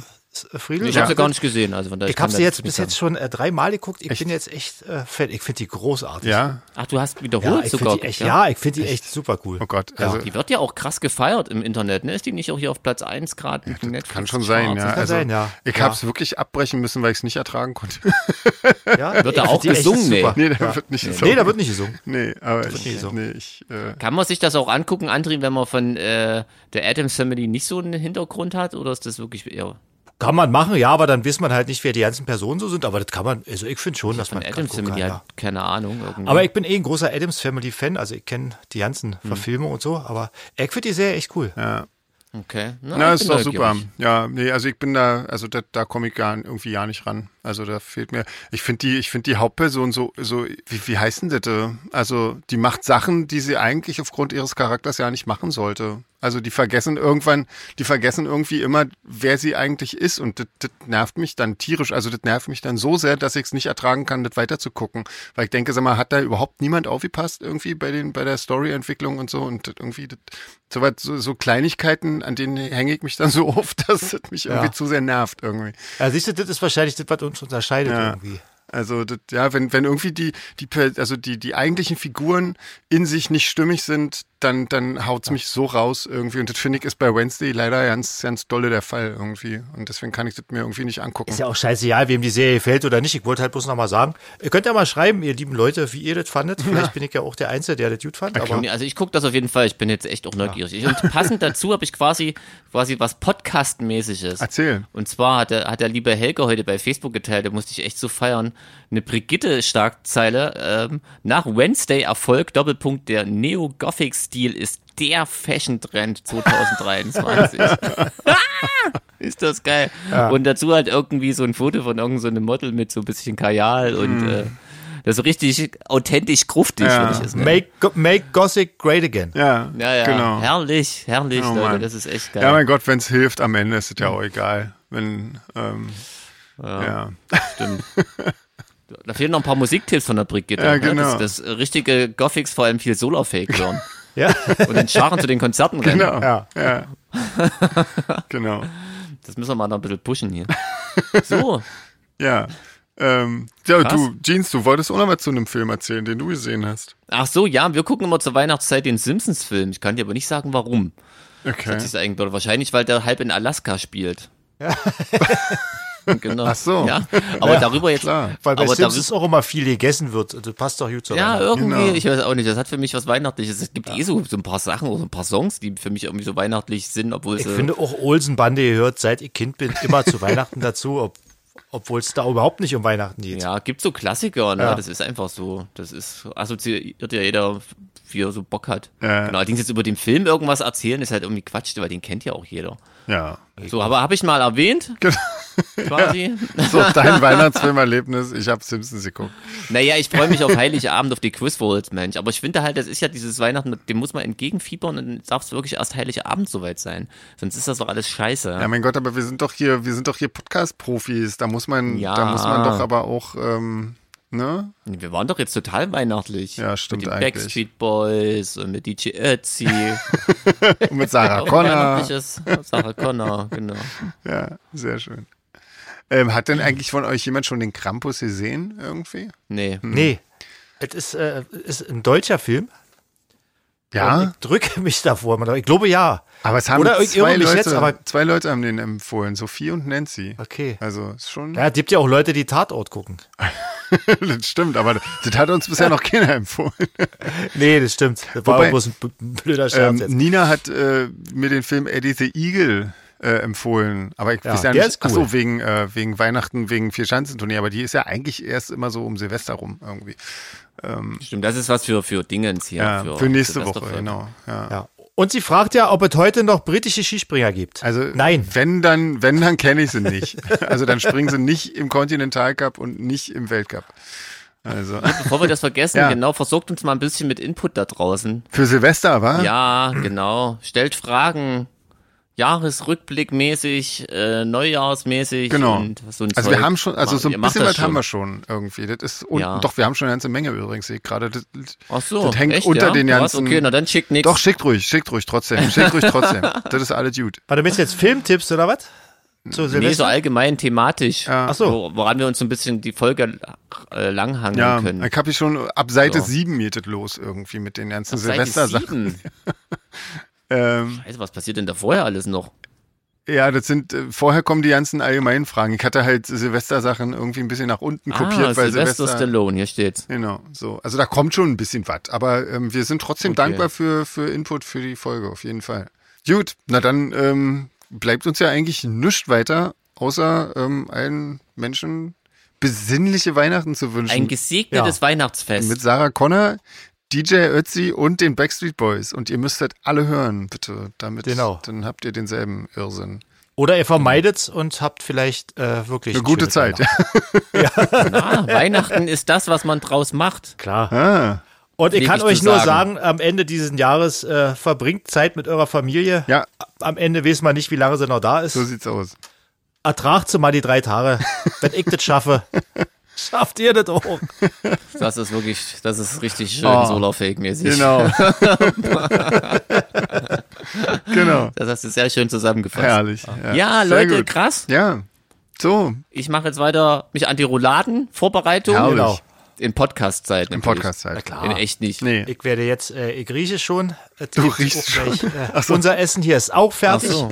Speaker 3: Friedel.
Speaker 2: Mhm. Ich habe sie gar nicht gesehen, also von daher.
Speaker 3: Ich
Speaker 2: kann
Speaker 3: habe
Speaker 2: da
Speaker 3: sie jetzt bis
Speaker 2: nichts
Speaker 3: jetzt schon äh, dreimal geguckt. Ich bin jetzt echt äh, Fan. Ich finde die großartig.
Speaker 1: ja,
Speaker 2: sagen. Ach, du hast
Speaker 3: Ja,
Speaker 2: wiederholt
Speaker 3: ich finde
Speaker 2: sogar.
Speaker 3: die echt,
Speaker 2: geguckt,
Speaker 3: ja, ich finde die echt super cool.
Speaker 1: oh Gott.
Speaker 3: Ja.
Speaker 1: Also,
Speaker 2: Die wird ja auch krass gefeiert im Internet, ne? Ist die nicht auch hier auf Platz 1 gerade? Ja,
Speaker 1: Kann schon sein, ja.
Speaker 3: kann
Speaker 1: also,
Speaker 3: sein, ja.
Speaker 1: Ich
Speaker 3: Ja.
Speaker 1: habe es wirklich abbrechen müssen, weil ich es nicht ertragen konnte.
Speaker 3: Ja, ich
Speaker 2: Wird da
Speaker 3: find
Speaker 2: auch
Speaker 3: die echt
Speaker 2: gesungen, nee.
Speaker 3: super.
Speaker 1: nee, da wird nicht so.
Speaker 3: Nee, da wird nicht gesungen.
Speaker 1: Nee, aber ich,
Speaker 3: nicht so.
Speaker 1: nee, ich äh,
Speaker 2: Kann man sich das auch angucken, André, wenn man von äh, der Adams Family nicht so einen Hintergrund hat? Oder ist das wirklich eher
Speaker 3: Kann man machen, ja, aber dann weiß man halt nicht, wer die ganzen Personen so sind. Aber das kann man, also ich finde schon, dass man
Speaker 2: von
Speaker 3: kann
Speaker 2: Adams
Speaker 3: gucken
Speaker 2: Family?
Speaker 3: kann, ja.
Speaker 2: Hat, keine Ahnung. Irgendwie.
Speaker 3: Aber ich bin eh ein großer Adams Family Fan, also ich kenne die ganzen
Speaker 2: Mhm.
Speaker 3: Verfilmungen und so, aber ich finde die Serie echt cool.
Speaker 2: okay.
Speaker 1: na,
Speaker 2: Ne? ich
Speaker 1: ist
Speaker 2: bin
Speaker 1: doch super.
Speaker 2: neugierig.
Speaker 1: Ja, nee, also ich bin da, also da, da komme ich gar irgendwie ja nicht ran. Also da fehlt mir. Ich finde die, ich finde die Hauptperson so, so, wie, wie heißen das? äh? Also die macht Sachen, die sie eigentlich aufgrund ihres Charakters ja nicht machen sollte. Also die vergessen irgendwann, die vergessen irgendwie immer, wer sie eigentlich ist. Und das das nervt mich dann tierisch. Also das nervt mich dann so sehr, dass ich es nicht ertragen kann, das weiterzugucken. Weil ich denke, sag mal, hat da überhaupt niemand aufgepasst irgendwie bei den, bei der Storyentwicklung und so und das irgendwie das, so, was- so, so Kleinigkeiten, an denen hänge ich mich dann so auf, dass das mich irgendwie zu sehr nervt irgendwie.
Speaker 3: Ja, Also siehst du, das ist wahrscheinlich das, was uns unterscheidet irgendwie.
Speaker 1: Also das, ja, wenn wenn irgendwie die die Per- also die die eigentlichen Figuren in sich nicht stimmig sind, dann dann haut's mich so raus irgendwie und das finde ich ist bei Wednesday leider ganz ganz dolle der Fall irgendwie und deswegen kann ich das mir irgendwie nicht angucken.
Speaker 3: Ist ja auch scheißegal, wem die Serie gefällt oder nicht. Ich wollte halt bloß nochmal sagen. Ihr könnt ja mal schreiben, ihr lieben Leute, wie ihr das fandet. Vielleicht bin ich ja auch der Einzige, der das gut fand. Aber
Speaker 2: Nee, Also ich gucke das auf jeden Fall. Ich bin jetzt echt auch neugierig. Ich- Und passend dazu habe ich quasi, quasi was Podcast-mäßiges.
Speaker 1: Erzähl.
Speaker 2: Und zwar hat der, hat der liebe Helge heute bei Facebook geteilt, da musste ich echt so feiern, eine Brigitte-Starkzeile. Ähm, nach Wednesday Erfolg, Doppelpunkt, der Neo-Gothic-Stil ist der Fashion-Trend 2023. ist das geil. Und dazu halt irgendwie so ein Foto von irgendeinem so einem Model mit so ein bisschen Kajal
Speaker 1: Hm.
Speaker 2: und äh, das ist so richtig authentisch gruftig,
Speaker 1: Ja.
Speaker 2: würde ich es nennen.
Speaker 3: make, go- make Gothic great again.
Speaker 1: Ja,
Speaker 2: Ja, ja.
Speaker 1: genau.
Speaker 2: Herrlich, herrlich,
Speaker 1: Oh,
Speaker 2: Leute.
Speaker 1: Mann.
Speaker 2: Das ist echt
Speaker 1: Ja,
Speaker 2: geil.
Speaker 1: mein Gott, wenn's hilft, am Ende ist es ja auch egal, wenn ähm, ja.
Speaker 2: stimmt. Da fehlen noch ein paar Musiktipps von der Brigitte.
Speaker 1: Ja,
Speaker 2: ne?
Speaker 1: genau.
Speaker 2: Das, das richtige Gothics vor allem viel Solarfake hören.
Speaker 3: Ja.
Speaker 2: Und in Scharen zu den Konzerten rennen.
Speaker 1: Genau.
Speaker 3: Ja.
Speaker 1: ja. genau.
Speaker 2: Das müssen wir mal noch ein bisschen pushen hier. So,
Speaker 1: Ja. Ähm, ja,
Speaker 2: Krass.
Speaker 1: du, Jeans, du wolltest auch noch was zu einem Film erzählen, den du gesehen hast.
Speaker 2: ach so, ja, wir gucken immer zur Weihnachtszeit den Simpsons-Film. Ich kann dir aber nicht sagen, warum.
Speaker 1: Okay.
Speaker 2: Das ist eigentlich dort wahrscheinlich, weil der halb in Alaska spielt. genau.
Speaker 1: Ach so.
Speaker 2: Ja, aber darüber jetzt.
Speaker 1: klar.
Speaker 3: Weil bei
Speaker 2: aber darüber-
Speaker 3: Simpsons auch immer viel gegessen wird. Das passt doch gut zusammen.
Speaker 2: Ja, irgendwie,
Speaker 1: Genau.
Speaker 2: ich weiß auch nicht, das hat für mich was Weihnachtliches. Es gibt eh so, so ein paar Sachen oder so ein paar Songs, die für mich irgendwie so weihnachtlich sind, obwohl
Speaker 3: Ich
Speaker 2: sie.
Speaker 3: finde auch Olsenbande gehört, seit ich Kind bin, immer zu Weihnachten dazu, ob, obwohl es da überhaupt nicht um Weihnachten geht.
Speaker 2: ja, gibt so Klassiker, ne?
Speaker 3: Ja.
Speaker 2: Das ist einfach so. Das ist assoziiert ja jeder, wie er so Bock hat.
Speaker 1: Ja.
Speaker 2: Genau, allerdings jetzt über den Film irgendwas erzählen, ist halt irgendwie Quatsch, weil den kennt ja auch jeder.
Speaker 1: Ja.
Speaker 2: So, aber habe ich mal erwähnt,
Speaker 1: Genau.
Speaker 2: quasi.
Speaker 1: So, dein Weihnachtsfilmerlebnis. Ich habe Simpsons geguckt.
Speaker 2: Naja, ich freue mich auf Heiligabend, auf die Quizworlds, Mensch. Aber ich finde halt, das ist ja dieses Weihnachten, dem muss man entgegenfiebern und dann darf es wirklich erst Heiligabend soweit sein. Sonst ist das doch alles scheiße.
Speaker 1: Ja, mein Gott, aber wir sind doch hier, wir sind doch hier Podcast-Profis. Da muss man,
Speaker 2: Ja.
Speaker 1: da muss man doch aber auch, ähm, ne?
Speaker 2: Nee, Wir waren doch jetzt total weihnachtlich.
Speaker 1: Ja, stimmt
Speaker 2: Mit den
Speaker 1: eigentlich.
Speaker 2: Backstreet Boys und mit DJ Ötzi.
Speaker 1: Und mit Sarah
Speaker 2: Auch
Speaker 1: Connor.
Speaker 2: weihnachtliches. Sarah Connor, genau.
Speaker 1: Ja, sehr schön. Ähm, hat denn eigentlich von euch jemand schon den Krampus gesehen irgendwie?
Speaker 2: Nee.
Speaker 1: Hm.
Speaker 3: Nee, es ist, äh, ist ein deutscher Film. Und
Speaker 1: Ja,
Speaker 3: Ich drücke mich davor. man- Ich glaube ja.
Speaker 1: aber es haben
Speaker 3: Oder ich irre
Speaker 1: zwei
Speaker 3: mich
Speaker 1: Leute,
Speaker 3: jetzt, aber-
Speaker 1: zwei Leute haben den empfohlen, Sophie und Nancy.
Speaker 3: Okay.
Speaker 1: Also ist schon,
Speaker 3: Ja, es gibt ja auch Leute, die Tatort gucken.
Speaker 1: das stimmt, aber das hat uns bisher noch keiner empfohlen.
Speaker 3: Nee, das stimmt. Das war
Speaker 1: Wobei-
Speaker 3: auch bloß ein b- blöder Scherz
Speaker 1: Ähm,
Speaker 3: jetzt.
Speaker 1: Nina hat äh, mir den Film Eddie the Eagle äh, empfohlen, aber ich
Speaker 3: Ja,
Speaker 1: weiß ja
Speaker 3: der
Speaker 1: nicht,
Speaker 3: ist cool.
Speaker 1: ach so, wegen, äh, wegen Weihnachten, wegen Vierschanzenturnier, aber die ist ja eigentlich erst immer so um Silvester rum irgendwie.
Speaker 2: Stimmt, das ist was für, für Dingens hier.
Speaker 1: Ja, für nächste Woche,
Speaker 2: Silvesterfolge.
Speaker 1: genau. Ja.
Speaker 3: Ja. Und sie fragt ja, ob es heute noch britische Skispringer gibt.
Speaker 1: Also
Speaker 3: Nein.
Speaker 1: wenn dann, wenn dann kenne ich sie nicht. Also dann springen sie nicht im Continental Cup und nicht im Weltcup. Also
Speaker 2: Bevor wir das vergessen,
Speaker 1: Ja.
Speaker 2: genau, versorgt uns mal ein bisschen mit Input da draußen.
Speaker 1: für Silvester war
Speaker 2: Ja, genau. Stellt Fragen. Jahresrückblickmäßig, äh, Neujahrsmäßig.
Speaker 1: Genau.
Speaker 2: Und so ein
Speaker 1: also
Speaker 2: Zeug.
Speaker 1: wir haben schon, also so
Speaker 2: Ihr
Speaker 1: ein
Speaker 2: macht
Speaker 1: bisschen
Speaker 2: das
Speaker 1: was haben
Speaker 2: schon.
Speaker 1: wir schon irgendwie. Das ist und,
Speaker 2: Ja.
Speaker 1: doch wir haben schon eine ganze Menge übrigens. sehe ich Gerade das,
Speaker 2: Ach so,
Speaker 1: das hängt
Speaker 2: echt,
Speaker 1: unter
Speaker 2: ja?
Speaker 1: den
Speaker 2: Was?
Speaker 1: ganzen.
Speaker 2: Okay, na dann schickt nichts.
Speaker 1: Doch schickt ruhig, schickt ruhig trotzdem, schickt ruhig trotzdem. Das ist alles gut.
Speaker 3: Warte, bist du jetzt Filmtipps oder was? Zu
Speaker 2: Nee, so
Speaker 3: Silvester?
Speaker 2: allgemein thematisch.
Speaker 1: Ach
Speaker 3: so.
Speaker 2: Wo- Woran wir uns so ein bisschen die Folge äh, langhangeln
Speaker 1: Ja,
Speaker 2: können.
Speaker 1: ich habe ich schon ab Seite
Speaker 2: So.
Speaker 1: sieben geht das los irgendwie mit den ganzen
Speaker 2: Seite
Speaker 1: Silvester-Sachen.
Speaker 2: sieben.
Speaker 1: Ähm,
Speaker 2: Scheiße, was passiert denn da vorher alles noch?
Speaker 1: Ja, das sind, äh, vorher kommen die ganzen allgemeinen Fragen. Ich hatte halt Silvester-Sachen irgendwie ein bisschen nach unten kopiert,
Speaker 2: ah,
Speaker 1: weil
Speaker 2: Sylvester
Speaker 1: Silvester.
Speaker 2: Stallone, hier steht's.
Speaker 1: Genau, so. Also da kommt schon ein bisschen was. Aber ähm, wir sind trotzdem dankbar für, für Input für die Folge, auf jeden Fall. Gut, na dann ähm, bleibt uns ja eigentlich nichts weiter, außer ähm, allen Menschen besinnliche Weihnachten zu wünschen.
Speaker 2: Ein gesegnetes
Speaker 3: Ja.
Speaker 2: Weihnachtsfest.
Speaker 1: mit Sarah Connor, DJ Ötzi und den Backstreet Boys. Und ihr müsstet alle hören, bitte, damit
Speaker 3: Genau.
Speaker 1: dann habt ihr denselben Irrsinn.
Speaker 3: Oder ihr vermeidet und habt vielleicht äh, wirklich
Speaker 1: Eine gute
Speaker 3: schöne
Speaker 1: Zeit.
Speaker 3: Weihnachten.
Speaker 2: Ah, Na, Weihnachten ist das, was man draus macht.
Speaker 3: Klar.
Speaker 1: ah.
Speaker 3: Und ich
Speaker 2: Wenig
Speaker 3: kann
Speaker 2: zu
Speaker 3: euch nur
Speaker 2: sagen.
Speaker 3: sagen, am Ende dieses Jahres äh, verbringt Zeit mit eurer Familie.
Speaker 1: Ja.
Speaker 3: Am Ende weiß man nicht, wie lange sie noch da ist.
Speaker 1: So sieht's aus.
Speaker 3: Ertragt sie mal die drei Tage. Wenn ich das schaffe, schafft ihr das auch.
Speaker 2: Das ist wirklich, das ist richtig schön
Speaker 1: Oh.
Speaker 2: Solo-Fake-mäßig.
Speaker 1: Genau. genau.
Speaker 2: Das hast du sehr schön zusammengefasst.
Speaker 1: Herrlich. Sehr
Speaker 2: Ja, Leute,
Speaker 1: gut.
Speaker 2: krass.
Speaker 1: Ja. So,
Speaker 2: Ich mache jetzt weiter mich an die Rouladen-Vorbereitung.
Speaker 1: Herrlich.
Speaker 3: Genau.
Speaker 2: In Podcast-Zeit.
Speaker 1: im Podcast halt.
Speaker 2: In echt nicht.
Speaker 1: Nee.
Speaker 3: Ich werde jetzt, äh, ich rieche schon. Es
Speaker 1: Du
Speaker 3: gibt
Speaker 1: riechst
Speaker 3: auch gleich,
Speaker 1: schon.
Speaker 3: Äh, Unser Essen hier ist auch
Speaker 2: Ach
Speaker 3: fertig.
Speaker 2: so.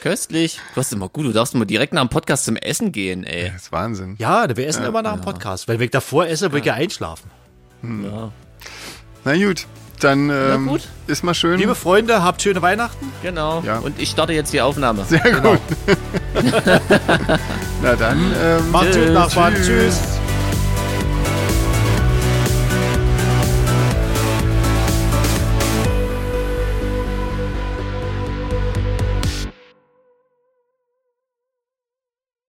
Speaker 2: Köstlich. Du hast immer gut, du darfst immer direkt nach dem Podcast zum Essen gehen, ey.
Speaker 1: Das ist Wahnsinn.
Speaker 3: Ja, wir essen immer nach dem Podcast. Wenn ich davor esse, will ich ja einschlafen.
Speaker 1: Mhm.
Speaker 2: Ja.
Speaker 1: Na gut, dann ähm,
Speaker 2: gut.
Speaker 1: ist mal schön.
Speaker 3: Liebe Freunde, habt schöne Weihnachten.
Speaker 2: Genau.
Speaker 1: Ja.
Speaker 2: Und ich starte jetzt die Aufnahme.
Speaker 1: Sehr gut. Na dann, ähm,
Speaker 3: Macht's gut,
Speaker 2: Tschüss.
Speaker 3: Mhm. Nachbarn.
Speaker 1: Tschüss.
Speaker 3: Tschüss.